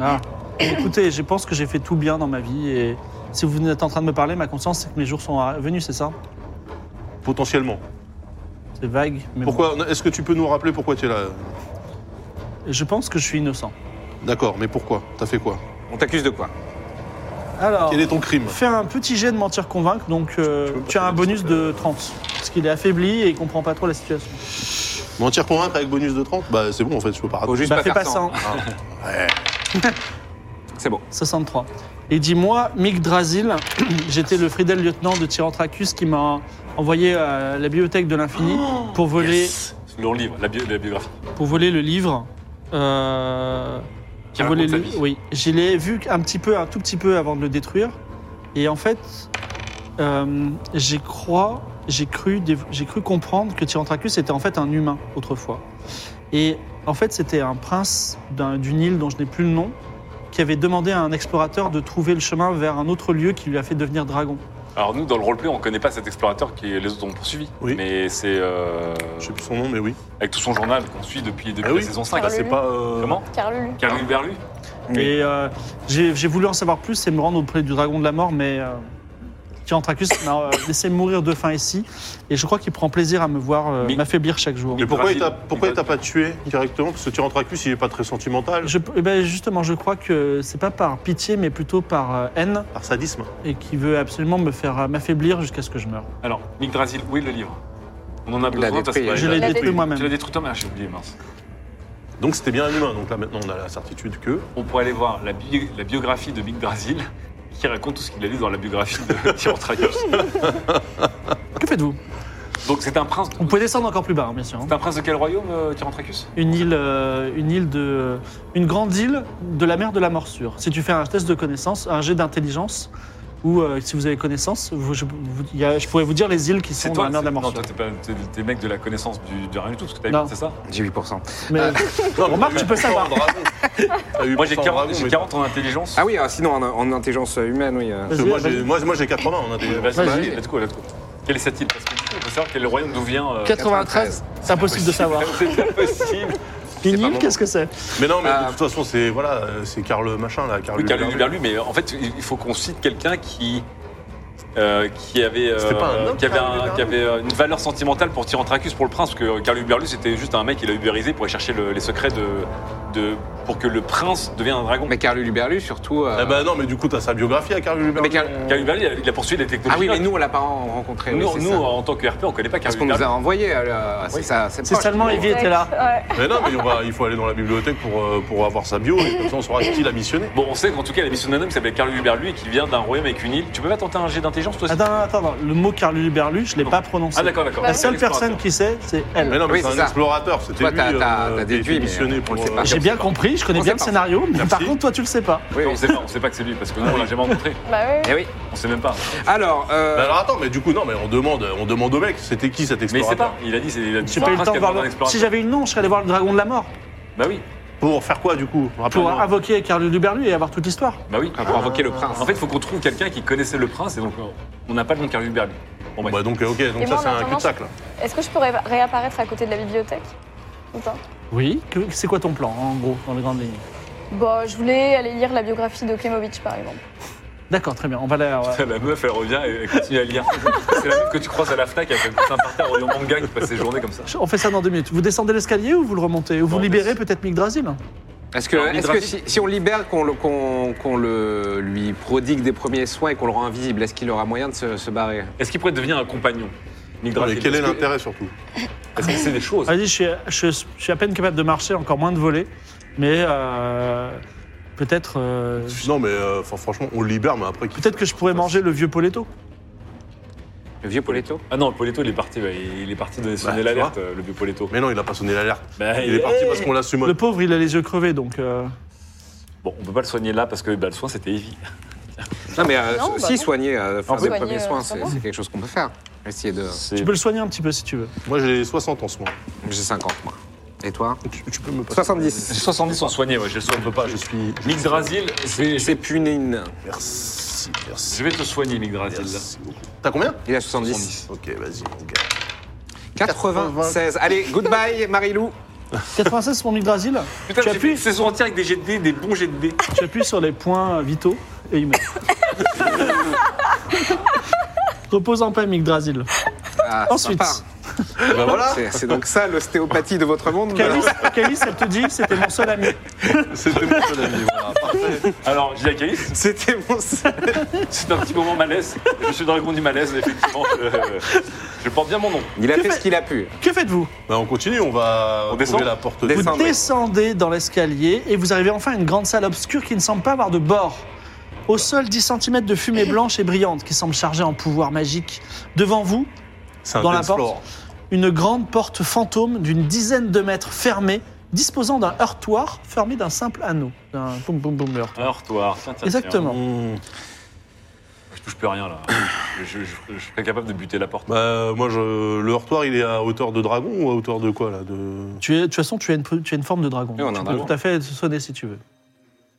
S1: Ah. Écoutez, je pense que j'ai fait tout bien dans ma vie et si vous êtes en train de me parler, ma conscience, c'est que mes jours sont arri- venus, c'est ça
S3: Potentiellement.
S1: C'est vague, mais bon.
S3: Pourquoi Est-ce que tu peux nous rappeler pourquoi tu es là
S1: je pense que je suis innocent.
S3: D'accord, mais pourquoi T'as fait quoi
S5: On t'accuse de quoi
S1: Alors,
S3: Quel est ton crime
S1: faire un petit jet de mentir-convaincre, donc euh,
S3: Tu peux me
S1: tu as un
S3: passer
S1: bonus
S3: le-
S1: de 30. Parce qu'il est affaibli et il comprend pas trop la situation.
S3: Mentir convaincre avec bonus de 30 Bah c'est bon en fait, je peux pas
S5: Faut
S3: rater.
S5: juste
S1: Bah,
S5: pas
S1: fais
S5: faire
S1: pas
S5: 100.
S1: 100. [LAUGHS]
S5: C'est bon.
S1: 63. Et dis-moi, Mick Drasil, [CLEARS THROAT] j'étais le fidèle lieutenant de Tyrantracus qui m'a envoyé à la bibliothèque de l'infini pour voler
S2: Yes. C'est Leur livre, la, bio- la biographie.
S1: pour voler le livre. Euh,
S2: Qui
S1: pour
S2: raconte
S1: voler
S2: sa
S1: le-
S2: vie.
S1: Oui, je l'ai vu un petit peu, un tout petit peu avant de le détruire. Et en fait, euh, j'ai crois, j'ai cru, dév- j'ai cru comprendre que Tyrantracus était en fait un humain autrefois. Et en fait, c'était un prince d'un- d'une île dont je n'ai plus le nom qui avait demandé à un explorateur de trouver le chemin vers un autre lieu qui lui a fait devenir dragon.
S2: Alors nous dans le roleplay on connaît pas cet explorateur qui les autres ont poursuivi.
S3: Oui.
S2: Mais c'est euh,
S3: Je sais plus son nom, mais oui.
S2: avec tout son journal qu'on suit depuis, depuis
S3: Ah oui.
S2: la saison 5.
S4: Ah,
S3: Là c'est
S4: lui.
S3: pas. euh,
S2: Comment
S4: Car Lulu.
S2: Carl Berlu
S5: Oui.
S1: Et euh, j'ai j'ai voulu en savoir plus et me rendre auprès du dragon de la mort, mais euh, Tyrantracus m'a euh, [LAUGHS] laissé mourir de faim ici. Et je crois qu'il prend plaisir à me voir euh,
S2: Mais-
S1: m'affaiblir chaque jour.
S3: Mais pourquoi il t'a
S2: Brésil.
S3: pourquoi il t'a pas tué directement Parce que Tyrantracus il est pas très sentimental.
S1: Je- eh ben, justement, je crois que c'est pas par pitié, mais plutôt par euh, haine,
S3: Par sadisme.
S1: et qui veut absolument me faire euh, m'affaiblir jusqu'à ce que je meure.
S2: Alors, Mick Drasil, où est le livre On en a
S5: Il
S2: besoin
S5: l'a
S2: parce que
S5: détruit, hein.
S1: Je
S4: a
S1: l'ai
S4: détruit.
S1: détruit moi-même.
S2: Tu l'as détruit toi-même, j'ai oublié, mince.
S3: Donc c'était bien un humain. Donc là maintenant on a la certitude que.
S2: On pourrait aller voir la, bi- la biographie de Mick Drasil [LAUGHS] qui raconte tout ce qu'il a lu dans la biographie de [LAUGHS] Tyrantracus.
S1: Que faites-vous
S2: Donc c'est un prince de...
S1: Vous pouvez descendre encore plus bas, hein, bien sûr. hein.
S2: C'est un prince de quel royaume, euh, Tyrantracus
S1: Une île, euh, une île de, une grande île de la mer de la morsure. Si tu fais un test de connaissance, un jet d'intelligence, ou euh, si vous avez connaissance, vous- je, vous- il y a- je pourrais vous dire les îles qui sont dans la mer de la
S2: c'est- Non,
S1: morsure.
S2: toi, t'es, pas, t'es, t'es mec de la connaissance du, de rien du tout, parce que t'as
S1: Non.
S2: vu, c'est ça
S5: J'ai 8%.
S1: Mais [LAUGHS] remarque, tu peux savoir.
S2: Moi, j'ai 40, j'ai 40 en intelligence.
S5: Ah oui, ah, sinon en, en intelligence humaine, oui. euh,
S1: Vas-y,
S3: Moi
S1: vas-y.
S3: j'ai moi, moi, j'ai 80 on a des.
S2: Euh, Vas-y,
S1: Vas-y.
S2: vas-y, let's go, let's go. Quelle est cette île Parce que du coup, on peut savoir quel royaume d'où vient... euh, [LAUGHS]
S1: 93, c'est impossible de savoir.
S2: C'est impossible.
S1: Une
S5: pas
S1: île,
S5: bon.
S1: qu'est-ce que c'est
S3: Mais non mais
S5: Ah.
S3: de toute façon c'est voilà euh, c'est Karl machin là. Karl
S2: Oui, Carlo Berlu,
S3: Luberlu.
S2: mais en fait, il faut qu'on cite quelqu'un qui. euh, qui avait, euh,
S3: C'était pas un homme,
S2: qui avait,
S3: Carlo
S2: un-
S3: Berlu
S2: qui avait, euh, une valeur sentimentale pour Tyrantracus pour le prince, parce que Carlo Berlu c'était juste un mec qui l'a ubérisé pour aller chercher le- les secrets de, de pour que le prince devienne un dragon.
S5: Mais Carlu Luberlu, surtout. euh,
S3: Eh ben non mais du coup t'as sa biographie à Karl Luberlu.
S5: mais Carl-
S2: Carlo Berlu, il a- il a poursuivi les
S5: Ah
S2: technologies.
S5: oui, mais nous, on l'a pas en- rencontré. oui,
S2: euh, Nous,
S5: c'est
S2: nous,
S5: ça.
S2: en tant que RP, on connaît pas
S5: Parce
S2: Carlo
S5: qu'on nous
S2: Berlu.
S5: a envoyé. euh,
S2: Oui.
S5: C'est ça. C'est
S1: C'est
S5: proche.
S1: seulement Evie était là.
S4: Ouais.
S3: Mais non mais on va- il faut aller dans la bibliothèque pour euh, pour avoir sa bio et comme ça on saura qui l'a missionné.
S2: Bon, on sait qu'en tout cas, la mission d'un homme qui s'appelle Carlo Berlu et qui vient d'un royaume avec une île. Tu peux pas tenter un jet d'intelligence, toi aussi
S1: Attends, attends, attends, le mot Carlu Berlu, je l'ai pas prononcé.
S2: Ah, d'accord, d'accord.
S1: La seule personne qui sait, c'est
S3: Mais
S1: elle.
S3: non, mais
S5: Oui,
S3: c'est
S5: c'est
S3: un
S5: ça.
S3: explorateur, c'était
S5: Toi,
S3: lui
S5: t'as- t'as-
S3: euh,
S5: t'as
S3: qui a été
S5: déduit, mais
S3: missionné
S5: on
S3: pour
S5: le sait
S3: euh,
S5: pas.
S1: J'ai bien compris, je connais
S5: On
S1: bien
S5: sait
S1: le
S5: pas.
S1: scénario, mais par
S3: Merci.
S1: contre, toi, tu le sais pas.
S5: Oui,
S2: Non, on
S5: oui.
S2: sait pas, on sait pas que c'est lui, parce que nous, on l'a jamais rencontré.
S4: Bah oui.
S5: Eh oui.
S2: On sait même pas.
S5: Alors, euh,
S3: Bah alors attends, mais du coup, non, mais on demande, on demande au mec, c'était qui cet
S2: Mais il sait
S3: explorateur
S2: pas. Il a dit, c'est il a dit,
S1: J'ai
S2: c'est
S1: pas
S2: un
S1: eu le
S2: prince
S1: temps de
S2: qui a
S1: voir
S2: demandé un
S1: le...
S2: explorateur.
S1: Si j'avais une nom, je serais allé voir le dragon de la mort
S2: Bah oui.
S3: Pour faire quoi du coup
S1: pour
S3: Rappelle-moi.
S1: invoquer Carlu Berlu et avoir toute l'histoire.
S2: Bah oui.
S5: pour invoquer le prince.
S2: En fait, il faut qu'on trouve quelqu'un qui connaissait le prince et donc euh, on n'a pas le nom Carlu Berlu. Bon, bref.
S3: Bah donc, euh, ok, donc
S4: Et
S3: ça
S4: moi,
S3: c'est
S4: en
S3: un
S4: attendant-
S3: cul-de-sac là.
S4: Est-ce que je pourrais réapparaître à côté de la bibliothèque ou pas
S1: Oui. Que- C'est quoi ton plan, en gros, dans les grandes lignes
S4: Bon, Bah, je voulais aller lire la biographie de Klemovic, par exemple.
S1: D'accord, très bien. On va la.
S2: [LAUGHS]
S1: ouais.
S2: [LAUGHS] La meuf, elle revient et elle continue à lire. C'est la meuf que tu croises à la Fnac avec un putain par terre en manga qui passe ses journées comme ça.
S1: On fait ça dans deux minutes. Vous descendez l'escalier ou vous le remontez Ou vous
S2: Bon,
S1: libérez
S2: laisse.
S1: peut-être Mick Drasil
S5: Est-ce que,
S2: Alors,
S5: est-ce que
S2: l'hydraphique-
S5: si, si on le libère, qu'on le- qu'on- qu'on le lui prodigue des premiers soins et qu'on le rend invisible, est-ce qu'il aura moyen de se, se barrer
S2: Est-ce qu'il pourrait devenir un compagnon Nick
S3: Non, mais
S2: Drake,
S3: quel est
S2: parce que-
S3: l'intérêt surtout
S2: Parce que c'est des choses.
S1: Vas-y, je suis, je- je suis à peine capable de marcher, encore moins de voler. Mais euh, peut-être euh,
S3: Non, mais euh, enfin, franchement, on le libère, mais après, qu'il-
S1: peut-être que je pourrais manger le vieux Poletto.
S5: Le vieux Poletto
S2: Ah non, Poletto, il est parti, bah, il est parti de sonner
S3: tu
S2: l'alerte, euh, le vieux Poletto.
S3: Mais non, il a pas sonné l'alerte.
S2: Bah,
S3: Il est parti
S2: eh,
S3: parce qu'on l'a su
S1: Le pauvre, il a les yeux crevés, donc... euh,
S2: Bon, on peut pas le soigner là parce que bah, le soin c'était Evie.
S5: Non, mais euh,
S4: Non, bah
S5: si,
S4: non.
S5: soigner, euh, faire
S4: fait,
S5: des
S4: soigner,
S5: premiers
S4: euh,
S5: soins,
S4: ça
S5: c'est
S4: va.
S5: c'est quelque chose qu'on peut faire. Essayer de.
S1: Tu peux le soigner un petit peu si tu veux.
S3: Moi, j'ai 60 en ce moment.
S5: J'ai 50, moi. Et toi
S3: Tu, tu peux me passer
S5: 70.
S2: 70 sont soignés, ouais, je le soigne.
S3: Je peux pas, je suis. je-
S2: Nick Drasil, c'est-
S5: C'est punine.
S3: Merci,
S2: je
S3: merci.
S2: vais te soigner, Nick Drasil.
S3: merci beaucoup. T'as combien
S5: Il a 70.
S3: Ok, vas-y, mon gars.
S5: 96. Allez, goodbye, Marilou.
S1: 96 c'est mon Yggdrasil.
S2: Putain,
S1: Tu
S2: j'ai fait
S1: appuies
S2: une saison entière avec des jets de dés, des bons jets de dés.
S1: Tu appuies sur les points vitaux et il meurt. Repose en paix, Yggdrasil.
S5: Ah,
S1: Ensuite.
S5: sympa. Bah voilà. C'est- C'est donc ça l'ostéopathie de votre monde.
S1: Calice, Calice, elle te dit, c'était mon seul ami.
S3: C'était mon seul ami, voilà. Parfait.
S2: Alors, j'ai la calice,
S5: [LAUGHS] C'était mon seul.
S2: c'est un petit moment malaise. Je suis dragon du malaise, effectivement. euh, Je porte bien mon nom.
S5: Il a
S1: Que
S5: fait
S1: fait-
S5: ce qu'il a pu.
S1: Que faites-vous
S3: Bah, on continue, on va
S2: On
S3: trouver
S2: descend
S3: la porte.
S5: Descend.
S3: d'où-
S1: Vous
S5: Descendez.
S1: descendez dans l'escalier et vous arrivez enfin à une grande salle obscure qui ne semble pas avoir de bord. Au sol, 10 cm de fumée blanche et brillante qui semble chargée en pouvoir magique. Devant vous,
S3: C'est un
S1: dans la
S3: dance
S1: porte.
S3: floor.
S1: une grande porte fantôme d'une dizaine de mètres fermée, disposant d'un heurtoir fermé d'un simple anneau. D'un boum boum boum le heurtoir.
S2: Alors, toi, tiens, tiens, tiens.
S1: Exactement.
S3: Mmh.
S2: Je touche plus à rien là. Je, je- je- je serais capable de buter la porte.
S3: Bah, moi, je... le heurtoir, il est à hauteur de dragon ou à hauteur de quoi, là de...
S1: Tu es, de toute façon, tu as une, tu as une forme de dragon.
S5: Oui, on a
S1: tu
S5: un
S1: peux
S5: dragon.
S1: tout à fait sonner si tu veux.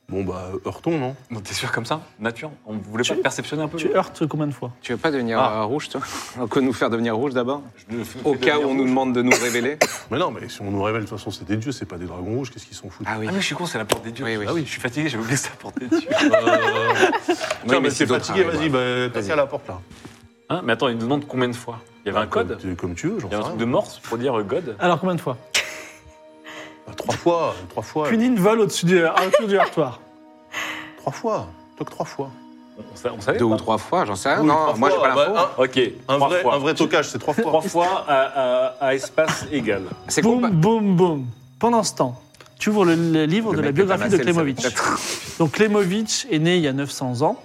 S3: Bon, bah, heurtons, non
S2: Non, T'es sûr comme ça Nature On voulait pas
S1: Tu-
S2: perceptionner un peu
S1: Tu heurtes combien de fois
S5: Tu veux pas devenir
S2: Ah.
S5: euh, [LAUGHS] rouge, toi Que nous faire devenir rouge d'abord
S2: Je le fais-
S5: Au
S2: fais
S5: cas où
S2: devenir
S5: on nous
S2: rouge.
S5: demande de nous révéler.
S3: Mais non, mais si on nous révèle, de toute façon, c'est des dieux, c'est pas des dragons rouges, qu'est-ce qu'ils s'en foutent
S5: Ah oui.
S2: Ah oui, je suis con, c'est la porte des dieux.
S5: Oui, oui.
S2: Ah oui, je suis fatigué, j'avais oublié que c'est la porte des dieux.
S3: Euh, Tiens, mais,
S5: mais si
S3: t'es
S5: d'autres
S3: fatigué, vas-y,
S5: arrivent,
S3: bah,
S5: Vas-y.
S3: t'as qu'à la porte, là.
S2: Hein mais attends, il nous demande combien de fois Il y
S3: Bah,
S2: avait un code
S3: Comme tu, comme tu veux, j'en
S2: Il y
S3: sais
S2: avait un truc
S3: rien.
S2: de morse pour dire euh, God
S1: Alors combien de fois
S3: Bah, trois fois, euh, trois fois,
S1: Punine vole au-dessus du, autour du heurtoir.
S3: trois fois. Toc trois fois.
S2: On, on sa- on savait
S5: Deux
S2: pas
S5: ou trois fois, j'en sais rien.
S3: Oui,
S5: non,
S3: trois
S5: Ah, moi j'ai
S3: fois,
S5: pas l'info.
S3: bah,
S2: Ok,
S3: un, un
S2: trois
S3: vrai,
S2: fois.
S3: un vrai tocage, c'est trois
S2: Trois
S3: fois.
S2: fois à, à- à espace égal.
S5: C'est bah.
S1: Boum,
S5: compa-
S1: boum, boum. Pendant ce temps, tu ouvres le, le livre
S5: Le
S1: de la
S5: mec que t'as
S1: biographie de
S5: massé, le
S1: Klemovic.
S5: savait
S1: Donc Klemovic est né il y a 900 ans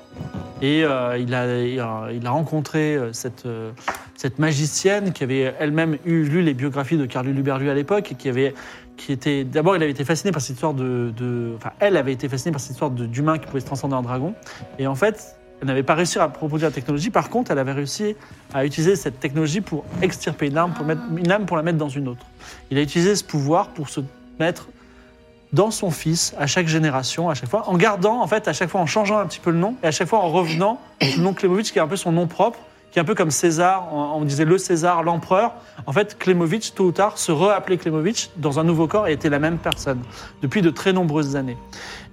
S1: et euh, il, a, il a- il a rencontré euh, cette, euh, cette magicienne qui avait elle-même eu, lu les biographies de Carlo Luberlu à l'époque et qui avait qui était d'abord il avait été fasciné par cette histoire de, de- enfin elle avait été fascinée par cette histoire de- d'humain qui pouvait se transcender en dragon et en fait elle n'avait pas réussi à reproduire la technologie par contre elle avait réussi à utiliser cette technologie pour extirper une arme pour mettre une âme pour la mettre dans une autre il a utilisé ce pouvoir pour se mettre dans son fils à chaque génération, à chaque fois, en gardant, en fait, à chaque fois en changeant un petit peu le nom, et à chaque fois en revenant le nom Klemovic, qui est un peu son nom propre, qui est un peu comme César, on on disait le César, l'empereur. En fait, Klemovic, tôt ou tard, se reappelait Klemovic dans un nouveau corps et était la même personne depuis de très nombreuses années.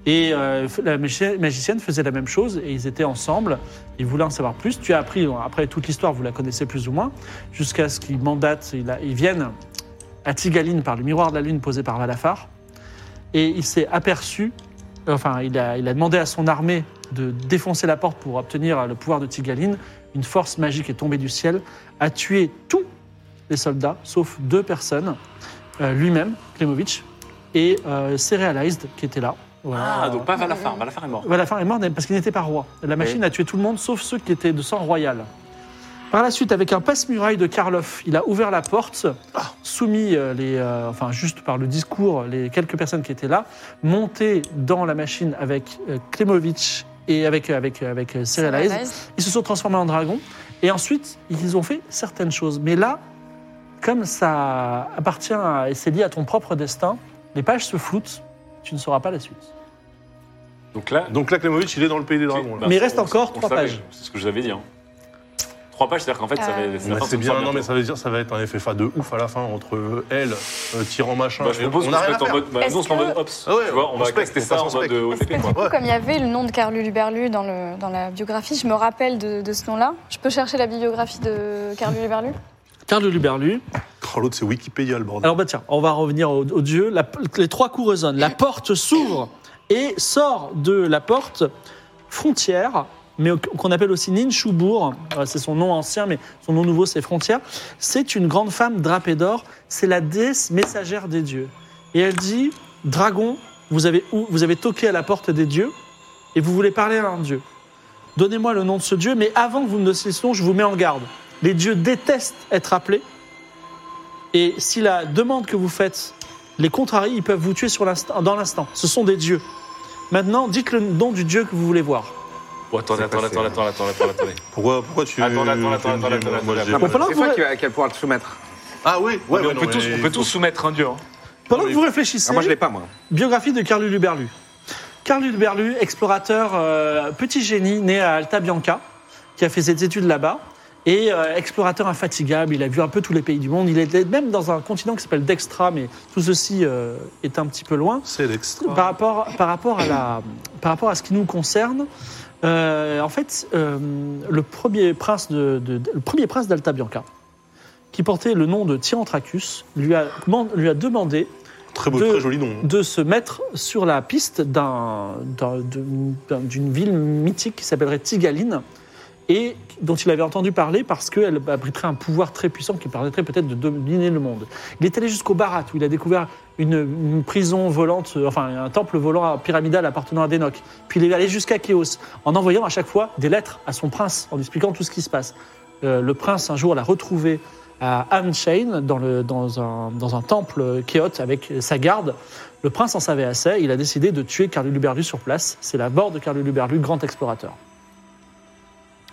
S1: Et euh, la machi- magicienne faisait la même chose, et ils étaient ensemble, ils voulaient en savoir plus. Tu as appris, après toute l'histoire, vous la connaissez plus ou moins, jusqu'à ce qu'ils mandatent, ils la- ils viennent à Tigaline par le miroir de la lune posé par Valafar. Et il s'est aperçu, enfin, il a, il a demandé à son armée de défoncer la porte pour obtenir le pouvoir de Tigaline. Une force magique est tombée du ciel, a tué tous les soldats, sauf deux personnes, euh, lui-même, Klemovic, et euh, Serialized, qui était là. Voilà.
S2: Ah, donc pas Valafar, Valafar est mort.
S1: Valafar est mort parce qu'il n'était pas roi. La machine a tué tout le monde sauf ceux qui étaient de sang royal. Par la suite, avec un passe-muraille de Karloff, il a ouvert la porte,
S4: Ah.
S1: soumis euh, les, euh, enfin juste par le discours, les quelques personnes qui étaient là, monté dans la machine avec euh, Klemovic et avec avec avec euh, Cyril Hayes. Ils se sont transformés en dragons et ensuite ils ont fait certaines choses. Mais là, comme ça appartient à, et c'est lié à ton propre destin, les pages se floutent. Tu ne sauras pas la suite.
S2: Donc là.
S3: Donc là, Klemovic, il est dans le pays des dragons.
S2: bah,
S3: Là.
S1: Mais il reste
S2: on-
S1: encore
S2: on le
S1: trois
S2: savait,
S1: pages.
S2: C'est ce que je vous avais dit. hein. Trois pages, c'est-à-dire qu'en fait, ça
S4: Euh,
S2: va. ça va
S3: Bah,
S2: pas
S3: c'est
S2: tout
S3: bien,
S2: sortir
S3: non, mais
S2: bientôt.
S3: ça veut dire ça va être un effet fa de ouf à la fin entre euh, elle, euh, tyran machin.
S2: Bah, je
S3: et-
S2: propose
S3: on
S2: qu'on
S3: a
S2: se
S3: rien
S2: mette
S3: à
S2: en
S3: faire.
S2: mode. bah,
S4: Est-ce
S2: Nous, on se met en
S4: que-
S2: mode Ops.
S3: Ah ouais,
S2: Tu vois, on va
S3: on se respecte,
S2: tester
S3: on
S2: ça en
S3: passe en
S2: mode euh, OTP, quoi.
S4: Du coup,
S3: Ouais.
S4: comme il y avait le nom de Carlo Luberlu dans, le, dans la biographie, je me rappelle de, de ce nom-là. Je peux chercher la biographie de Carlo Luberlu
S1: Carl de Luberlu.
S3: Oh, l'autre, c'est Wikipédia, le bordel.
S1: Alors bah tiens, on va revenir au, au dieu. La- les trois coups résonnent. La porte s'ouvre et sort de la porte frontière, mais au- qu'on appelle aussi Ninchubur. Euh, C'est son nom ancien, mais son nom nouveau c'est frontière. C'est une grande femme drapée d'or. C'est la déesse messagère des dieux. Et elle dit Dragon, vous avez ou- vous avez toqué à la porte des dieux et vous voulez parler à un dieu. Donnez-moi le nom de ce dieu, mais avant que vous me donniez ce nom, je vous mets en garde. Les dieux détestent être appelés. Et si la demande que vous faites les contrarie, ils peuvent vous tuer sur l'instant- dans l'instant. Ce sont des dieux. Maintenant, dites le nom du dieu que vous voulez voir.
S2: Oh, attendez,
S5: C'est
S2: attendez,
S5: passé,
S2: attendez, attendez, attendez, attendez, attendez.
S3: Pourquoi, pourquoi tu.
S2: Attends, attends, attends,
S3: tu me dis,
S2: attends,
S3: moi,
S2: attends,
S3: moi,
S2: attends.
S3: j'ai
S5: Non,
S3: pas-
S1: va falloir
S5: c'est
S1: que vous-
S5: toi qui va, qui va pouvoir le soumettre.
S3: Ah oui, ouais, ouais,
S2: on,
S3: non,
S2: peut
S3: mais-
S2: tous, on peut tous soumettre un dieu. hein.
S1: Pendant
S3: Oui.
S1: que vous réfléchissez,
S5: Ah, moi, je l'ai pas, moi.
S1: biographie de Carl Luberlu. Carl Luberlu, explorateur, euh, petit génie, né à Alta Bianca, qui a fait ses études là-bas, et euh, explorateur infatigable. Il a vu un peu tous les pays du monde. Il était même dans un continent qui s'appelle Dextra, mais tout ceci euh, est un petit peu loin.
S3: C'est
S4: Bah,
S3: l'extra.
S1: Par rapport, par rapport, à, la, par rapport à ce qui nous concerne, euh, en fait, euh, le premier prince de, de- le premier prince d'Alta Bianca, qui portait le nom de Tyrantracus, lui a, man- lui a demandé
S3: Très beau,
S1: de-
S3: très joli nom. hein.
S1: de se mettre sur la piste d'un- d'un- d'une d'une ville mythique qui s'appellerait Tigaline et dont il avait entendu parler parce qu'elle abriterait un pouvoir très puissant qui permettrait peut-être de dominer le monde. Il est allé jusqu'au Barat où il a découvert une, une prison volante, euh, enfin un temple volant à- pyramidal appartenant à Dénoc. Puis il est allé jusqu'à Kéos en envoyant à chaque fois des lettres à son prince en expliquant tout ce qui se passe. Euh, le prince un jour l'a retrouvé à Amchain dans, le- dans, un, dans un temple Kéot avec sa garde. Le prince en savait assez, il a décidé de tuer Carlo Luberlu sur place. C'est la mort de Carlo Luberlu, grand explorateur.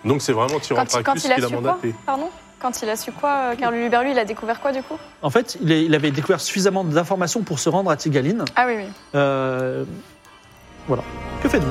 S3: Donc c'est vraiment
S4: Quand, quand
S3: Tyrantracus
S4: il a
S3: qui l'a
S4: su quoi
S3: mandaté.
S4: Pardon Quand il a su quoi euh, Carl Luberlu, il a découvert quoi du coup
S1: En fait, il, est- il avait découvert suffisamment d'informations pour se rendre à Tigaline.
S4: Ah oui, oui.
S1: Euh, voilà. Que faites-vous